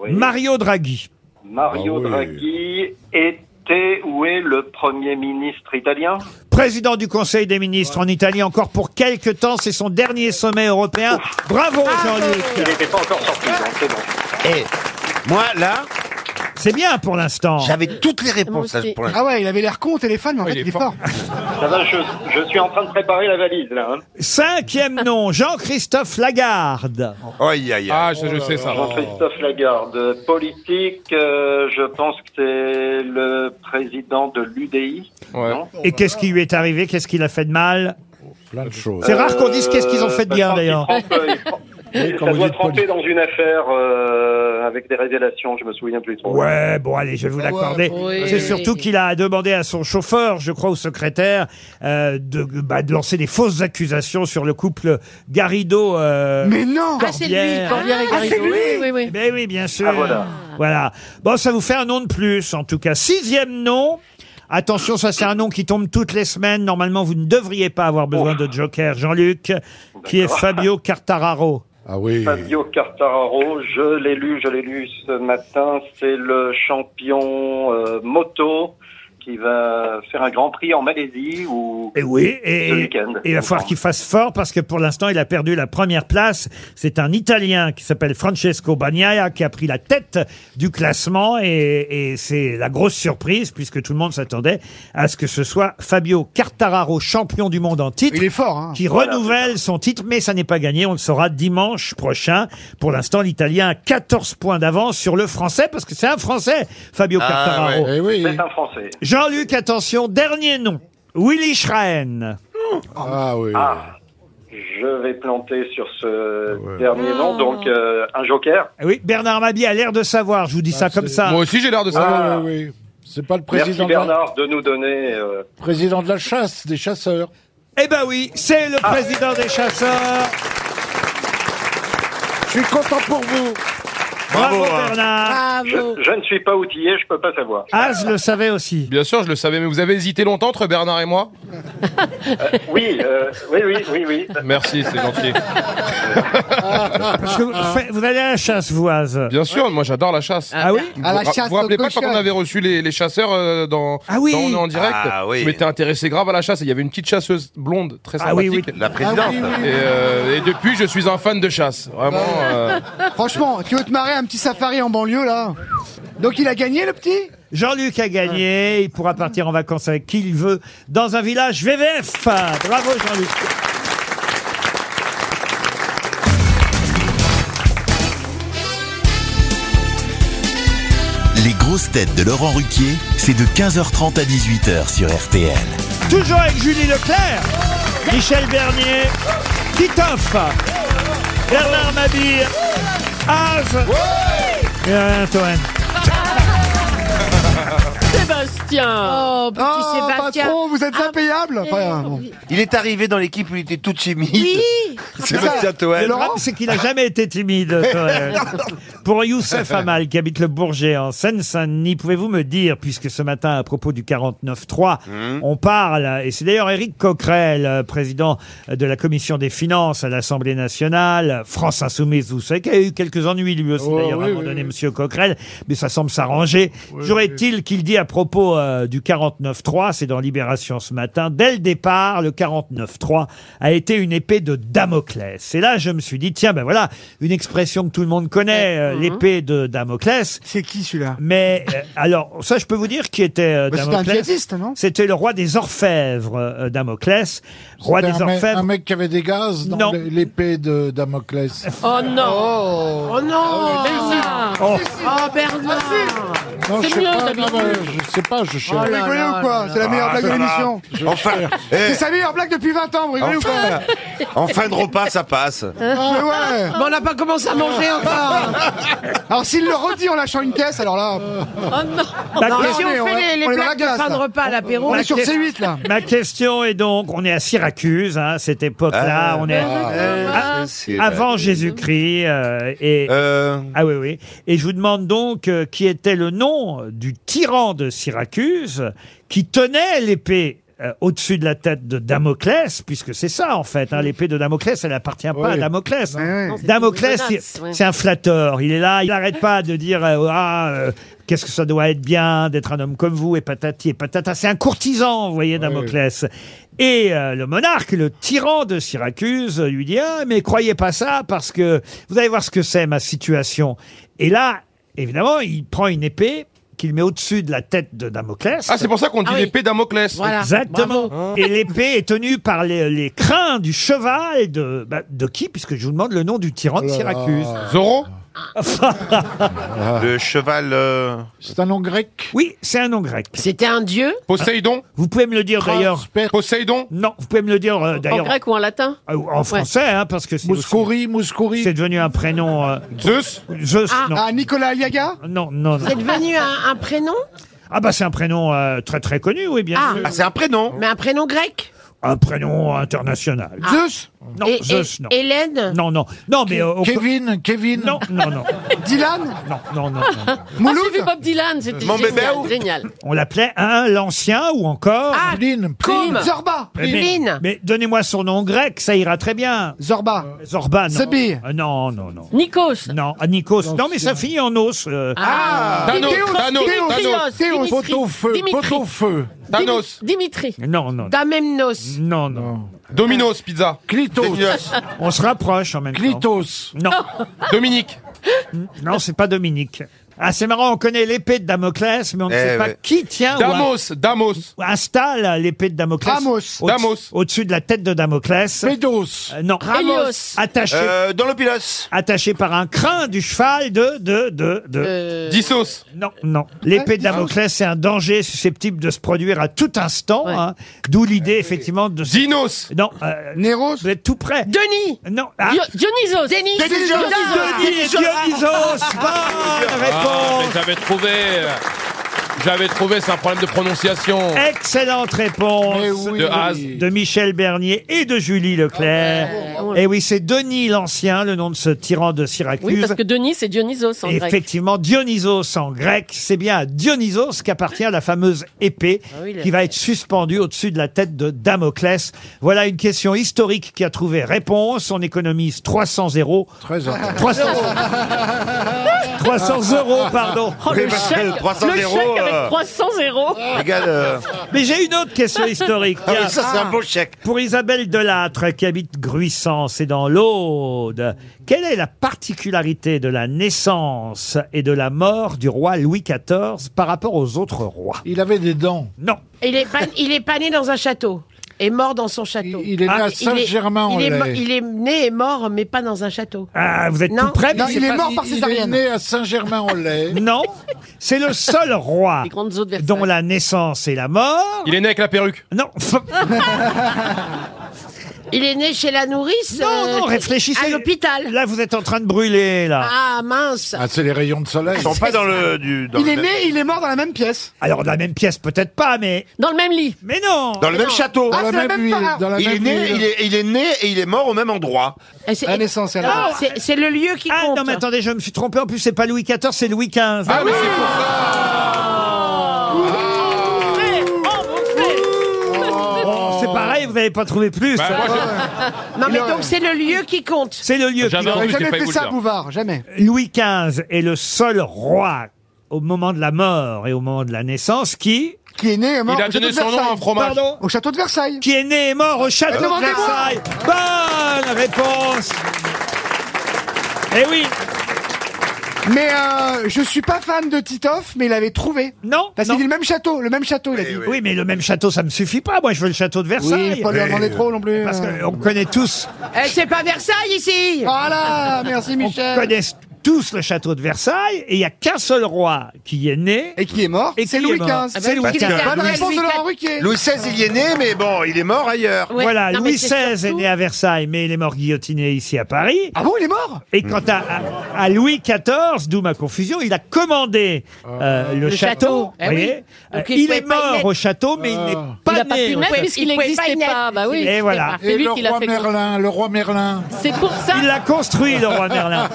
[SPEAKER 2] Mario Draghi.
[SPEAKER 14] Mario Draghi était ou est le premier ministre italien
[SPEAKER 2] Président du Conseil des ministres en Italie encore pour quelques temps. C'est son dernier sommet européen. Bravo,
[SPEAKER 14] Il
[SPEAKER 5] Ah,
[SPEAKER 2] Jean-Luc.
[SPEAKER 14] n'était pas encore sorti, donc c'est bon.
[SPEAKER 2] Et moi, là. C'est bien pour l'instant.
[SPEAKER 6] J'avais toutes les réponses. là, pour l'instant.
[SPEAKER 5] Ah ouais, il avait l'air con au téléphone, mais en fait, il est fort.
[SPEAKER 14] Ça va, je, je suis en train de préparer la valise, là. hein.
[SPEAKER 2] Cinquième nom, Jean-Christophe Lagarde.
[SPEAKER 7] Ah, je, je sais ça.
[SPEAKER 14] Jean-Christophe Lagarde, politique, euh, je pense que c'est le président de l'UDI. non
[SPEAKER 2] Et qu'est-ce qui lui est arrivé Qu'est-ce qu'il a fait de mal
[SPEAKER 11] Plein de choses.
[SPEAKER 2] C'est rare qu'on dise qu'est-ce qu'ils ont fait de
[SPEAKER 14] Euh,
[SPEAKER 2] bien
[SPEAKER 14] bah,
[SPEAKER 2] d'ailleurs.
[SPEAKER 14] je pense qu'il trempe, euh, il trempe-
[SPEAKER 11] quand
[SPEAKER 14] ça
[SPEAKER 11] vous
[SPEAKER 14] doit
[SPEAKER 11] dites
[SPEAKER 14] tremper dans une affaire euh, avec des révélations, je me souviens plus trop.
[SPEAKER 2] Ah Ouais, bon allez, je vais vous l'accorder.
[SPEAKER 14] Ah bah oui,
[SPEAKER 2] C'est
[SPEAKER 14] oui.
[SPEAKER 2] surtout qu'il a demandé à son chauffeur, je crois, au secrétaire, euh, de, bah, de lancer des fausses accusations sur le couple Garrido. euh,
[SPEAKER 5] Mais non
[SPEAKER 10] Ah,
[SPEAKER 2] Corbière.
[SPEAKER 10] Oui, oui, oui.
[SPEAKER 2] Ben oui, bien sûr. voilà. Bon, ça vous fait un nom de plus, en tout cas. Sixième nom. Attention, ça c'est un nom qui tombe toutes les semaines. Normalement, vous ne devriez pas avoir besoin de Joker, Jean-Luc, qui est
[SPEAKER 14] D'accord.
[SPEAKER 2] Fabio Cartararo.
[SPEAKER 11] Ah oui.
[SPEAKER 14] Fabio Cartararo, je l'ai lu, je l'ai lu ce matin, c'est le champion euh, moto qui va faire un grand prix en Malaisie ou
[SPEAKER 2] Et Eh oui, et,
[SPEAKER 14] ce week-end.
[SPEAKER 2] et il va falloir qu'il fasse fort parce que pour l'instant, il a perdu la première place. C'est un Italien qui s'appelle Francesco Bagnaia qui a pris la tête du classement et, et c'est la grosse surprise puisque tout le monde s'attendait à ce que ce soit Fabio Cartararo, champion du monde en titre.
[SPEAKER 5] Il est fort, hein.
[SPEAKER 2] Qui renouvelle son titre, mais ça n'est pas gagné. On le saura dimanche prochain. Pour l'instant, l'Italien a 14 points d'avance sur le Français parce que c'est un Français, Fabio Cartararo.
[SPEAKER 14] Ah,
[SPEAKER 5] Eh
[SPEAKER 14] C'est un Français.
[SPEAKER 2] Jean-Luc, attention, dernier nom. Willy Schrein.
[SPEAKER 11] Ah oui.
[SPEAKER 14] Ah, je vais planter sur
[SPEAKER 2] Ah
[SPEAKER 14] ce dernier nom, donc euh, un joker.
[SPEAKER 2] Eh Oui, Bernard Mabie a l'air de savoir, je vous dis ça comme ça.
[SPEAKER 7] Moi aussi, j'ai l'air de ça.
[SPEAKER 14] Ah, oui,
[SPEAKER 4] C'est pas le
[SPEAKER 11] Merci
[SPEAKER 4] président de, la,
[SPEAKER 11] Bernard de nous donner. euh,
[SPEAKER 4] président de la chasse, des chasseurs.
[SPEAKER 2] Eh ben oui, c'est le
[SPEAKER 6] Ah.
[SPEAKER 2] président des chasseurs.
[SPEAKER 4] Je suis content pour vous.
[SPEAKER 2] Bravo,
[SPEAKER 4] Bravo, hein.
[SPEAKER 2] Bernard.
[SPEAKER 11] Je, je ne suis pas outillé, je peux pas savoir.
[SPEAKER 2] Az Ah, le savait aussi.
[SPEAKER 7] Bien sûr, je le savais, mais vous avez hésité longtemps entre Bernard et moi
[SPEAKER 11] Oui, euh, oui, oui, oui, oui.
[SPEAKER 7] Merci, c'est gentil.
[SPEAKER 2] Parce que vous, faites- vous allez à la chasse, vous, Az.
[SPEAKER 7] Bien sûr, moi j'adore la chasse.
[SPEAKER 2] Ah oui
[SPEAKER 7] Vous-
[SPEAKER 2] À la
[SPEAKER 7] vous
[SPEAKER 2] chasse
[SPEAKER 7] vous rappelez
[SPEAKER 2] aux
[SPEAKER 7] pas quand
[SPEAKER 2] cochons.
[SPEAKER 7] on avait reçu les, les chasseurs euh, dans,
[SPEAKER 2] Ah oui.
[SPEAKER 7] dans On est en direct
[SPEAKER 6] Ah oui.
[SPEAKER 7] Je m'étais intéressé grave à la chasse. et Il y avait une petite chasseuse blonde très
[SPEAKER 2] Ah
[SPEAKER 7] sympathique.
[SPEAKER 2] oui, Ah oui. Ah.
[SPEAKER 6] La présidente.
[SPEAKER 7] Et, euh, et depuis, je suis un fan de chasse. Vraiment. euh,
[SPEAKER 5] Franchement, tu veux te marrer un petit safari en banlieue là Donc il a gagné le petit
[SPEAKER 2] Jean-Luc a gagné, il pourra partir en vacances avec qui il veut dans un village VVF. Bravo Jean-Luc.
[SPEAKER 1] Les grosses têtes de Laurent Ruquier, c'est de 15h30 à 18h sur RTL.
[SPEAKER 2] Toujours avec Julie Leclerc, Michel Bernier, Titoff, Bernard Mabir, Az et Alain Toen.
[SPEAKER 9] Sébastien
[SPEAKER 8] Oh, petit Sébastien.
[SPEAKER 5] patron, vous
[SPEAKER 10] Ah.
[SPEAKER 5] êtes
[SPEAKER 10] Eh,
[SPEAKER 5] impayable Enfin, bon.
[SPEAKER 6] Il est arrivé dans l'équipe où il était tout timide.
[SPEAKER 8] Oui.
[SPEAKER 6] C'est Sébastien Toen.
[SPEAKER 2] Le drame, c'est qu'il n'a jamais été euh, timide. Toen. Pour Youssef Amal, qui habite le Bourget, en Seine-Saint-Denis, pouvez-vous me dire, puisque ce matin, à propos du 49.3, on parle, et c'est d'ailleurs Éric Coquerel, euh, président de la Commission des Finances à l'Assemblée nationale, France Insoumise, vous savez, qui a eu quelques ennuis lui aussi,
[SPEAKER 4] Oh,
[SPEAKER 2] d'ailleurs, à un
[SPEAKER 4] oui,
[SPEAKER 2] moment
[SPEAKER 4] oui,
[SPEAKER 2] donné,
[SPEAKER 4] oui.
[SPEAKER 2] Monsieur Coquerel, mais ça semble s'arranger. Toujours est-il qu'il dit à propos euh, du 49.3, c'est dans Libération ce matin, dès le départ, le 49.3 a été une épée de Damoclès. Et là, je me suis dit, tiens, ben voilà, une expression que tout le monde connaît, euh, l'épée de Damoclès.
[SPEAKER 5] C'est qui celui-là
[SPEAKER 2] Mais euh, alors, ça, je peux vous dire qui était euh,
[SPEAKER 5] Bah, c'était un
[SPEAKER 2] Damoclès.
[SPEAKER 5] djihadiste, non
[SPEAKER 2] C'était le roi des orfèvres, euh, Damoclès. Roi
[SPEAKER 4] C'était
[SPEAKER 2] des
[SPEAKER 4] un mec-
[SPEAKER 2] orfèvres.
[SPEAKER 4] Un mec qui avait des gaz dans
[SPEAKER 2] Non.
[SPEAKER 4] l- l'épée de Damoclès.
[SPEAKER 9] Oh non
[SPEAKER 8] Oh non
[SPEAKER 2] Oh.
[SPEAKER 8] Oh Bernard
[SPEAKER 4] Non,
[SPEAKER 9] C'est
[SPEAKER 4] je sais
[SPEAKER 9] mieux,
[SPEAKER 4] pas,
[SPEAKER 9] d'habitude.
[SPEAKER 4] non, mais je sais pas, je cherche.
[SPEAKER 5] Vous rigolez ou quoi C'est la meilleure blague de l'émission.
[SPEAKER 6] Enfin,
[SPEAKER 5] C'est
[SPEAKER 6] eh,
[SPEAKER 5] sa meilleure blague depuis 20 ans, vous rigolez
[SPEAKER 6] enfin, en fin de repas, ça passe.
[SPEAKER 5] ou quoi Ah, Mais ouais
[SPEAKER 8] Mais on n'a pas commencé à manger encore
[SPEAKER 5] Alors s'il le redit en lâchant une caisse, alors là...
[SPEAKER 9] Oh non
[SPEAKER 2] Ma
[SPEAKER 8] Non, mais si
[SPEAKER 2] question-
[SPEAKER 8] on
[SPEAKER 5] on est-
[SPEAKER 8] Bah, fait les, les
[SPEAKER 5] on est dans la
[SPEAKER 8] plaques de
[SPEAKER 5] glace,
[SPEAKER 8] fin de
[SPEAKER 5] là.
[SPEAKER 8] repas à l'apéro, Bah,
[SPEAKER 5] On est sur C8 là
[SPEAKER 2] Ma question est donc, on est à Syracuse, hein, à cette époque-là,
[SPEAKER 6] Ah,
[SPEAKER 2] on est
[SPEAKER 6] ah,
[SPEAKER 2] Ah,
[SPEAKER 6] c'est-
[SPEAKER 2] avant Jésus-Christ, euh, et
[SPEAKER 6] Euh,
[SPEAKER 2] ah oui oui. Et je vous demande donc euh, qui était le nom du tyran de Syracuse qui tenait l'épée. euh, Au-dessus de la tête de Damoclès, puisque c'est ça en fait, hein, l'épée de Damoclès, elle appartient pas
[SPEAKER 4] Oui.
[SPEAKER 2] à Damoclès.
[SPEAKER 5] Ouais, ouais.
[SPEAKER 9] Non, c'est
[SPEAKER 2] Damoclès,
[SPEAKER 9] une menace,
[SPEAKER 2] c'est
[SPEAKER 9] ouais.
[SPEAKER 2] c'est un flatteur. Il est là, il n'arrête pas de dire euh, ah, euh, qu'est-ce que ça doit être bien d'être un homme comme vous et patati et patata. C'est un courtisan, vous voyez, Damoclès. Et euh, le monarque, le tyran de Syracuse, euh, lui dit ah mais croyez pas ça parce que vous allez voir ce que c'est ma situation. Et là, évidemment, il prend une épée qu'il met au-dessus de la tête de Damoclès.
[SPEAKER 7] Ah, c'est pour ça qu'on dit
[SPEAKER 8] Ah oui.
[SPEAKER 7] l'épée Damoclès.
[SPEAKER 8] Voilà.
[SPEAKER 2] Exactement. Et l'épée est tenue par les, les crins du cheval de bah, de qui Puisque je vous demande le nom du tyran de
[SPEAKER 4] Oh là là.
[SPEAKER 2] Syracuse.
[SPEAKER 7] Zorro
[SPEAKER 6] le cheval. euh,
[SPEAKER 4] Ah. C'est un nom grec.
[SPEAKER 2] Oui, c'est un nom grec. Ah.
[SPEAKER 9] C'était un dieu
[SPEAKER 7] Poséidon
[SPEAKER 2] Vous pouvez me le dire d'ailleurs.
[SPEAKER 4] Transper-
[SPEAKER 7] Poséidon
[SPEAKER 2] Non, vous pouvez me le dire euh,
[SPEAKER 9] En
[SPEAKER 2] d'ailleurs
[SPEAKER 9] grec ou en latin
[SPEAKER 2] euh, en français, hein, parce que c'est aussi-
[SPEAKER 4] Mouskouri, Mouskouri.
[SPEAKER 2] c'est devenu un prénom. euh,
[SPEAKER 7] Zeus
[SPEAKER 2] Zeus,
[SPEAKER 8] Ah,
[SPEAKER 2] non. Euh,
[SPEAKER 5] Ah, Nicolas Aliaga
[SPEAKER 2] non, non, non.
[SPEAKER 8] c'est devenu un, un prénom,
[SPEAKER 2] Ah bah c'est un prénom euh, très très connu, oui bien
[SPEAKER 8] Ah.
[SPEAKER 2] sûr.
[SPEAKER 6] Ah, c'est un prénom.
[SPEAKER 8] mais un prénom grec. Ah.
[SPEAKER 2] Un prénom international.
[SPEAKER 5] Zeus
[SPEAKER 2] Non,
[SPEAKER 8] Et-
[SPEAKER 2] Zeus,
[SPEAKER 8] et-
[SPEAKER 2] non.
[SPEAKER 8] Hélène
[SPEAKER 2] Non, non, non, mais euh, on peut-
[SPEAKER 4] Kevin, Kevin.
[SPEAKER 2] non, non, non,
[SPEAKER 5] Dylan
[SPEAKER 2] non, non, non, non.
[SPEAKER 9] Moi Ah, j'ai vu Bob Dylan, c'était
[SPEAKER 6] Mon bébé
[SPEAKER 9] génial,
[SPEAKER 6] ou-
[SPEAKER 9] génial.
[SPEAKER 2] On l'appelait un l'ancien ou encore.
[SPEAKER 8] Ah,
[SPEAKER 4] Pline,
[SPEAKER 8] Comme
[SPEAKER 5] Zorba
[SPEAKER 9] Eh
[SPEAKER 2] mais,
[SPEAKER 8] Lynn.
[SPEAKER 2] mais donnez-moi son nom grec, ça ira très bien.
[SPEAKER 5] Zorba
[SPEAKER 2] Zorba, non.
[SPEAKER 5] Sabir.
[SPEAKER 2] Euh, non, non, non.
[SPEAKER 9] Nikos
[SPEAKER 2] Non, à Nikos. Non, mais ça finit en os. euh,
[SPEAKER 9] Ah
[SPEAKER 7] Thanos,
[SPEAKER 5] Théo,
[SPEAKER 7] Thanos,
[SPEAKER 5] Théo,
[SPEAKER 7] Thanos,
[SPEAKER 5] Théo,
[SPEAKER 4] Poteau feu,
[SPEAKER 9] Dimitri.
[SPEAKER 4] poteau feu.
[SPEAKER 7] Thanos,
[SPEAKER 9] Dimitri
[SPEAKER 2] Non, non,
[SPEAKER 8] Damemnos.
[SPEAKER 2] non, non.
[SPEAKER 7] Dominos Pizza,
[SPEAKER 4] Clitos,
[SPEAKER 2] On se rapproche en même temps.
[SPEAKER 4] Clitos.
[SPEAKER 2] Non,
[SPEAKER 7] Dominique.
[SPEAKER 2] Hmm. non, c'est pas Dominique. Ah, c'est marrant, on connaît l'épée de Damoclès, mais on ne
[SPEAKER 6] Eh
[SPEAKER 2] sait pas
[SPEAKER 6] ouais.
[SPEAKER 2] qui tient ou,
[SPEAKER 7] Damos, Damos,
[SPEAKER 2] a- ou installe l'épée de Damoclès.
[SPEAKER 5] Ramos.
[SPEAKER 2] Au-
[SPEAKER 7] Damos.
[SPEAKER 2] Au-dessus de la tête de Damoclès.
[SPEAKER 4] Pédos.
[SPEAKER 2] Euh, non.
[SPEAKER 9] Hélios.
[SPEAKER 2] Attaché,
[SPEAKER 6] Euh, dans le pilos.
[SPEAKER 2] attaché par un crin du cheval de, de, de, de.
[SPEAKER 9] Euh,
[SPEAKER 7] Dissos,
[SPEAKER 2] Non, non. L'épée de Damoclès, c'est un danger susceptible de se produire à tout instant.
[SPEAKER 9] Ouais.
[SPEAKER 2] hein. D'où l'idée, effectivement, de...
[SPEAKER 7] Dinos,
[SPEAKER 2] Non, euh,
[SPEAKER 5] Néros
[SPEAKER 2] vous êtes tout près.
[SPEAKER 8] Denis
[SPEAKER 2] Non. ah.
[SPEAKER 9] Dio- Dionysos
[SPEAKER 2] Denis et Dionysos, bonne
[SPEAKER 7] Ah, mais
[SPEAKER 2] réponse
[SPEAKER 7] j'avais trouvé. J'avais trouvé, c'est un problème de prononciation.
[SPEAKER 2] Eh, Excellente réponse
[SPEAKER 7] oui. De Haas.
[SPEAKER 2] de Michel Bernier et de Julie Leclerc.
[SPEAKER 9] Ah
[SPEAKER 2] Et oui, c'est Denis l'Ancien, le nom de ce tyran de Syracuse.
[SPEAKER 9] Oui, parce que Denis, c'est Dionysos en grec.
[SPEAKER 2] Effectivement, Dionysos en grec, c'est bien à Dionysos qu'appartient la fameuse épée
[SPEAKER 9] Ah oui, la-
[SPEAKER 2] qui va être suspendue au-dessus de la tête de Damoclès. Voilà une question historique qui a trouvé réponse. On économise 300 euros. 300, 300 euros, pardon.
[SPEAKER 9] Oh, le chèque, le chèque
[SPEAKER 7] euh,
[SPEAKER 2] euh,
[SPEAKER 9] avec 300 euros.
[SPEAKER 2] Ah. Mais j'ai une autre question historique.
[SPEAKER 9] euh. Ah oui, ça, c'est un
[SPEAKER 2] beau chèque. Pour Isabelle Delattre, qui habite Gruissance et dans l'Aude, quelle est la particularité de la naissance et de la mort du roi Louis XIV par rapport aux autres rois Il avait des dents. Non.
[SPEAKER 8] Il est, pas, il est pas né dans un château. Et mort dans son château. Ah, Il,
[SPEAKER 2] est né à Saint-Germain-en-Laye.
[SPEAKER 8] Il, est mo- il est né et mort, mais pas dans un château.
[SPEAKER 2] Ah, vous êtes
[SPEAKER 8] Non.
[SPEAKER 2] tout prêt
[SPEAKER 8] Non, il est mort par césarienne.
[SPEAKER 2] né à Saint-Germain-en-Laye. non, c'est le seul roi dont la naissance et la mort.
[SPEAKER 7] Il est né avec la perruque.
[SPEAKER 2] Non.
[SPEAKER 8] Il est né chez la nourrice. euh,
[SPEAKER 2] Non, non,
[SPEAKER 8] À
[SPEAKER 2] réfléchissez.
[SPEAKER 8] l'hôpital.
[SPEAKER 2] Là, vous êtes en train de brûler, là.
[SPEAKER 8] Ah mince.
[SPEAKER 2] c'est les rayons de soleil.
[SPEAKER 6] Ils sont pas dans le. Du, dans
[SPEAKER 5] Il
[SPEAKER 6] le
[SPEAKER 5] est
[SPEAKER 6] même-
[SPEAKER 5] né, il est mort dans la même pièce.
[SPEAKER 2] Alors, dans la même pièce, peut-être pas, mais.
[SPEAKER 9] Dans le même lit.
[SPEAKER 2] Mais non
[SPEAKER 6] Dans le même château.
[SPEAKER 5] Ah, c'est la même part.
[SPEAKER 6] il, est né, il, est, il est né et il est mort au même endroit.
[SPEAKER 5] La naissance, elle
[SPEAKER 8] Ah, c'est- C'est le lieu qui
[SPEAKER 2] Ah
[SPEAKER 8] compte.
[SPEAKER 2] non, mais attendez, je me suis trompé. En plus, c'est pas Louis XIV, c'est Louis XV. Ah oui,
[SPEAKER 5] Oh.
[SPEAKER 2] Oh, c'est pareil, vous n'avez pas trouvé plus.
[SPEAKER 8] Non, mais donc c'est le lieu qui compte.
[SPEAKER 2] C'est le lieu.
[SPEAKER 5] J'avais
[SPEAKER 2] qui-
[SPEAKER 5] entendu, Jamais j'ai failli fait vous le ça, dire. Bouvard, jamais.
[SPEAKER 2] Louis XV est le seul roi au moment de la mort et au moment de la naissance qui.
[SPEAKER 5] Qui est né et mort
[SPEAKER 2] Il a
[SPEAKER 5] au château
[SPEAKER 2] donné
[SPEAKER 5] de
[SPEAKER 2] son nom à un
[SPEAKER 5] Versailles.
[SPEAKER 2] fromage. Pardon
[SPEAKER 5] Au château de Versailles.
[SPEAKER 2] Qui est né et mort au château de
[SPEAKER 5] Demandez-moi.
[SPEAKER 2] Versailles. Bonne réponse. Eh oui.
[SPEAKER 5] Mais euh, je suis pas fan de Titoff, mais il avait trouvé.
[SPEAKER 2] Non.
[SPEAKER 5] Parce qu'il dit Bah, le même château, le même château, il a dit.
[SPEAKER 2] Oui, mais le même château, ça me suffit pas. Moi, je veux le château de Versailles.
[SPEAKER 5] pas lui en demander trop non plus.
[SPEAKER 2] Parce qu'on connaît tous,
[SPEAKER 8] Eh, c'est pas Versailles ici.
[SPEAKER 5] Voilà, merci
[SPEAKER 2] on
[SPEAKER 5] Michel.
[SPEAKER 2] connaît tous le château de Versailles, et il y a qu'un seul roi qui est né.
[SPEAKER 5] Et qui est mort.
[SPEAKER 2] Et
[SPEAKER 5] C'est
[SPEAKER 2] qui est
[SPEAKER 5] Louis
[SPEAKER 2] mort.
[SPEAKER 5] XV.
[SPEAKER 2] Ah ben, Louis XV.
[SPEAKER 5] Bonne
[SPEAKER 2] Louis-
[SPEAKER 5] réponse de Laurent Ruquier.
[SPEAKER 6] Louis XVI, il est né, mais bon, il est mort ailleurs.
[SPEAKER 2] voilà, Louis XVI est né à Versailles, mais il est mort guillotiné ici à Paris.
[SPEAKER 5] Ah bon, il est mort
[SPEAKER 2] Et quant à, à- à Louis XIV, d'où ma confusion, il a commandé euh, le,
[SPEAKER 8] Le
[SPEAKER 2] château.
[SPEAKER 8] château,
[SPEAKER 2] vous
[SPEAKER 8] eh oui.
[SPEAKER 2] voyez.
[SPEAKER 8] Donc,
[SPEAKER 2] Euh,
[SPEAKER 8] il
[SPEAKER 2] il
[SPEAKER 8] pouvait
[SPEAKER 2] est
[SPEAKER 8] pas y
[SPEAKER 2] mort
[SPEAKER 8] naître.
[SPEAKER 2] au château, mais il n'est
[SPEAKER 6] Ah.
[SPEAKER 2] pas
[SPEAKER 9] Il a pas
[SPEAKER 2] né.
[SPEAKER 9] pu naître puisqu'il
[SPEAKER 8] Il pouvait pas y
[SPEAKER 9] n'existait
[SPEAKER 8] naître.
[SPEAKER 9] pas. Bah oui.
[SPEAKER 2] Et voilà.
[SPEAKER 9] C'est lui qui l'a fait.
[SPEAKER 2] le roi Merlin.
[SPEAKER 9] C'est pour ça.
[SPEAKER 2] Il l'a construit, le roi Merlin.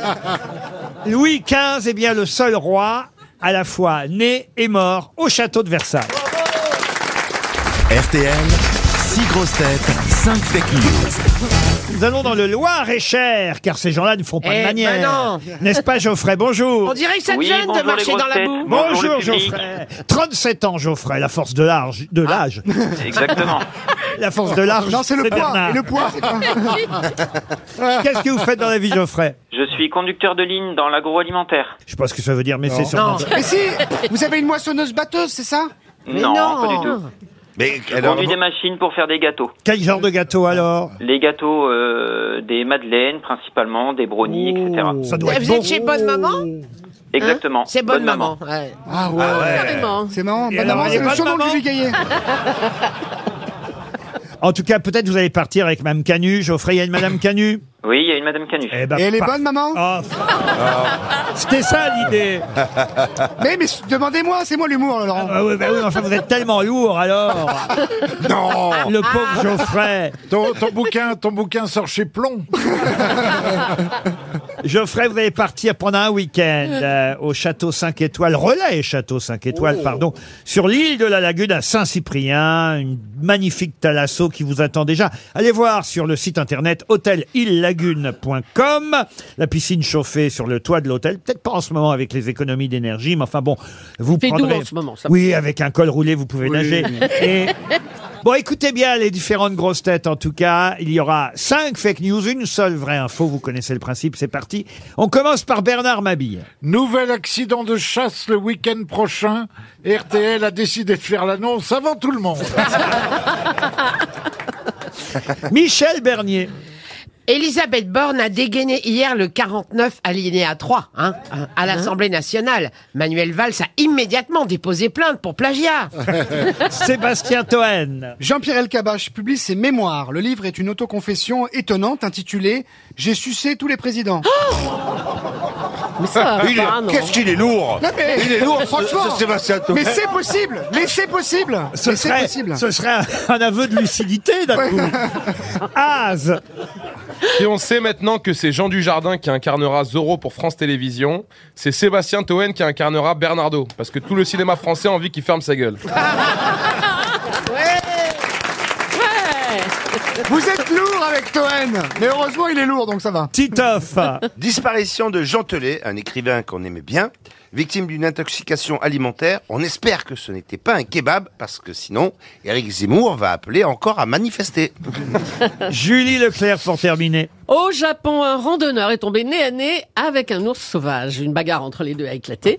[SPEAKER 2] Louis XV est bien le seul roi à la fois né et mort au château de Versailles.
[SPEAKER 1] RTL, 6 grosses têtes, 5 fake news.
[SPEAKER 2] Nous allons dans le Loir-et-Cher, car ces gens-là ne font pas
[SPEAKER 8] Eh,
[SPEAKER 2] de
[SPEAKER 8] ben
[SPEAKER 2] manière.
[SPEAKER 8] non.
[SPEAKER 2] N'est-ce pas, Geoffrey Bonjour.
[SPEAKER 8] On dirait que ça te
[SPEAKER 2] Oui,
[SPEAKER 8] gêne de
[SPEAKER 2] bonjour,
[SPEAKER 8] marcher
[SPEAKER 2] les
[SPEAKER 8] dans la
[SPEAKER 2] grosses
[SPEAKER 8] boue.
[SPEAKER 2] têtes. Bonjour, Geoffrey. 37 ans, Geoffrey, la force de l'âge. De l'âge.
[SPEAKER 15] Exactement.
[SPEAKER 2] La force de l'âge.
[SPEAKER 5] Non, c'est le poids,
[SPEAKER 2] Bernard.
[SPEAKER 5] et le poids.
[SPEAKER 2] Qu'est-ce que vous faites dans la vie, Geoffrey
[SPEAKER 15] Je suis conducteur de ligne dans l'agroalimentaire.
[SPEAKER 2] Je sais pas ce que ça veut dire, mais c'est
[SPEAKER 5] Non.
[SPEAKER 2] sûrement.
[SPEAKER 5] Mais si, vous avez une moissonneuse batteuse, c'est ça
[SPEAKER 15] Non, pas du tout.
[SPEAKER 6] Mais
[SPEAKER 15] Je conduis des machines pour faire des gâteaux.
[SPEAKER 2] Quel genre de gâteau alors
[SPEAKER 15] Les gâteaux, euh, des madeleines principalement, des brownies, etc.
[SPEAKER 2] Ça doit
[SPEAKER 8] Eh,
[SPEAKER 2] être
[SPEAKER 8] Vous
[SPEAKER 2] bon.
[SPEAKER 8] êtes
[SPEAKER 5] Oh.
[SPEAKER 8] chez Bonne Maman
[SPEAKER 15] Exactement.
[SPEAKER 8] C'est Bonne, Maman. ouais.
[SPEAKER 5] Ah ouais. C'est marrant.
[SPEAKER 2] Et
[SPEAKER 5] Bonne
[SPEAKER 2] alors,
[SPEAKER 5] maman,
[SPEAKER 2] elle est
[SPEAKER 5] c'est le
[SPEAKER 2] bonne
[SPEAKER 5] surnom
[SPEAKER 2] maman
[SPEAKER 5] du Gaillet.
[SPEAKER 2] En tout cas, peut-être vous allez partir avec Madame Canu. Geoffrey, il y a une Madame Canu
[SPEAKER 15] Oui, il y a une Madame Canu.
[SPEAKER 2] Eh ben,
[SPEAKER 5] Et elle est
[SPEAKER 2] par-
[SPEAKER 5] bonne, maman
[SPEAKER 2] Ah. C'était ça l'idée.
[SPEAKER 5] Mais, mais demandez-moi, c'est moi l'humour, Laurent.
[SPEAKER 2] Ah oui, bah oui, enfin, vous êtes tellement lourd alors.
[SPEAKER 4] Oh.
[SPEAKER 16] Non
[SPEAKER 2] Le
[SPEAKER 9] Ah.
[SPEAKER 2] pauvre Geoffrey.
[SPEAKER 16] ton, ton bouquin, ton bouquin sort chez Plomb.
[SPEAKER 2] Geoffrey, vous allez partir pendant un week-end euh, au château 5 étoiles, relais château 5
[SPEAKER 9] Oh.
[SPEAKER 2] étoiles, pardon, sur l'île de la Lagune à Saint-Cyprien, une magnifique thalasso qui vous attend déjà. Allez voir sur le site internet hôtelillelagune.com, la piscine chauffée sur le toit de l'hôtel, peut-être pas en ce moment avec les économies d'énergie, mais enfin bon, vous
[SPEAKER 9] fait doux
[SPEAKER 2] prendrez...
[SPEAKER 9] en ce moment, ça.
[SPEAKER 2] oui, avec un col roulé, vous pouvez nager. Et... Bon, écoutez bien les différentes grosses têtes en tout cas. Il y aura cinq fake news, une seule vraie info. Vous connaissez le principe, c'est parti. On commence par Bernard Mabille.
[SPEAKER 16] Nouvel accident de chasse le week-end prochain. RTL a décidé de faire l'annonce avant tout le monde.
[SPEAKER 2] Michel Bernier.
[SPEAKER 8] Elisabeth Borne a dégainé hier le 49 alinéa 3 hein, hein, à l'Assemblée nationale. Manuel Valls a immédiatement déposé plainte pour plagiat.
[SPEAKER 2] Sébastien Toen.
[SPEAKER 5] Jean-Pierre Elkabach publie ses mémoires. Le livre est une autoconfession étonnante intitulée J'ai sucé tous les présidents.
[SPEAKER 9] Mais ça va
[SPEAKER 6] Il
[SPEAKER 9] pas,
[SPEAKER 6] est-
[SPEAKER 9] non.
[SPEAKER 6] Qu'est-ce qu'il est lourd
[SPEAKER 5] Non, mais-
[SPEAKER 6] Il est lourd, ce-
[SPEAKER 5] franchement.
[SPEAKER 6] ce Sébastien Toen.
[SPEAKER 5] mais c'est possible, mais c'est possible,
[SPEAKER 2] Ce
[SPEAKER 5] mais c'est
[SPEAKER 2] serait,
[SPEAKER 5] possible.
[SPEAKER 2] ce serait un- un aveu de lucidité d'un coup. Az
[SPEAKER 7] Si on sait maintenant que c'est Jean Dujardin qui incarnera Zorro pour France Télévisions, c'est Sébastien Toen qui incarnera Bernardo. Parce que tout le cinéma français a envie qu'il ferme sa gueule.
[SPEAKER 11] Ah,
[SPEAKER 5] Vous êtes lourd avec Toen, mais heureusement il est lourd donc ça va.
[SPEAKER 2] Titoff
[SPEAKER 6] Disparition de Jean Telet, un écrivain qu'on aimait bien, victime d'une intoxication alimentaire. On espère que ce n'était pas un kebab, parce que sinon, Eric Zemmour va appeler encore à manifester.
[SPEAKER 2] Julie Leclerc pour terminer.
[SPEAKER 9] Au Japon, un randonneur est tombé nez à nez avec un ours sauvage. Une bagarre entre les deux a éclaté.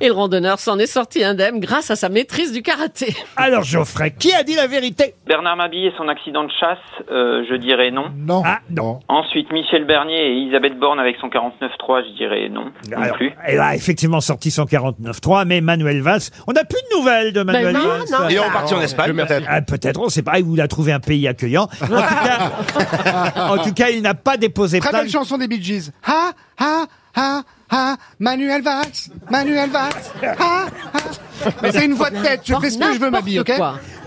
[SPEAKER 9] Et le randonneur s'en est sorti indemne grâce à sa maîtrise du karaté.
[SPEAKER 2] Alors Geoffrey, qui a dit la vérité
[SPEAKER 15] Bernard Mabille et son accident de chasse, euh, je dirais non.
[SPEAKER 16] Non.
[SPEAKER 2] Ah, non.
[SPEAKER 15] Ensuite, Michel Bernier et Elisabeth Borne avec son 49.3, je dirais non. non
[SPEAKER 2] Alors, eh ben,
[SPEAKER 15] plus.
[SPEAKER 2] Elle a effectivement sorti 149.3, mais Manuel Valls, on n'a plus de nouvelles de Manuel
[SPEAKER 15] Ben non,
[SPEAKER 2] Valls.
[SPEAKER 15] non, Et on est parti en
[SPEAKER 2] Ah,
[SPEAKER 15] Espagne,
[SPEAKER 2] je-
[SPEAKER 15] peut-être.
[SPEAKER 2] Ah, Peut-être, on ne sait pas, il a trouvé un pays accueillant. En tout cas, en tout cas, il n'a pas déposé
[SPEAKER 5] Très
[SPEAKER 2] plainte.
[SPEAKER 5] belle chanson des Bee Gees. Ha ha ha ha Manuel Valls, Manuel Valls. Ha ha. Mais c'est une voix de tête. Je fais ce que je veux, ma bille, ok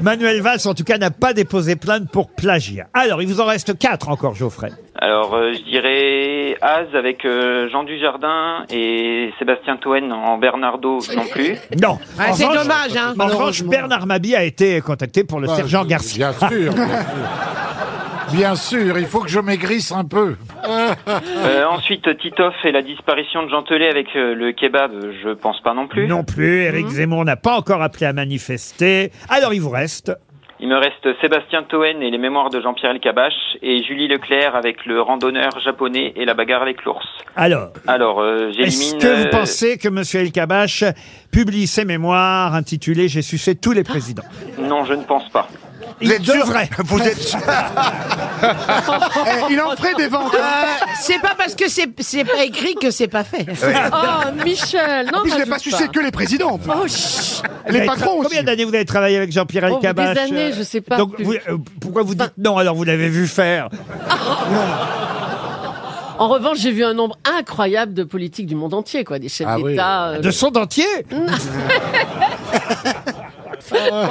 [SPEAKER 2] Manuel Valls, en tout cas, n'a pas déposé plainte pour plagiat. Alors, il vous en reste quatre encore, Geoffrey.
[SPEAKER 15] Alors, euh, je dirais Az avec euh, Jean Dujardin et Sébastien Toen en Bernardo non plus.
[SPEAKER 2] Non.
[SPEAKER 5] Ah,
[SPEAKER 15] Ouais,
[SPEAKER 2] En
[SPEAKER 15] c'est
[SPEAKER 2] revanche-
[SPEAKER 15] dommage, hein,
[SPEAKER 2] En revanche,
[SPEAKER 15] malheureusement.
[SPEAKER 2] Bernard Mabie a été contacté pour le
[SPEAKER 16] Bah,
[SPEAKER 2] sergent
[SPEAKER 16] je-
[SPEAKER 2] Garcia.
[SPEAKER 16] Bien sûr, bien sûr. Bien sûr, il faut que je maigrisse un peu.
[SPEAKER 15] Euh, ensuite, Titoff et la disparition de Jean Telet avec euh, le kebab, je pense pas non plus. Mhm.
[SPEAKER 2] Non plus. Éric Zemmour n'a pas encore appelé à manifester. Alors, il vous reste.
[SPEAKER 15] Il me reste Sébastien Toen et les mémoires de Jean-Pierre Elkabach et Julie Leclerc avec le randonneur japonais et la bagarre avec l'ours.
[SPEAKER 2] Alors.
[SPEAKER 15] Alors, euh,
[SPEAKER 2] Est-ce
[SPEAKER 15] j'élimine...
[SPEAKER 2] que vous
[SPEAKER 15] euh,
[SPEAKER 2] pensez que M. El Kabache publie ses mémoires intitulées J'ai sucé tous les présidents
[SPEAKER 15] Non, je ne pense pas.
[SPEAKER 2] Il devrait.
[SPEAKER 6] Vous êtes
[SPEAKER 5] il en ferait des ventes.
[SPEAKER 8] Euh, c'est pas parce que c'est c'est pas écrit que c'est pas fait.
[SPEAKER 9] Oh, Michel, non,
[SPEAKER 5] En plus, je
[SPEAKER 9] moi,
[SPEAKER 5] l'ai pas
[SPEAKER 9] doute
[SPEAKER 5] sucé que les présidents.
[SPEAKER 9] Oh, chut.
[SPEAKER 2] Vous avez tra- Combien d'années vous avez travaillé avec Jean-Pierre
[SPEAKER 9] Oh,
[SPEAKER 2] El
[SPEAKER 9] des
[SPEAKER 2] Kabache
[SPEAKER 9] années, je sais pas,
[SPEAKER 2] Donc,
[SPEAKER 9] plus.
[SPEAKER 2] vous- euh, pourquoi vous dites non alors vous l'avez vu faire
[SPEAKER 9] En revanche, j'ai vu un nombre incroyable de politiques du monde entier, quoi, des chefs d'État. euh,
[SPEAKER 2] Ah De son entier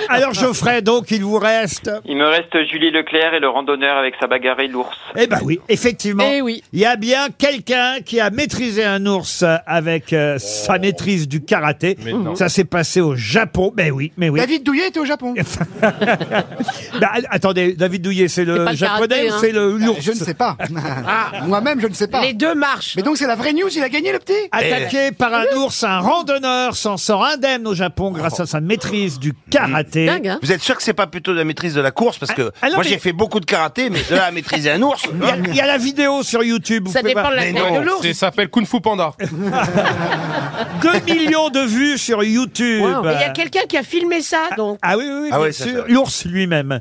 [SPEAKER 2] Alors Geoffrey, donc il vous reste.
[SPEAKER 15] Il me reste Julie Leclerc et le randonneur avec sa bagarre et l'ours.
[SPEAKER 2] Eh ben oui, effectivement.
[SPEAKER 9] Eh
[SPEAKER 2] Il y a bien quelqu'un qui a maîtrisé un ours avec euh, sa maîtrise du karaté.
[SPEAKER 5] Mais non.
[SPEAKER 2] Ça s'est passé au Japon. Ben oui, mais oui.
[SPEAKER 5] David Douillet était au Japon.
[SPEAKER 2] Bah, a- attendez, David Douillet, c'est
[SPEAKER 5] C'est
[SPEAKER 2] le
[SPEAKER 5] pas le
[SPEAKER 2] japonais
[SPEAKER 5] karaté,
[SPEAKER 2] ou
[SPEAKER 5] hein.
[SPEAKER 2] c'est le l'ours
[SPEAKER 5] Je ne sais pas. Ah. Moi-même, je ne sais pas. Les
[SPEAKER 8] deux marches.
[SPEAKER 5] Mais donc, c'est la vraie news. Il a gagné le petit. Eh.
[SPEAKER 2] Attaqué par un ours, un randonneur s'en sort indemne au Japon grâce à sa maîtrise du karaté.
[SPEAKER 8] hein.
[SPEAKER 6] Vous êtes sûr que c'est pas plutôt de la maîtrise de la course Parce que
[SPEAKER 2] ah non,
[SPEAKER 6] moi
[SPEAKER 2] mais-
[SPEAKER 6] j'ai fait beaucoup de karaté, mais de là à maîtriser un ours. hein.
[SPEAKER 2] Il y a- il y, a la vidéo sur YouTube. vous pouvez voir.
[SPEAKER 7] Mais non, c'est- Ça s'appelle Kung Fu Panda.
[SPEAKER 2] 2 millions de vues sur YouTube.
[SPEAKER 8] Wow. Et Il y a quelqu'un qui a filmé ça, donc.
[SPEAKER 2] Ah oui, oui, oui,
[SPEAKER 8] Ah
[SPEAKER 2] bien
[SPEAKER 8] oui, ça,
[SPEAKER 2] sûr. L'ours lui-même.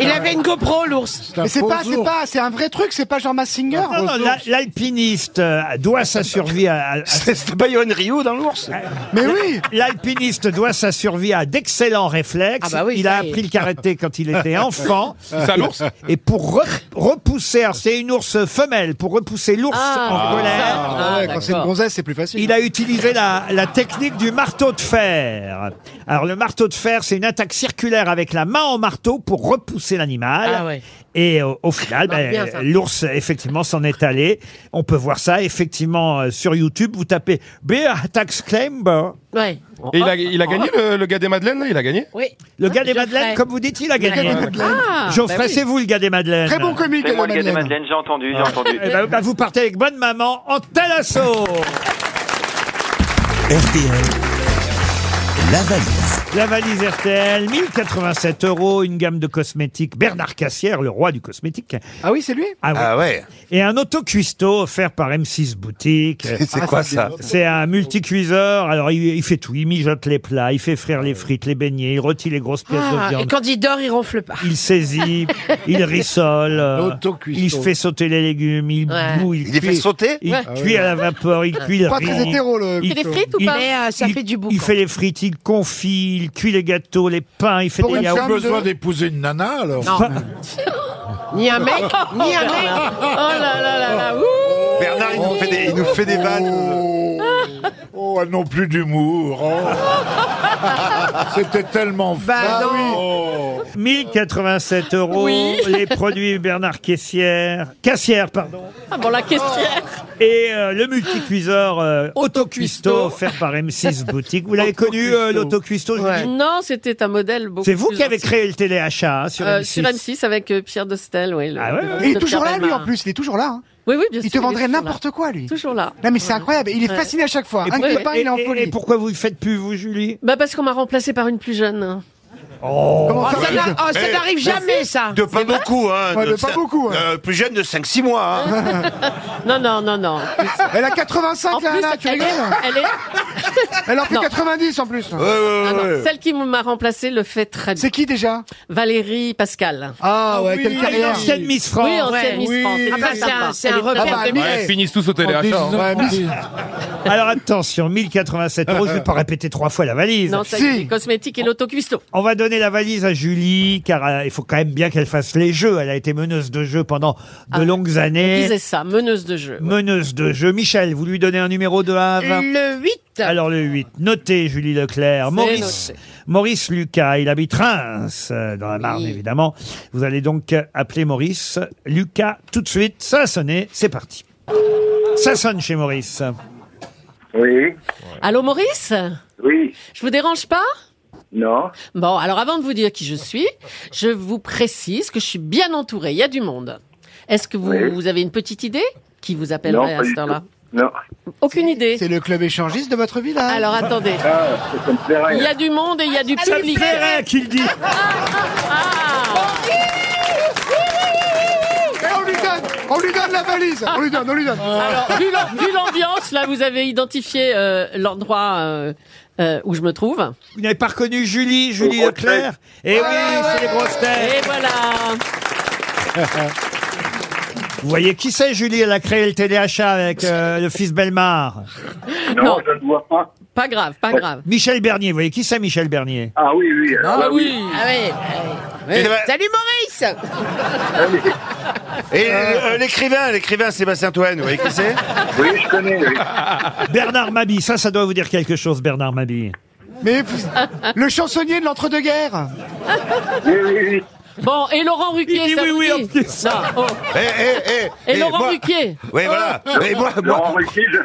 [SPEAKER 8] Il avait une GoPro, l'ours.
[SPEAKER 5] Ah. Mais c'est pas, c'est pas, c'est un vrai truc. C'est pas genre Massinger.
[SPEAKER 2] Non, non, la- l'alpiniste euh, doit sa survie à. Euh,
[SPEAKER 6] C'était pas Yohan Rio dans l'ours
[SPEAKER 5] Mais oui
[SPEAKER 2] L'alpiniste doit sa survie à d'excellents réflexes.
[SPEAKER 5] Ah bah oui,
[SPEAKER 2] il a
[SPEAKER 5] ça y est.
[SPEAKER 2] appris le karaté quand il était enfant.
[SPEAKER 7] C'est ça, l'ours
[SPEAKER 2] Et pour re- repousser, alors, c'est une ours femelle, pour repousser l'ours
[SPEAKER 5] Ah,
[SPEAKER 2] en colère.
[SPEAKER 5] Ah, ouais, quand c'est une gonzesse, c'est plus facile.
[SPEAKER 2] Il a utilisé la, la technique du marteau de fer. Alors le marteau de fer, c'est une attaque circulaire avec la main en marteau pour repousser l'animal.
[SPEAKER 8] Ah ouais.
[SPEAKER 2] Et au, au final,
[SPEAKER 8] marche
[SPEAKER 2] ben,
[SPEAKER 8] bien, ça.
[SPEAKER 2] l'ours effectivement s'en est allé. On peut voir ça effectivement euh, sur YouTube. Vous tapez Bear Tax Climber.
[SPEAKER 8] Ouais.
[SPEAKER 7] Et il a, il a gagné le, le gars des Madeleines, là, il a gagné
[SPEAKER 8] Oui. Ah.
[SPEAKER 2] Le gars des Madeleines, comme vous dites, il a gagné. Geoffrey,
[SPEAKER 8] Bah
[SPEAKER 2] c'est vous le gars des Madeleines.
[SPEAKER 15] C'est moi le gars des Madeleines, j'ai entendu, j'ai entendu.
[SPEAKER 2] Eh ben, ben, vous partez avec bonne maman en Talasso.
[SPEAKER 1] RTL, la valise.
[SPEAKER 2] La valise RTL, 1087 euros, une gamme de cosmétiques. Bernard Cassière, le roi du cosmétique.
[SPEAKER 5] Ah oui, c'est lui
[SPEAKER 6] Ah ouais.
[SPEAKER 2] Et un autocuisto offert par M6 Boutique.
[SPEAKER 6] C'est Ah, quoi, c'est ça bien.
[SPEAKER 2] C'est un multicuiseur. Alors, il, il fait tout. Il mijote les plats, il fait frire les frites, les beignets, il rôtit les grosses pièces
[SPEAKER 8] Ah,
[SPEAKER 2] de
[SPEAKER 8] et
[SPEAKER 2] viande.
[SPEAKER 8] quand il dort, il ronfle pas.
[SPEAKER 2] Il saisit, il rissole, euh,
[SPEAKER 8] L'autocuisto.
[SPEAKER 2] il fait sauter les légumes, il
[SPEAKER 8] Ouais.
[SPEAKER 2] bouille,
[SPEAKER 6] Il les fait sauter
[SPEAKER 2] il
[SPEAKER 6] Ouais.
[SPEAKER 16] Ah
[SPEAKER 2] cuit à la vapeur, il cuit le
[SPEAKER 5] Pas
[SPEAKER 2] riz.
[SPEAKER 5] très hétéro, le
[SPEAKER 2] il-
[SPEAKER 5] Il fait des frites ou pas Mais, euh, ça
[SPEAKER 2] il-
[SPEAKER 5] fait du
[SPEAKER 2] Il fait les frites, il confit, il cuit les gâteaux, les pains, il fait
[SPEAKER 16] Pour
[SPEAKER 2] des
[SPEAKER 16] une
[SPEAKER 2] yaourts.
[SPEAKER 16] femme besoin d'épouser une nana, alors.
[SPEAKER 2] Non.
[SPEAKER 8] Ni un mec, ni un mec. Oh là là là là. ouh.
[SPEAKER 6] Bernard, il nous fait des, il nous fait fait des vannes.
[SPEAKER 16] Oh, oh, elles n'ont plus d'humour. oh. C'était tellement
[SPEAKER 2] Bah
[SPEAKER 16] fun.
[SPEAKER 2] non.
[SPEAKER 16] Oh.
[SPEAKER 2] 1087 euros,
[SPEAKER 9] Oui.
[SPEAKER 2] les produits Bernard Caissière, Cassière, pardon,
[SPEAKER 9] Ah bon, la caissière.
[SPEAKER 2] et euh, le multicuiseur euh, Autocuisto, offert par M6 Boutique. Vous l'avez connu, euh, l'autocuisto Julie
[SPEAKER 9] Non, c'était un modèle beaucoup
[SPEAKER 2] C'est vous
[SPEAKER 9] plus
[SPEAKER 2] qui avez
[SPEAKER 9] ancien.
[SPEAKER 2] créé le téléachat hein, sur
[SPEAKER 9] Euh,
[SPEAKER 2] M6.
[SPEAKER 9] sur M6 avec euh, Pierre Dostel, oui. le-
[SPEAKER 2] Ah ouais, ouais.
[SPEAKER 9] le-
[SPEAKER 5] Et il est
[SPEAKER 9] de
[SPEAKER 5] toujours
[SPEAKER 9] Pierre
[SPEAKER 5] là, lui, en
[SPEAKER 9] Bellemare.
[SPEAKER 5] plus. Il est toujours là. hein.
[SPEAKER 9] Oui, oui, bien sûr,
[SPEAKER 5] Il te
[SPEAKER 9] il est
[SPEAKER 5] vendrait
[SPEAKER 9] toujours
[SPEAKER 5] n'importe quoi, lui.
[SPEAKER 9] Toujours là.
[SPEAKER 5] Non, mais c'est incroyable. Il est
[SPEAKER 9] Ouais.
[SPEAKER 5] fasciné à chaque fois.
[SPEAKER 9] Et
[SPEAKER 5] Un
[SPEAKER 9] pourquoi-
[SPEAKER 5] copain, il est en
[SPEAKER 2] et- et-
[SPEAKER 5] folie.
[SPEAKER 2] Et pourquoi vous ne faites plus, vous, Julie
[SPEAKER 9] Bah parce qu'on m'a remplacé par une plus jeune.
[SPEAKER 2] Oh,
[SPEAKER 9] Comment ça,
[SPEAKER 6] Ah,
[SPEAKER 9] mais-
[SPEAKER 6] n'a-
[SPEAKER 9] mais- mais si.
[SPEAKER 6] De pas beaucoup, hein.
[SPEAKER 9] Ouais, de pas
[SPEAKER 6] cin-
[SPEAKER 9] beaucoup, hein.
[SPEAKER 6] euh, plus jeune de 5-6 mois, hein.
[SPEAKER 9] Non, non, non, non.
[SPEAKER 5] Elle a 85, là, là, tu
[SPEAKER 9] elle est-
[SPEAKER 5] rigoles
[SPEAKER 9] elle est-
[SPEAKER 5] Elle en fait
[SPEAKER 9] Non.
[SPEAKER 5] 90 en plus.
[SPEAKER 9] Ah non, Celle qui m'a remplacé le fait très bien.
[SPEAKER 5] C'est qui déjà
[SPEAKER 9] Valérie Pascal.
[SPEAKER 5] Ah ouais, quelle carrière.
[SPEAKER 2] L'ancienne Miss France.
[SPEAKER 9] Oui, ancienne Miss France.
[SPEAKER 8] Ah bah, c'est un- c'est un
[SPEAKER 9] repère
[SPEAKER 5] Ah bah,
[SPEAKER 7] Ouais,
[SPEAKER 5] Mireille.
[SPEAKER 7] ils finissent tous au téléachat. hein.
[SPEAKER 5] Ouais, Miss-
[SPEAKER 2] Alors attention, 1087 euros, je ne vais pas répéter trois fois la valise.
[SPEAKER 9] Non, ça y est, les cosmétiques et l'autocuisto.
[SPEAKER 2] On va donner la valise à Julie, car euh, il faut quand même bien qu'elle fasse les jeux. Elle a été meneuse de jeu pendant de
[SPEAKER 9] Ah.
[SPEAKER 2] longues
[SPEAKER 9] Je
[SPEAKER 2] années.
[SPEAKER 9] disais ça, meneuse de jeu.
[SPEAKER 2] Meneuse de jeu. Michel, vous lui donnez un numéro de 1 à 20
[SPEAKER 8] Le 8.
[SPEAKER 2] Alors le 8, notez Julie Leclerc.
[SPEAKER 9] C'est
[SPEAKER 2] Maurice,
[SPEAKER 9] noté.
[SPEAKER 2] Maurice Lucas, il habite Reims, euh, dans la Marne
[SPEAKER 9] Oui.
[SPEAKER 2] évidemment. Vous allez donc euh, appeler Maurice Lucas tout de suite. Ça a sonné, c'est parti. Ça sonne chez Maurice.
[SPEAKER 11] Oui,
[SPEAKER 9] Allô Maurice
[SPEAKER 11] oui,
[SPEAKER 9] Je vous dérange pas
[SPEAKER 11] non.
[SPEAKER 9] Bon, alors avant de vous dire qui je suis, je vous précise que je suis bien entourée, il y a du monde. Est-ce que vous,
[SPEAKER 11] Oui.
[SPEAKER 9] vous avez une petite idée qui vous
[SPEAKER 11] non,
[SPEAKER 9] appellerait
[SPEAKER 11] pas
[SPEAKER 9] à
[SPEAKER 11] du
[SPEAKER 9] cette heure-là
[SPEAKER 11] tout. Non,
[SPEAKER 9] Aucune idée.
[SPEAKER 5] C'est le club échangiste de votre ville
[SPEAKER 9] Alors attendez,
[SPEAKER 11] ah, ça, ça me plairait.
[SPEAKER 9] il y a du monde et il y a du
[SPEAKER 2] Ça me
[SPEAKER 9] public.
[SPEAKER 2] plairait qu'il dit.
[SPEAKER 9] Ah.
[SPEAKER 5] Et on lui donne, on lui donne la valise. On lui donne, on lui donne.
[SPEAKER 9] Ah. Alors, vu l'am- vu l'ambiance, là, vous avez identifié euh, l'endroit euh, euh, où je me trouve.
[SPEAKER 2] Vous n'avez pas reconnu Julie, Julie
[SPEAKER 11] grosses
[SPEAKER 2] Leclerc Eh oui, c'est les grosses têtes.
[SPEAKER 9] Ah, Et voilà.
[SPEAKER 2] Vous voyez qui c'est, Julie Elle a créé le TDHA avec euh, le fils Belmar.
[SPEAKER 11] non,
[SPEAKER 9] non.
[SPEAKER 11] je ne vois pas.
[SPEAKER 9] Pas grave, pas grave.
[SPEAKER 2] Michel Bernier, vous voyez qui c'est, Michel Bernier
[SPEAKER 11] Ah oui, oui. alors
[SPEAKER 7] Bah
[SPEAKER 11] là,
[SPEAKER 8] Ah ouais.
[SPEAKER 6] Et, euh,
[SPEAKER 8] Salut Maurice
[SPEAKER 7] Ah
[SPEAKER 6] et, euh, l'écrivain, l'écrivain Sébastien Toine, vous voyez qui c'est
[SPEAKER 11] Oui, je connais. oui.
[SPEAKER 2] Bernard Mabie, ça, ça doit vous dire quelque chose, Bernard Mabie.
[SPEAKER 5] Mais vous- le chansonnier de l'entre-deux-guerres.
[SPEAKER 11] Oui, oui, oui.
[SPEAKER 9] Bon, et Laurent Ruquier,
[SPEAKER 2] dit
[SPEAKER 9] ça
[SPEAKER 2] oui,
[SPEAKER 9] vous
[SPEAKER 2] oui,
[SPEAKER 9] dit
[SPEAKER 2] en plus.
[SPEAKER 9] Non, oh.
[SPEAKER 6] Eh, eh, eh,
[SPEAKER 9] Et,
[SPEAKER 6] eh,
[SPEAKER 9] Laurent
[SPEAKER 6] moi-
[SPEAKER 9] Ruquier. Oh.
[SPEAKER 6] Oui, voilà. Et moi, moi-
[SPEAKER 11] Laurent Ruquier, je...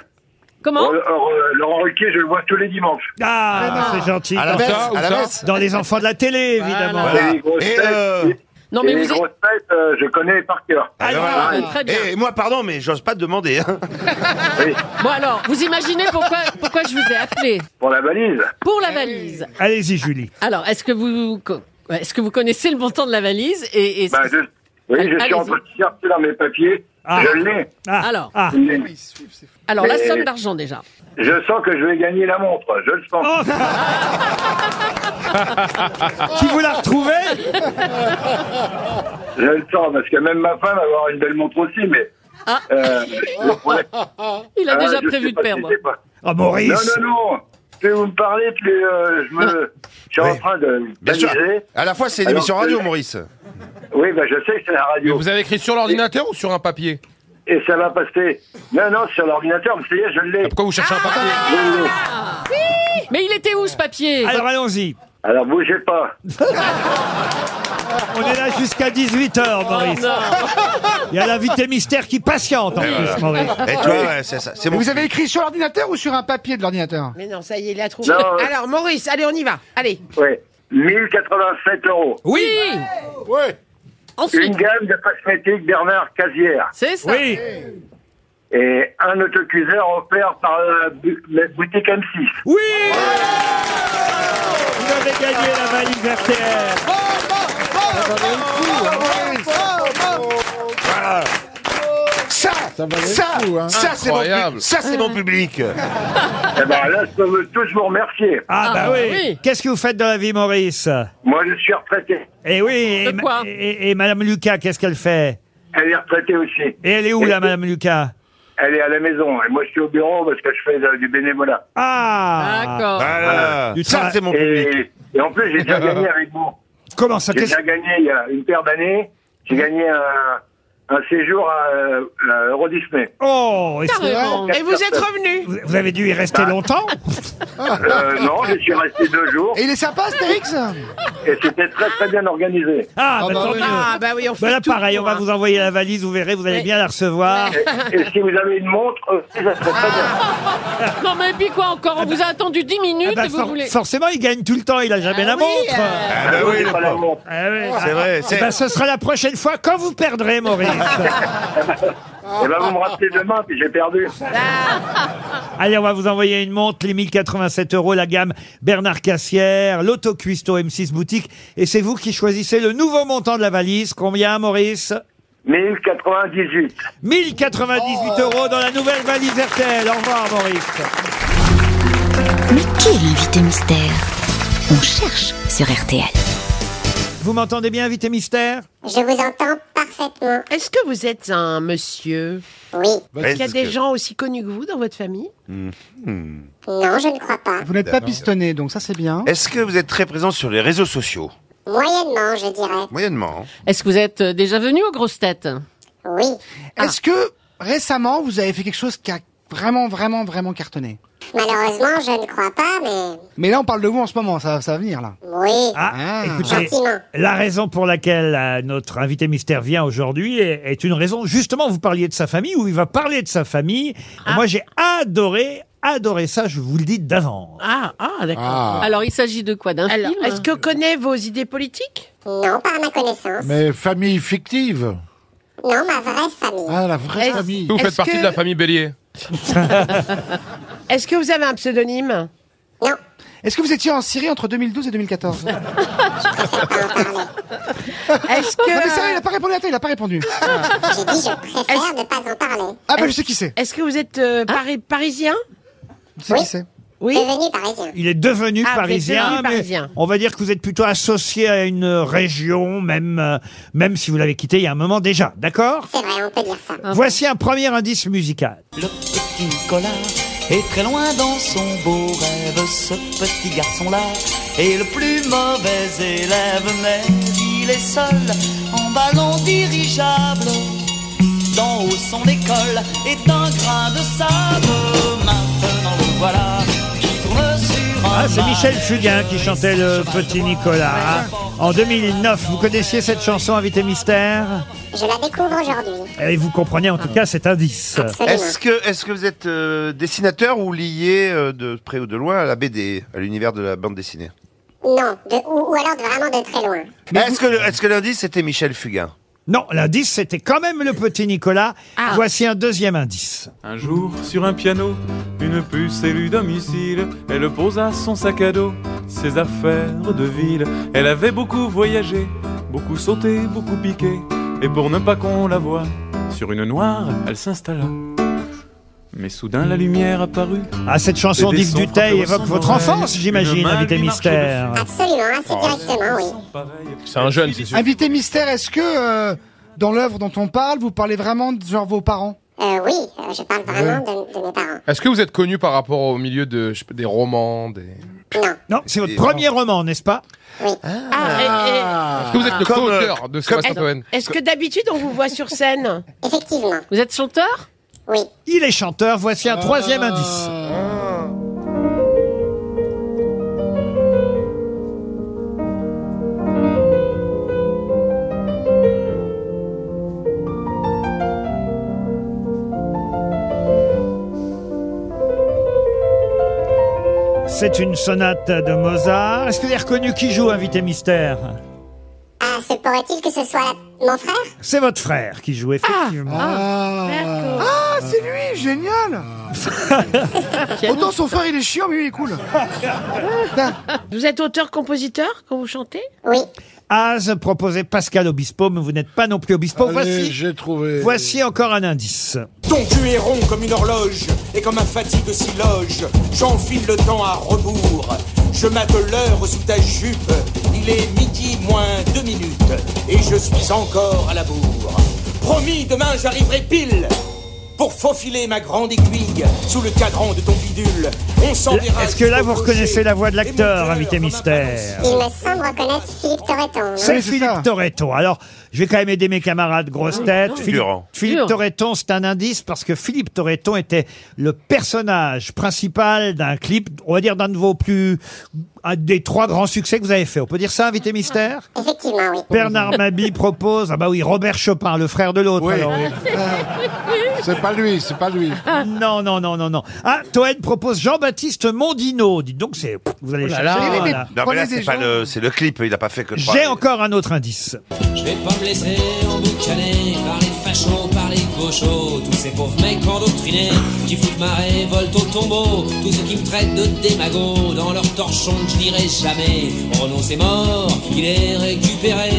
[SPEAKER 9] Comment
[SPEAKER 11] Or- or, euh, Laurent Ruquier, je le vois tous les dimanches.
[SPEAKER 2] Ah, c'est gentil.
[SPEAKER 6] à la
[SPEAKER 2] Dans-
[SPEAKER 6] messe,
[SPEAKER 7] ça, ou
[SPEAKER 6] à la
[SPEAKER 7] ça
[SPEAKER 6] messe.
[SPEAKER 2] Dans les enfants de la télé, évidemment.
[SPEAKER 11] Et les grosses
[SPEAKER 6] Et,
[SPEAKER 11] têtes,
[SPEAKER 6] euh,
[SPEAKER 11] et-
[SPEAKER 9] Ah, Non,
[SPEAKER 11] et
[SPEAKER 9] mais
[SPEAKER 11] les
[SPEAKER 9] vous êtes...
[SPEAKER 11] grosses têtes, euh, je connais par cœur.
[SPEAKER 9] Ah,
[SPEAKER 6] Alors,
[SPEAKER 9] non,
[SPEAKER 6] voilà.
[SPEAKER 9] mais très bien.
[SPEAKER 6] Et moi, pardon, mais j'ose pas te demander. hein.
[SPEAKER 11] Oui,
[SPEAKER 9] Bon, alors, vous imaginez pourquoi, pourquoi je vous ai appelé
[SPEAKER 11] pour la valise.
[SPEAKER 9] Pour la valise.
[SPEAKER 2] Allez-y, Julie.
[SPEAKER 9] Alors, est-ce que vous... Est-ce que vous connaissez le montant de la valise et, et-
[SPEAKER 11] Bah, je- Oui,
[SPEAKER 9] Allez-y.
[SPEAKER 11] je suis en train de chercher dans mes papiers.
[SPEAKER 2] Ah.
[SPEAKER 11] Je l'ai.
[SPEAKER 9] Alors.
[SPEAKER 2] Ah.
[SPEAKER 11] je l'ai.
[SPEAKER 9] Alors, la
[SPEAKER 11] Mais-
[SPEAKER 9] somme d'argent déjà.
[SPEAKER 11] Je sens que je vais gagner la montre, je le sens.
[SPEAKER 2] Oh. Qui vous l'a retrouvée
[SPEAKER 11] Je le sens, parce que même ma femme va avoir une belle montre aussi, mais...
[SPEAKER 9] Ah.
[SPEAKER 11] euh, le problème-
[SPEAKER 9] Il a
[SPEAKER 11] Ah,
[SPEAKER 9] déjà
[SPEAKER 11] je
[SPEAKER 9] prévu
[SPEAKER 11] sais
[SPEAKER 9] de
[SPEAKER 11] pas si
[SPEAKER 9] perdre.
[SPEAKER 11] c'est pas-
[SPEAKER 2] Oh, Maurice.
[SPEAKER 11] Non, non, non. Plus vous me parlez, plus euh, je me...
[SPEAKER 9] Ah.
[SPEAKER 11] Je suis en train de
[SPEAKER 6] Bien sûr.
[SPEAKER 11] m'amuser.
[SPEAKER 6] À la fois, c'est une
[SPEAKER 11] Alors,
[SPEAKER 6] émission radio,
[SPEAKER 11] euh,
[SPEAKER 6] Maurice.
[SPEAKER 11] Oui, bah, je sais que c'est la
[SPEAKER 7] Mais
[SPEAKER 11] radio.
[SPEAKER 7] vous avez écrit sur l'ordinateur ou sur un papier
[SPEAKER 11] Et ça va passer. Non, non, sur l'ordinateur, mais ça y est, je l'ai.
[SPEAKER 7] Ah,
[SPEAKER 11] Ah,
[SPEAKER 7] Pourquoi vous cherchez un papier
[SPEAKER 11] Je l'ai.
[SPEAKER 9] Mais il était où ce papier
[SPEAKER 5] Ah,
[SPEAKER 2] Alors, allons-y.
[SPEAKER 11] Alors, bougez pas.
[SPEAKER 2] On est là jusqu'à 18h,
[SPEAKER 9] Oh,
[SPEAKER 2] Maurice. Il y a l'invité mystère qui patiente, en plus, Maurice.
[SPEAKER 6] Ah, Et tu vois, ouais, c'est ça. C'est
[SPEAKER 5] Mais
[SPEAKER 6] mon
[SPEAKER 5] Vous avez écrit sur l'ordinateur ou sur un papier de l'ordinateur
[SPEAKER 8] Mais non, ça y est, il a trouvé.
[SPEAKER 11] Non, ouais.
[SPEAKER 8] Alors Maurice, allez, on y va. Allez.
[SPEAKER 11] Ouais. 1087 euros.
[SPEAKER 9] Oui.
[SPEAKER 16] Ouais.
[SPEAKER 11] Une
[SPEAKER 9] Ensuite,
[SPEAKER 11] gamme de cosmétiques Bernard Casière.
[SPEAKER 9] c'est ça.
[SPEAKER 2] Oui,
[SPEAKER 11] Et un autocuiseur offert par la, bu- la boutique M6.
[SPEAKER 2] oui Vous avez gagné la valise RTL.
[SPEAKER 6] Ça, ça,
[SPEAKER 2] hein.
[SPEAKER 6] ça, c'est mon,
[SPEAKER 7] Incroyable.
[SPEAKER 6] pub- ça, c'est mon public.
[SPEAKER 11] Eh ben là, je peux tous vous remercier.
[SPEAKER 2] Ah,
[SPEAKER 9] Ah,
[SPEAKER 2] bah
[SPEAKER 9] bah
[SPEAKER 2] oui.
[SPEAKER 9] oui.
[SPEAKER 2] Qu'est-ce que vous faites dans la vie, Maurice
[SPEAKER 11] Moi, je suis retraité.
[SPEAKER 2] Eh oui, et,
[SPEAKER 9] De
[SPEAKER 2] ma-
[SPEAKER 9] quoi
[SPEAKER 2] et, et Madame Lucas, qu'est-ce qu'elle fait
[SPEAKER 11] Elle est retraitée aussi.
[SPEAKER 2] Et elle est où,
[SPEAKER 11] Et-
[SPEAKER 2] là, Madame Lucas
[SPEAKER 11] Elle est à la maison. Et moi, je suis au bureau parce que je fais euh, du bénévolat.
[SPEAKER 2] Ah
[SPEAKER 9] D'accord.
[SPEAKER 6] Voilà.
[SPEAKER 2] Du
[SPEAKER 6] Ça,
[SPEAKER 2] travail.
[SPEAKER 6] c'est mon public.
[SPEAKER 11] Et, et en plus, j'ai déjà gagné avec vous.
[SPEAKER 2] Comment ça
[SPEAKER 11] J'ai
[SPEAKER 2] qu'est-ce-
[SPEAKER 11] déjà gagné il y a une paire d'années. J'ai gagné un, un séjour à, euh, à Euro Disney.
[SPEAKER 2] Oh, est-ce-
[SPEAKER 8] Et vous êtes revenu
[SPEAKER 2] Vous avez dû y rester longtemps
[SPEAKER 11] Bah. Euh, non, je suis resté deux jours
[SPEAKER 5] Et il est sympa, Astérix
[SPEAKER 9] Ah.
[SPEAKER 11] et c'était très très bien organisé.
[SPEAKER 2] Ah, bah, tant mieux.
[SPEAKER 8] Ah, bah oui, on fait
[SPEAKER 2] Bah là,
[SPEAKER 8] tout
[SPEAKER 2] pareil,
[SPEAKER 8] pour,
[SPEAKER 2] on va
[SPEAKER 8] hein.
[SPEAKER 2] vous envoyer la valise, vous verrez, vous allez
[SPEAKER 8] Oui.
[SPEAKER 2] bien la recevoir.
[SPEAKER 11] Et, et si vous avez une montre, euh, ça serait très bien.
[SPEAKER 9] Non, mais puis quoi encore
[SPEAKER 5] Eh ben-
[SPEAKER 9] On vous a attendu 10 minutes
[SPEAKER 2] Ah bah,
[SPEAKER 9] et vous
[SPEAKER 2] for-
[SPEAKER 9] voulez.
[SPEAKER 2] Forcément, il gagne tout le temps, il a jamais la
[SPEAKER 8] euh.
[SPEAKER 2] montre.
[SPEAKER 6] Ah bah oui, le pauvre.
[SPEAKER 2] Ah ouais.
[SPEAKER 6] C'est vrai, c'est-
[SPEAKER 2] Bah, ce sera la prochaine fois quand vous perdrez, Maurice.
[SPEAKER 11] Et ben vous me rappelez demain, puis j'ai perdu.
[SPEAKER 2] Allez, on va vous envoyer une montre, les 1087 euros, la gamme Bernard Cassière, l'autocuisto M6 boutique. Et c'est vous qui choisissez le nouveau montant de la valise. Combien, Maurice
[SPEAKER 11] 1098.
[SPEAKER 2] 1098
[SPEAKER 5] Oh.
[SPEAKER 2] euros dans la nouvelle valise RTL. Au revoir, Maurice.
[SPEAKER 10] Mais qui est l'invité mystère On cherche sur RTL.
[SPEAKER 2] Vous m'entendez bien, invité mystère
[SPEAKER 8] Je vous entends parfaitement. Est-ce que vous êtes un monsieur Oui. Il y a
[SPEAKER 6] Est-ce
[SPEAKER 8] des
[SPEAKER 6] que-
[SPEAKER 8] gens aussi connus que vous dans votre famille
[SPEAKER 6] Hmm.
[SPEAKER 5] Non, je ne crois pas. Vous n'êtes pas
[SPEAKER 6] Non.
[SPEAKER 5] pistonné, donc ça c'est bien.
[SPEAKER 6] Est-ce que vous êtes très présent sur les réseaux sociaux
[SPEAKER 9] Moyennement, je dirais.
[SPEAKER 6] Moyennement. hein.
[SPEAKER 9] Est-ce que vous êtes euh, déjà venu aux grosses têtes
[SPEAKER 5] Oui. Est-ce que récemment vous avez fait quelque chose qui a vraiment, vraiment, vraiment cartonné
[SPEAKER 17] Malheureusement, je ne crois pas, mais
[SPEAKER 5] Mais là on parle de vous en ce moment, ça, ça va venir là.
[SPEAKER 17] oui.
[SPEAKER 2] Ah, écoutez,
[SPEAKER 17] Gentiment.
[SPEAKER 2] la raison pour laquelle euh, notre invité mystère vient aujourd'hui est, est une raison, justement, vous parliez de sa famille, où il va parler de sa famille.
[SPEAKER 5] Ah.
[SPEAKER 2] Moi, j'ai adoré, adoré ça, je vous le dis d'avant.
[SPEAKER 8] Ah, ah d'accord.
[SPEAKER 2] Ah.
[SPEAKER 9] Alors, il s'agit de quoi D'un
[SPEAKER 8] Alors,
[SPEAKER 9] film
[SPEAKER 8] est-ce que connaît vos idées politiques
[SPEAKER 17] Non, pas à ma connaissance.
[SPEAKER 16] Mais famille fictive.
[SPEAKER 17] Non, ma vraie famille.
[SPEAKER 16] Ah, la vraie
[SPEAKER 8] Est-ce-
[SPEAKER 16] famille.
[SPEAKER 7] Vous faites
[SPEAKER 8] Est-ce
[SPEAKER 7] partie
[SPEAKER 8] que-
[SPEAKER 7] de la famille Bélier.
[SPEAKER 8] Est-ce que vous avez un pseudonyme
[SPEAKER 5] Est-ce que vous étiez en Syrie entre 2012 et 2014
[SPEAKER 8] Est-ce que...
[SPEAKER 5] Non mais sérieux, il a pas répondu à toi, il a pas répondu.
[SPEAKER 17] Ah. J'ai dit, je préfère ne pas en parler. Hein
[SPEAKER 5] Ah bah je sais qui c'est.
[SPEAKER 8] Est-ce que vous êtes euh, pari- parisien
[SPEAKER 5] Je sais qui c'est.
[SPEAKER 8] Oui.
[SPEAKER 17] Devenu parisien.
[SPEAKER 2] Il est devenu
[SPEAKER 8] Ah, vous êtes
[SPEAKER 2] parisien,
[SPEAKER 8] devenu
[SPEAKER 2] mais
[SPEAKER 8] parisien.
[SPEAKER 2] on va dire que vous êtes plutôt associé à une région, même, euh, même si vous l'avez quitté il y a un moment déjà, d'accord
[SPEAKER 17] C'est vrai, on peut dire ça.
[SPEAKER 2] Voici un premier indice musical.
[SPEAKER 12] Le petit Nicolas est très loin dans son beau rêve, ce petit garçon-là est le plus mauvais élève, mais il est seul en ballon dirigeable. D'en haut son école est un grain de sable. Maintenant le voilà qui tourne sur un
[SPEAKER 2] Ah, c'est
[SPEAKER 12] mât.
[SPEAKER 2] Michel Fugain qui chantait le petit Nicolas. hein. En 2009, vous connaissiez cette chanson, Invité Mystère
[SPEAKER 17] Je la découvre aujourd'hui.
[SPEAKER 2] Et vous comprenez en tout cas cet indice.
[SPEAKER 6] Est-ce que, est que vous êtes euh, dessinateur ou lié euh, de près ou de loin à la BD, à l'univers de la bande dessinée
[SPEAKER 17] Non, de, ou, ou alors de vraiment de très loin.
[SPEAKER 6] Est-ce que, est que l'indice c'était Michel Fugain
[SPEAKER 2] Non, l'indice, c'était quand même le petit Nicolas.
[SPEAKER 8] Ah.
[SPEAKER 2] Voici un deuxième indice.
[SPEAKER 18] Un jour, sur un piano, une puce élue domicile, elle posa son sac à dos, ses affaires de ville. Elle avait beaucoup voyagé, beaucoup sauté, beaucoup piqué, et pour ne pas qu'on la voie, sur une noire, elle s'installa. Mais soudain, la lumière apparut.
[SPEAKER 2] Ah, cette chanson
[SPEAKER 18] Et des
[SPEAKER 2] d'Yves
[SPEAKER 18] sons
[SPEAKER 2] Duteil
[SPEAKER 18] frappés au
[SPEAKER 2] évoque
[SPEAKER 18] son
[SPEAKER 2] votre
[SPEAKER 18] d'oreille.
[SPEAKER 2] enfance,
[SPEAKER 18] Une
[SPEAKER 2] j'imagine,
[SPEAKER 18] main
[SPEAKER 2] invité
[SPEAKER 18] lui marchait
[SPEAKER 2] mystère.
[SPEAKER 17] Absolument,
[SPEAKER 19] Ah,
[SPEAKER 17] assez directement, oui.
[SPEAKER 7] C'est un jeune, c'est
[SPEAKER 17] Ah,
[SPEAKER 7] sûr.
[SPEAKER 5] Invité mystère, est-ce que euh, dans l'œuvre dont on parle, vous parlez vraiment de genre vos parents
[SPEAKER 17] Euh, oui, euh, je parle vraiment de, de mes parents.
[SPEAKER 7] Est-ce que vous êtes connu par rapport au milieu de, je sais pas, des romans des...
[SPEAKER 2] Non, c'est votre premier roman, n'est-ce pas
[SPEAKER 8] Ah,
[SPEAKER 7] Est-ce que vous êtes le
[SPEAKER 6] Comme, euh,
[SPEAKER 7] co-auteur de Sébastien Toen
[SPEAKER 8] Est-ce que d'habitude on vous voit sur scène
[SPEAKER 17] Effectivement.
[SPEAKER 9] Vous êtes chanteur
[SPEAKER 17] Oui.
[SPEAKER 2] Il est chanteur, voici un troisième indice. C'est une sonate de Mozart. Est-ce que vous avez reconnu qui joue, invité mystère
[SPEAKER 17] Ah, se pourrait-il que ce soit mon frère
[SPEAKER 2] C'est votre frère qui joue, effectivement.
[SPEAKER 5] Ah, c'est lui, génial
[SPEAKER 8] Ah,
[SPEAKER 5] Autant son frère il est chiant, mais lui il est cool.
[SPEAKER 8] Vous êtes auteur-compositeur quand vous chantez
[SPEAKER 17] Oui.
[SPEAKER 2] As proposé Pascal Obispo, mais vous n'êtes pas non plus Obispo.
[SPEAKER 16] Allez,
[SPEAKER 2] voici,
[SPEAKER 16] j'ai trouvé.
[SPEAKER 2] voici encore un indice.
[SPEAKER 20] Ton cul est rond comme une horloge et comme un fatigue s'y loge. J'enfile le temps à rebours. Je mate l'heure sous ta jupe. Il est midi moins deux minutes et je suis encore à la bourre. Promis, demain j'arriverai pile pour faufiler ma grande aiguille sous le cadran de ton bidule. On
[SPEAKER 16] Ah,
[SPEAKER 20] s'enverra.
[SPEAKER 2] Est-ce que là vous
[SPEAKER 20] jusqu'au
[SPEAKER 2] reconnaissez la voix de
[SPEAKER 20] clocher et mon
[SPEAKER 2] l'acteur,
[SPEAKER 20] cœur
[SPEAKER 2] invité
[SPEAKER 20] remarquera
[SPEAKER 2] mystère
[SPEAKER 17] Il me semble reconnaître Philippe Torreton.
[SPEAKER 2] C'est Philippe Torreto. Alors, Je vais quand même aider mes camarades grosses têtes.
[SPEAKER 6] non.
[SPEAKER 2] Philippe,
[SPEAKER 6] Durand.
[SPEAKER 2] Philippe Torreton, c'est un indice parce que Philippe Torreton était le personnage principal d'un clip, on va dire d'un de vos plus, un des trois grands succès que vous avez fait. On peut dire ça, invité mystère
[SPEAKER 17] Effectivement, oui.
[SPEAKER 2] Bernard Mabie propose, ah bah oui, Robert Chopin, le frère de l'autre. alors.
[SPEAKER 16] C'est pas lui, c'est pas lui.
[SPEAKER 2] Non, non, non, non, non. Ah, Toen propose Jean-Baptiste Mondino. Dites donc, c'est. Vous allez
[SPEAKER 6] Oh
[SPEAKER 2] chercher.
[SPEAKER 6] là là.
[SPEAKER 2] voilà.
[SPEAKER 6] Non, mais là, c'est pas le, c'est le clip, il a pas fait que trois.
[SPEAKER 2] J'ai encore un autre indice.
[SPEAKER 20] Je vais pas me laisser emboucaner par les fachos, par les gauchos, tous ces pauvres mecs endoctrinés qui foutent ma révolte au tombeau, tous ceux qui me traitent de démago dans leur torchon que je n'irai jamais. Oh non, c'est mort, il est récupéré.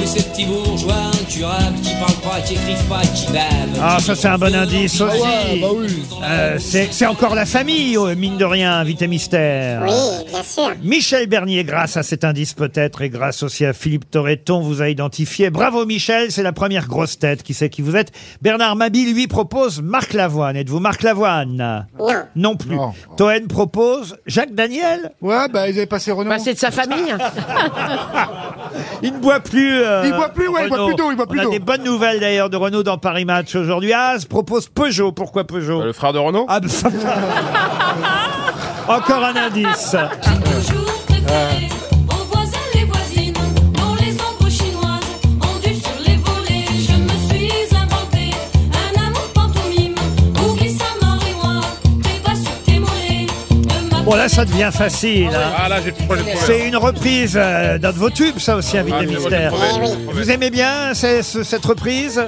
[SPEAKER 20] Tous ces petits bourgeois incurables qui parlent pas, qui écrivent pas, qui bavent.
[SPEAKER 2] Ah, ça, c'est un bon indice
[SPEAKER 20] Ah
[SPEAKER 2] aussi.
[SPEAKER 20] ouais, bah
[SPEAKER 2] Euh, c'est c'est encore la famille, oh, mine de rien, invité mystère.
[SPEAKER 17] Oui, bien sûr.
[SPEAKER 2] Michel Bernier, grâce à cet indice peut-être, et grâce aussi à Philippe Torreton, vous a identifié. Bravo Michel, c'est la première grosse tête qui sait qui vous êtes. Bernard Mabille, lui, propose Marc Lavoine. Êtes-vous Marc Lavoine Non plus. Toen propose Jacques Daniel
[SPEAKER 5] Ouais, bah, ils avaient passé Renaud.
[SPEAKER 8] Bah, c'est de sa famille.
[SPEAKER 2] Il ne boit plus. euh,
[SPEAKER 5] Il boit plus, ouais, il boit
[SPEAKER 2] Renaud.
[SPEAKER 5] plus d'eau, il boit plus
[SPEAKER 2] On
[SPEAKER 5] d'eau.
[SPEAKER 2] a des bonnes nouvelles d'ailleurs de Renault dans Paris Match aujourd'hui. Ah, se propose Peugeot. Pourquoi Peugeot Le
[SPEAKER 7] Euh, frère de Renault
[SPEAKER 2] Encore un indice.
[SPEAKER 21] Aux voisins, les voisines, dont les ombres chinoises ondulent sur les volets. Je me suis inventé un amour pantomime où glissant dans les rois tes pas sur tes mollets.
[SPEAKER 2] Bon là, ça devient facile. hein.
[SPEAKER 7] Ah là, j'ai le problème.
[SPEAKER 2] C'est une reprise euh, d'un de vos tubes, ça aussi, invité
[SPEAKER 7] Ah, j'ai
[SPEAKER 2] mystère.
[SPEAKER 7] pas le problème.
[SPEAKER 2] Vous aimez bien ces- ce- cette reprise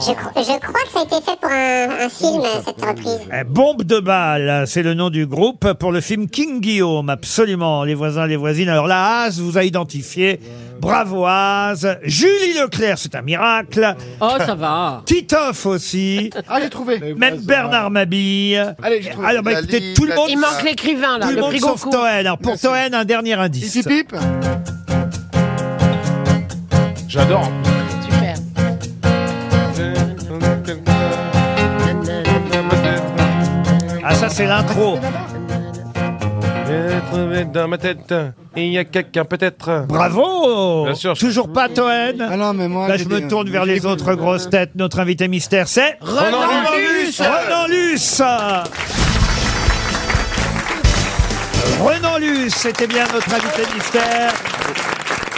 [SPEAKER 17] Je, cro- je crois que ça a été fait pour un, un film, cette reprise.
[SPEAKER 2] Eh, Bombe de balle, c'est le nom du groupe pour le film King Guillaume, absolument, les voisins, les voisines. Alors là, Az vous a identifié. Bravo Az. Julie Leclerc, c'est un miracle.
[SPEAKER 9] Oh, ça va.
[SPEAKER 2] Titoff aussi.
[SPEAKER 5] Ah, j'ai trouvé.
[SPEAKER 2] Même Bernard Mabille.
[SPEAKER 5] Allez, j'ai trouvé.
[SPEAKER 2] Alors, bah, écoutez,
[SPEAKER 5] Dali,
[SPEAKER 2] tout le monde.
[SPEAKER 5] Il manque l'écrivain, là,
[SPEAKER 2] Tout
[SPEAKER 5] le
[SPEAKER 2] le monde
[SPEAKER 5] frigo
[SPEAKER 2] sauf
[SPEAKER 5] court.
[SPEAKER 2] Toen. Alors, pour Toen, un dernier indice.
[SPEAKER 5] Ici, pipe
[SPEAKER 7] J'adore.
[SPEAKER 8] Super.
[SPEAKER 2] Ah, ça, c'est l'intro.
[SPEAKER 7] Être dans ma tête, il y a quelqu'un peut-être.
[SPEAKER 2] Bravo
[SPEAKER 7] Bien sûr.
[SPEAKER 2] Toujours pas Toen
[SPEAKER 5] Ah non, mais moi.
[SPEAKER 2] Là, je me tourne vers les autres grosses têtes. Notre invité mystère, c'est
[SPEAKER 5] Renan Renan Luce. Luce.
[SPEAKER 2] Renan Luce Renan Luce, c'était bien notre invité mystère.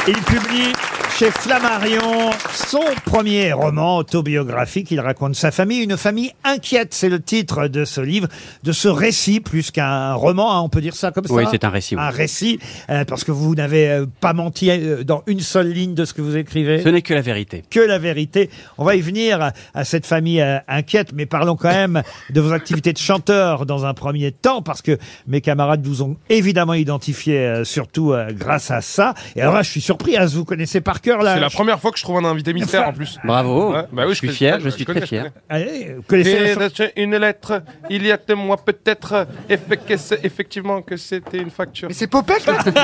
[SPEAKER 2] Il publie chez Flammarion son premier roman autobiographique. Il raconte sa famille, une famille inquiète. C'est le titre de ce livre, de ce récit, plus qu'un roman, hein, on peut dire ça comme ça.
[SPEAKER 19] Oui, c'est un récit, oui.
[SPEAKER 2] Un récit, euh, parce que vous n'avez euh, pas menti euh, dans une seule ligne de ce que vous écrivez
[SPEAKER 19] Ce n'est que la vérité.
[SPEAKER 2] que la vérité. On va y venir à, à cette famille euh, inquiète, mais parlons quand même de vos activités de chanteur dans un premier temps, parce que mes camarades vous ont évidemment identifié, euh, surtout euh, grâce à ça. Et alors là, je suis surpris, hein, vous connaissez par cœur là.
[SPEAKER 7] C'est la première fois que je trouve un invité mystère en plus.
[SPEAKER 19] Bravo.
[SPEAKER 7] Ouais, bah oui,
[SPEAKER 19] je suis
[SPEAKER 7] connais-
[SPEAKER 19] fier, je
[SPEAKER 7] ouais,
[SPEAKER 19] suis
[SPEAKER 7] connais,
[SPEAKER 19] très
[SPEAKER 7] je
[SPEAKER 19] fier.
[SPEAKER 7] connais.
[SPEAKER 2] Allez, vous connaissez la
[SPEAKER 7] J'ai
[SPEAKER 2] chanson
[SPEAKER 7] reçu une lettre, il y a deux mois peut-être, effe- que c'est- effectivement que c'était une facture. Mais
[SPEAKER 5] c'est Popette
[SPEAKER 7] C'est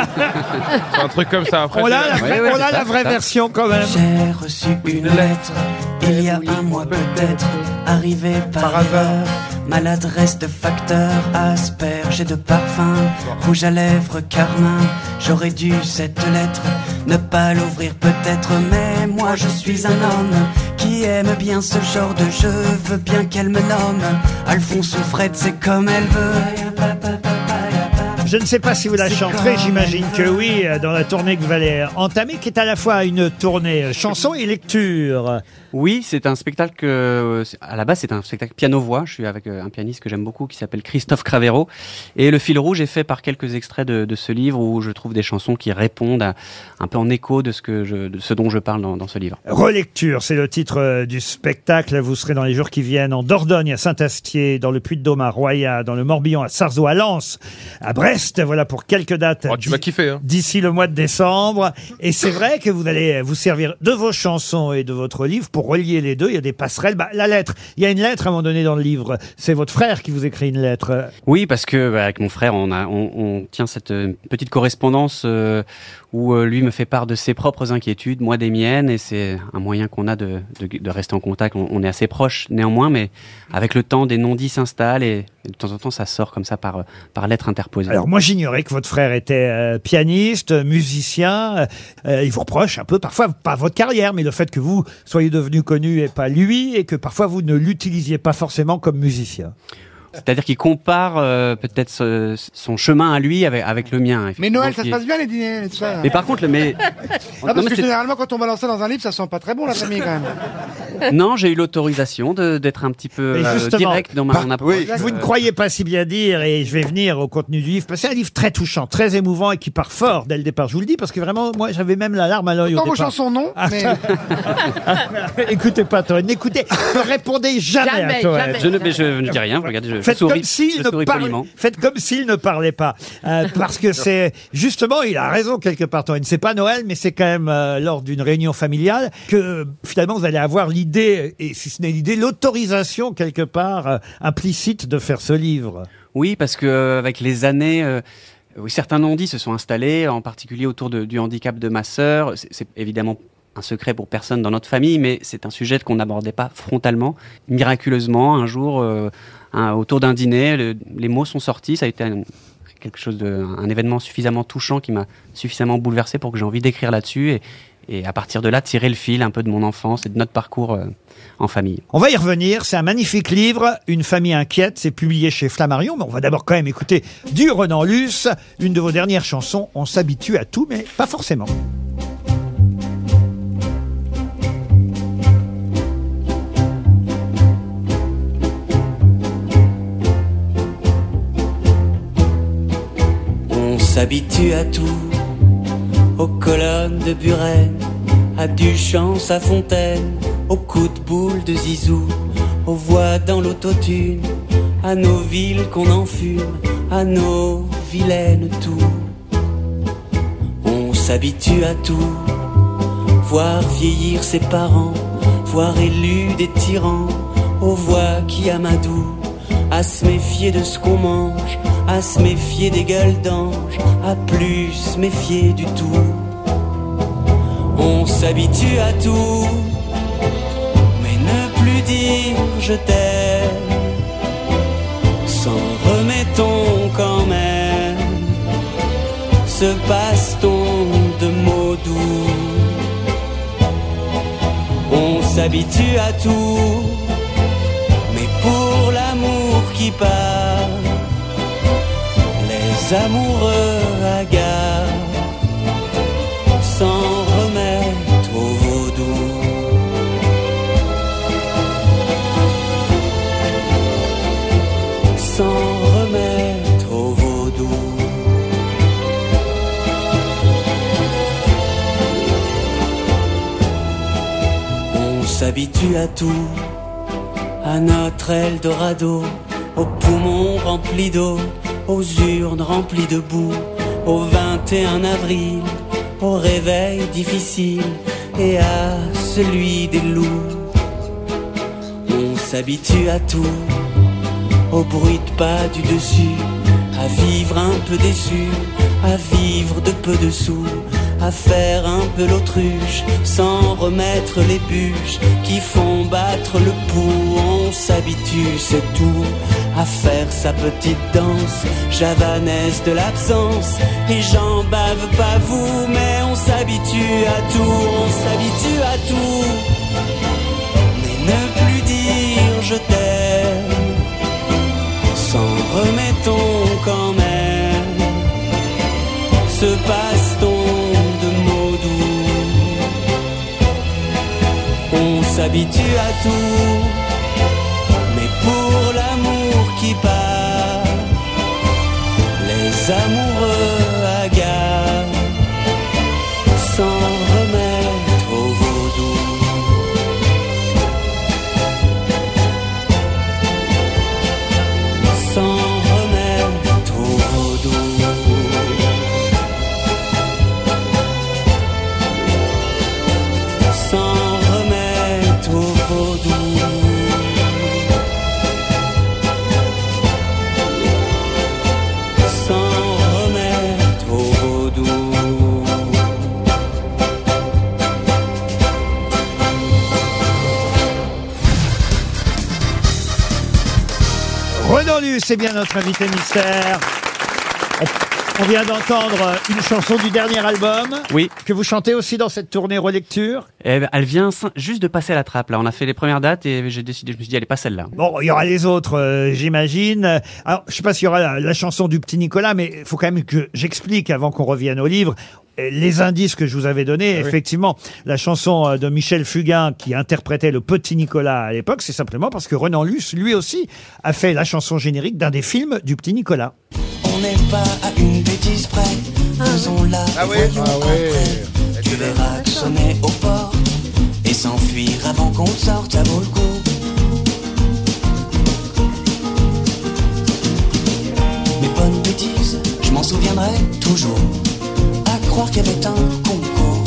[SPEAKER 7] un truc comme ça après.
[SPEAKER 2] On
[SPEAKER 7] c'est-
[SPEAKER 2] a Ah, la vraie, on a la vraie version quand même.
[SPEAKER 12] J'ai reçu une lettre, il y a un mois peut-être, arrivée par erreur. Maladresse de facteur, asperge et de parfum, rouge à lèvres, carmin. J'aurais dû cette lettre ne pas l'ouvrir peut-être, mais moi je suis un homme qui aime bien ce genre de jeu, veux bien qu'elle me nomme. Alphonse ou Fred, c'est comme elle veut.
[SPEAKER 2] Je ne sais pas si vous la chanterez, j'imagine que oui, euh, dans la tournée que vous allez entamer, qui est à la fois une tournée euh, chanson et lecture.
[SPEAKER 19] Oui, c'est un spectacle que, euh, c'est- à la base, c'est un spectacle piano-voix. Je suis avec euh, un pianiste que j'aime beaucoup qui s'appelle Christophe Cravero. Et le fil rouge est fait par quelques extraits de, de ce livre où je trouve des chansons qui répondent à- un peu en écho de ce, que je, de ce dont je parle dans, dans ce livre.
[SPEAKER 2] Relecture, c'est le titre euh, du spectacle. Vous serez dans les jours qui viennent en Dordogne, à Saint-Astier, dans le Puy-de-Dôme, à Roya, dans le Morbihan, à Sarzeau, à Lens, à Brest. Voilà pour quelques dates.
[SPEAKER 7] Tu vas kiffer. Hein.
[SPEAKER 2] d'ici le mois de décembre. Et c'est vrai que vous allez euh, vous servir de vos chansons et de votre livre pour relier les deux. Il y a des passerelles. Bah, la lettre, il y a une lettre à un moment donné dans le livre. C'est votre frère qui vous écrit une lettre.
[SPEAKER 19] Oui, parce que bah, avec mon frère, on, a, on, on tient cette euh, petite correspondance euh, où euh, lui me fait part de ses propres inquiétudes, moi des miennes, et c'est un moyen qu'on a de, de- de rester en contact. On, on est assez proches néanmoins, mais avec le temps, des non-dits s'installent et, et de temps en temps, ça sort comme ça par, euh, par lettre interposée.
[SPEAKER 2] Alors moi j'ignorais que votre frère était euh, pianiste, musicien. Euh, euh, il vous reproche un peu parfois, pas votre carrière, mais le fait que vous soyez devenu connu et pas lui, et que parfois vous ne l'utilisiez pas forcément comme musicien.
[SPEAKER 19] C'est-à-dire qu'il compare euh, peut-être ce- son chemin à lui avec, avec le mien.
[SPEAKER 5] Mais Noël, ça se
[SPEAKER 19] effectivement,
[SPEAKER 5] passe bien les dîners et tout ça.
[SPEAKER 19] qui- Mais par contre, le- mais
[SPEAKER 5] Ah,
[SPEAKER 19] Non,
[SPEAKER 5] parce
[SPEAKER 19] mais
[SPEAKER 5] que
[SPEAKER 19] c'est-
[SPEAKER 5] généralement, quand on va lancer dans un livre, ça sent pas très bon la famille quand même.
[SPEAKER 19] non, j'ai eu l'autorisation de- d'être un petit peu
[SPEAKER 2] Et
[SPEAKER 19] euh, direct dans ma
[SPEAKER 2] par-
[SPEAKER 19] mon approche.
[SPEAKER 2] vous ne
[SPEAKER 19] Euh,
[SPEAKER 2] croyez pas si bien dire, et je vais venir au contenu du livre, parce que c'est un livre très touchant, très émouvant et qui part fort dès le départ. Je vous le dis parce que vraiment, moi j'avais même la larme à l'œil. au
[SPEAKER 5] Dans vos
[SPEAKER 2] départ.
[SPEAKER 5] chansons, non,
[SPEAKER 2] Ah,
[SPEAKER 5] mais-
[SPEAKER 2] Écoutez pas Toen, n'écoutez, ne répondez jamais, à Toen.
[SPEAKER 19] Ah, Je ne, mais je ne dis rien, regardez, je, je
[SPEAKER 2] Faites
[SPEAKER 19] souris,
[SPEAKER 2] comme s'il
[SPEAKER 19] je
[SPEAKER 2] ne
[SPEAKER 19] souris
[SPEAKER 2] parlait-
[SPEAKER 19] poliment.
[SPEAKER 2] Faites comme s'il ne parlait pas, Euh, parce que c'est justement, il a raison quelque part. Toen. C'est pas Noël, mais c'est quand même euh, lors d'une réunion familiale que euh, finalement vous allez avoir l'idée, et si ce n'est l'idée, l'autorisation quelque part euh, implicite de faire ce livre.
[SPEAKER 19] Oui, parce que euh, avec les années, euh, oui, certains non-dits se sont installés, en particulier autour de- du handicap de ma sœur. C'est- C'est évidemment un secret pour personne dans notre famille, mais c'est un sujet qu'on n'abordait pas frontalement. Miraculeusement, un jour, euh, un- autour d'un dîner, le- les mots sont sortis. Ça a été un, quelque chose de, un événement suffisamment touchant qui m'a suffisamment bouleversé pour que j'ai envie d'écrire là-dessus et, et à partir de là tirer le fil un peu de mon enfance et de notre parcours euh, en famille.
[SPEAKER 2] On va y revenir, c'est un magnifique livre, Une famille inquiète, c'est publié chez Flammarion, mais on va d'abord quand même écouter du Renan Luce, une de vos dernières chansons, on s'habitue à tout, mais pas forcément.
[SPEAKER 12] On s'habitue à tout, aux colonnes de Buren, à Duchamp, sa fontaine, aux coups de boule de Zizou, aux voix dans l'autotune, à nos villes qu'on enfume, à nos vilaines tout. On s'habitue à tout, voir vieillir ses parents, voir élus des tyrans, aux voix qui amadouent, à se méfier de ce qu'on mange, à se méfier des gueules d'ange, à plus se méfier du tout. On s'habitue à tout, mais ne plus dire je t'aime, s'en remettons quand même ce baston de mots doux. On s'habitue à tout, mais pour l'amour qui part, les amoureux hagards s'en remettent au vaudou. S'en remettre au vaudou. On s'habitue à tout, à notre Eldorado, aux poumons remplis d'eau, aux urnes remplies de boue, au 21 avril, au réveil difficile et à celui des loups. On s'habitue à tout, au bruit de pas du dessus, à vivre un peu déçu, à vivre de peu de sous, à faire un peu l'autruche, sans remettre les bûches qui font battre le pouls. On s'habitue, c'est tout, à faire sa petite danse, javanaise de l'absence, et j'en bave pas vous, mais on s'habitue à tout, on s'habitue à tout. Mais ne plus dire je t'aime. S'en remettons quand même ce baston de mots doux. On s'habitue à tout, mais pour l'amour qui part, les amoureux hagards s'en remettent au vaudou. S'en remettre au vaudou. S'en remettre au vaudou.
[SPEAKER 2] Renaud Luce c'est bien notre invité mystère. On vient d'entendre une chanson du dernier album.
[SPEAKER 19] Oui.
[SPEAKER 2] Que vous chantez aussi dans cette tournée relecture.
[SPEAKER 19] Eh ben, elle vient sin- juste de passer à la trappe. Là, on a fait les premières dates et j'ai décidé, je me suis dit, elle est pas celle-là.
[SPEAKER 2] Bon, il y aura les autres, euh, j'imagine. Euh, Alors, je sais pas s'il y aura la, la chanson du petit Nicolas, mais il faut quand même que j'explique avant qu'on revienne au livre. euh, Les indices que je vous avais donnés,
[SPEAKER 22] oui.
[SPEAKER 2] effectivement, la chanson euh, de Michel Fugain qui interprétait le petit Nicolas à l'époque, c'est simplement parce que Renan Luce, lui aussi, a fait la chanson générique d'un des films du petit Nicolas.
[SPEAKER 12] On n'est pas à une bêtise près, faisons-la et voyons après. Tu verras que sonner au port et s'enfuir avant qu'on sorte, ça vaut le coup. Mes bonnes bêtises, je m'en souviendrai toujours. À croire qu'il y avait un concours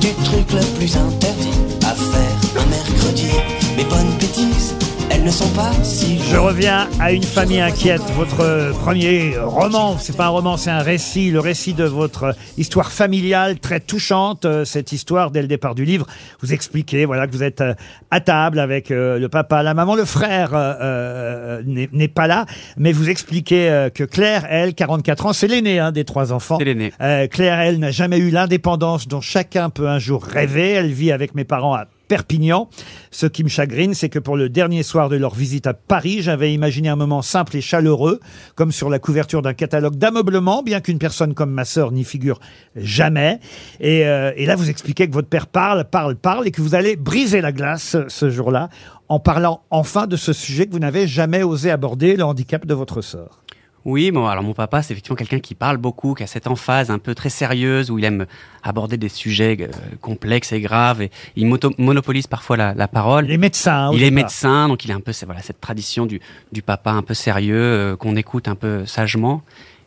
[SPEAKER 12] du truc le plus interdit à faire un mercredi. Mes bonnes bêtises, elles ne sont pas si
[SPEAKER 2] Je reviens à une famille inquiète. Votre premier roman, c'est pas un roman, c'est un récit, le récit de votre histoire familiale très touchante. Euh, Cette histoire, dès le départ du livre, vous expliquez, voilà, que vous êtes euh, à table avec euh, le papa, la maman, le frère euh, euh, n'est n'est pas là, mais vous expliquez euh, que Claire, elle, 44 ans, c'est l'aînée hein, des trois enfants. Euh, Claire, elle, n'a jamais eu l'indépendance dont chacun peut un jour rêver. Elle vit avec mes parents à Perpignan. Ce qui me chagrine, c'est que pour le dernier soir de leur visite à Paris, j'avais imaginé un moment simple et chaleureux, comme sur la couverture d'un catalogue d'ameublement, bien qu'une personne comme ma sœur n'y figure jamais. Et, euh, et là, vous expliquez que votre père parle, parle, parle, et que vous allez briser la glace euh, ce jour-là, en parlant enfin de ce sujet que vous n'avez jamais osé aborder, le handicap de votre sœur.
[SPEAKER 19] Oui, bon, alors mon papa, c'est effectivement quelqu'un qui parle beaucoup, qui a cette emphase un peu très sérieuse, où il aime aborder des sujets euh, complexes et graves, et il moto- monopolise parfois la, la parole. Il
[SPEAKER 2] est médecin.
[SPEAKER 12] au
[SPEAKER 19] Il est
[SPEAKER 12] départ.
[SPEAKER 19] médecin, donc il a un peu c'est- voilà, cette tradition du, du papa un peu sérieux, euh, qu'on écoute un peu sagement.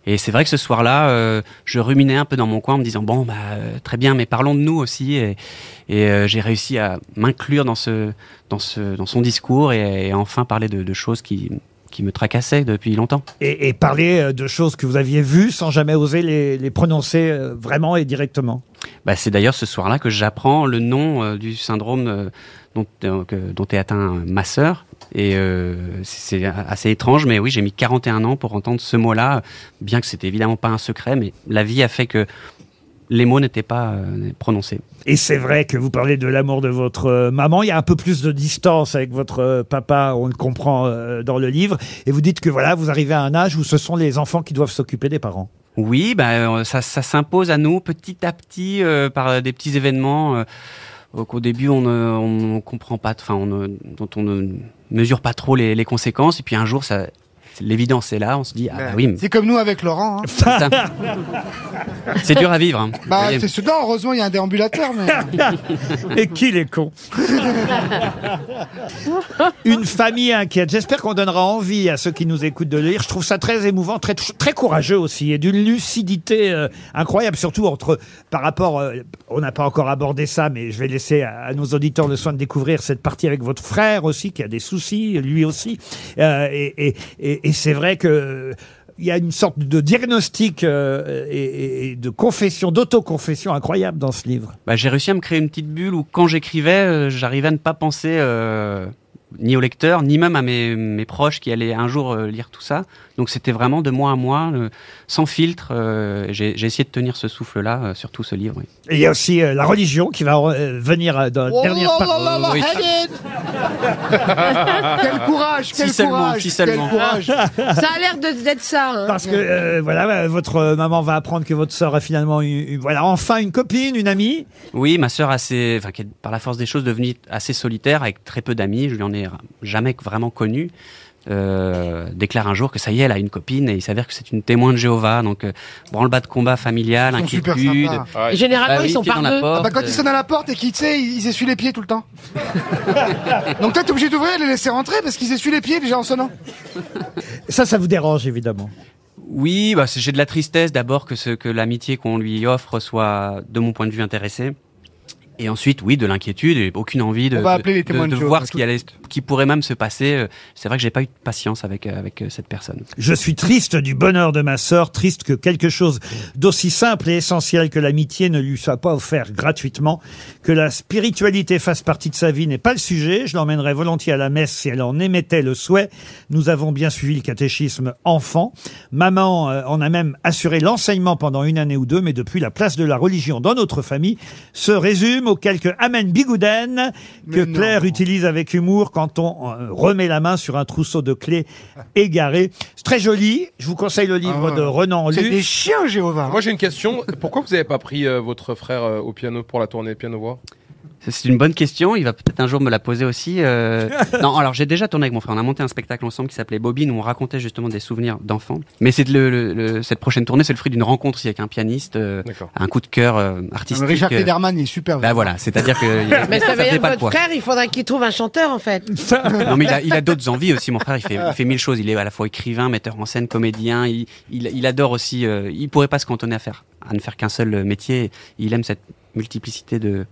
[SPEAKER 19] Et c'est vrai que ce soir-là, euh, je ruminais un peu dans mon coin en me disant, bon, bah, euh, très bien, mais parlons de nous aussi. Et, et, euh, j'ai réussi à m'inclure dans, ce, dans, ce, dans son discours et, et enfin parler de, de choses qui, qui me tracassaient depuis longtemps.
[SPEAKER 2] Et, et parler euh, de choses que vous aviez vues sans jamais oser les, les prononcer euh, vraiment et directement.
[SPEAKER 19] Bah, c'est d'ailleurs ce soir-là que j'apprends le nom euh, du syndrome euh, dont, euh, que- dont est atteint euh, ma sœur. Et euh, c'est c'est assez étrange, mais oui, j'ai mis 41 ans pour entendre ce mot-là, bien que c'était évidemment pas un secret, mais la vie a fait que les mots n'étaient pas euh, prononcés.
[SPEAKER 2] Et c'est vrai que vous parlez de l'amour de votre euh, maman. Il y a un peu plus de distance avec votre euh, papa, on le comprend euh, dans le livre. Et vous dites que voilà, vous arrivez à un âge où ce sont les enfants qui doivent s'occuper des parents.
[SPEAKER 19] Oui, bah, euh, ça, ça s'impose à nous petit à petit euh, par euh, des petits événements euh, qu'au début on ne on ne comprend pas, enfin on ne- dont on ne mesure pas trop les, les conséquences. Et puis un jour, ça, l'évidence est là, on se dit ah bah oui,
[SPEAKER 5] C'est comme nous avec Laurent. hein.
[SPEAKER 19] ça. c'est dur à vivre. hein. Vous
[SPEAKER 5] Bah,
[SPEAKER 19] voyez.
[SPEAKER 5] c'est ce- non, heureusement, il y a un déambulateur, mais.
[SPEAKER 2] Et qu'il est con. Une famille inquiète. J'espère qu'on donnera envie à ceux qui nous écoutent de le lire. Je trouve ça très émouvant, très, touch- très courageux aussi, et d'une lucidité euh, incroyable, surtout entre par rapport. euh, on n'a pas encore abordé ça, mais je vais laisser à, à nos auditeurs le soin de découvrir cette partie avec votre frère aussi, qui a des soucis, lui aussi. Euh, et et- et- et c'est vrai que. Il y a une sorte de diagnostic euh, et- et- et de confession, d'autoconfession incroyable dans ce livre.
[SPEAKER 19] Bah, j'ai réussi à me créer une petite bulle où quand j'écrivais, euh, j'arrivais à ne pas penser euh, ni au lecteur, ni même à mes, mes proches qui allaient un jour euh, lire tout ça. Donc c'était vraiment de moi à moi, euh, sans filtre. euh, j'ai, j'ai essayé de tenir ce souffle-là euh, sur tout ce livre. oui.
[SPEAKER 2] Et il y a aussi euh, la religion qui va euh, venir euh, dans la
[SPEAKER 5] Oh
[SPEAKER 2] dernière
[SPEAKER 5] là là là là,
[SPEAKER 2] partie.
[SPEAKER 5] Hélène Quel courage, quel courage, quel courage.
[SPEAKER 8] Ça a l'air de- d'être ça. hein.
[SPEAKER 2] Parce que euh, voilà, euh, votre euh, maman va apprendre que votre sœur a finalement eu, eu- voilà enfin une copine, une amie.
[SPEAKER 19] Oui, ma sœur, assez, enfin, qui est, par la force des choses, devenue assez solitaire, avec très peu d'amis. Je lui en ai ra- jamais vraiment connu. euh, déclare un jour que ça y est, elle a une copine et il s'avère que c'est une témoin de Jéhovah. Donc, euh, branle-bas de combat familial,
[SPEAKER 5] Ils sont super
[SPEAKER 19] inquiétude.
[SPEAKER 5] sympas.
[SPEAKER 19] Bah oui, pied dans la porte,
[SPEAKER 5] Ah bah, quand ils
[SPEAKER 19] euh,
[SPEAKER 5] sonnent à la porte et qu'ils, tu sais, ils essuient les pieds tout le temps. Donc toi, t'es obligé d'ouvrir et les laisser rentrer parce qu'ils essuient les pieds déjà en sonnant.
[SPEAKER 2] Ça, ça vous dérange évidemment.
[SPEAKER 19] Oui, bah, c'est- j'ai de la tristesse d'abord que, ce, que l'amitié qu'on lui offre soit, de mon point de vue, intéressée. Et ensuite, oui, de l'inquiétude et aucune envie de,
[SPEAKER 5] On va
[SPEAKER 19] de-
[SPEAKER 5] appeler les
[SPEAKER 19] de-
[SPEAKER 5] témoins de
[SPEAKER 19] de
[SPEAKER 5] Jéhovah,
[SPEAKER 19] voir ce
[SPEAKER 5] tout
[SPEAKER 19] qui, allait, qui pourrait même se passer. Euh, C'est vrai que j'ai pas eu de patience avec, euh, avec euh, cette personne.
[SPEAKER 2] Je suis triste du bonheur de ma sœur, triste que quelque chose d'aussi simple et essentiel que l'amitié ne lui soit pas offert gratuitement, que la spiritualité fasse partie de sa vie n'est pas le sujet. Je l'emmènerais volontiers à la messe si elle en émettait le souhait. Nous avons bien suivi le catéchisme enfant. Maman euh, en a même assuré l'enseignement pendant une année ou deux, mais depuis la place de la religion dans notre famille se résume aux quelques amen bigouden que Claire utilise avec humour quand on euh, remet la main sur un trousseau de clés égaré. C'est très joli. Je vous conseille le livre
[SPEAKER 5] Ah.
[SPEAKER 2] de Renan Luce.
[SPEAKER 5] Jéhovah.
[SPEAKER 7] Moi, j'ai une question. Pourquoi vous n'avez pas pris euh, votre frère euh, au piano pour la tournée piano-voix
[SPEAKER 19] Ça, C'est une bonne question. Il va peut-être un jour me la poser aussi. euh. non, alors j'ai déjà tourné avec mon frère. On a monté un spectacle ensemble qui s'appelait Bobine où on racontait justement des souvenirs d'enfants. Mais c'est le- le- le- cette prochaine tournée, c'est le fruit d'une rencontre aussi avec un pianiste, euh, un coup de cœur euh, artistique.
[SPEAKER 5] Richard
[SPEAKER 19] euh.
[SPEAKER 5] Federman, il est super.
[SPEAKER 19] Bah voilà, c'est-à-dire que
[SPEAKER 8] Mais ça veut
[SPEAKER 19] fait
[SPEAKER 8] dire
[SPEAKER 19] pas
[SPEAKER 8] que votre
[SPEAKER 19] le poids.
[SPEAKER 8] frère, il faudrait qu'il trouve un chanteur, en fait.
[SPEAKER 19] Non mais il a, il a d'autres envies aussi. Mon frère, il fait, il fait mille choses. Il est à la fois écrivain, metteur en scène, comédien. Il, il- il adore aussi. euh, il pourrait pas se cantonner à faire, à ne faire qu'un seul euh, métier. Il aime cette multiplicité de,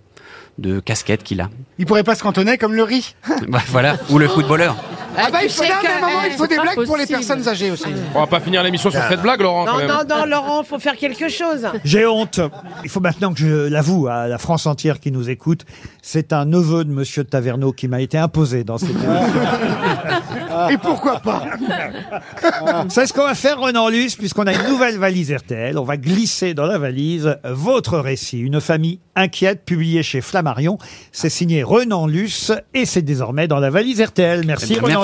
[SPEAKER 19] de casquettes qu'il a.
[SPEAKER 5] Il pourrait pas se cantonner comme le riz.
[SPEAKER 19] Bah, voilà. Ou le footballeur.
[SPEAKER 5] Ah bah il faut,
[SPEAKER 8] tu sais
[SPEAKER 5] non, mais à un
[SPEAKER 8] que,
[SPEAKER 5] moment,
[SPEAKER 8] euh,
[SPEAKER 5] il faut
[SPEAKER 8] c'est
[SPEAKER 5] des
[SPEAKER 8] pas
[SPEAKER 5] blagues pour les
[SPEAKER 8] possible.
[SPEAKER 5] personnes âgées aussi.
[SPEAKER 7] On va pas finir l'émission sur cette blague, Laurent. quand
[SPEAKER 8] Non,
[SPEAKER 7] même.
[SPEAKER 8] non, non, Laurent, faut faire quelque chose.
[SPEAKER 2] J'ai honte. Il faut maintenant que je l'avoue à la France entière qui nous écoute. C'est un neveu de Monsieur Taverneau qui m'a été imposé dans cette émission.
[SPEAKER 5] Et pourquoi pas
[SPEAKER 2] C'est ce qu'on va faire, Renan Luce, puisqu'on a une nouvelle valise RTL. On va glisser dans la valise votre récit. Une famille inquiète, publié chez Flammarion. C'est signé Renan Luce et c'est désormais dans la valise RTL. Merci, Renan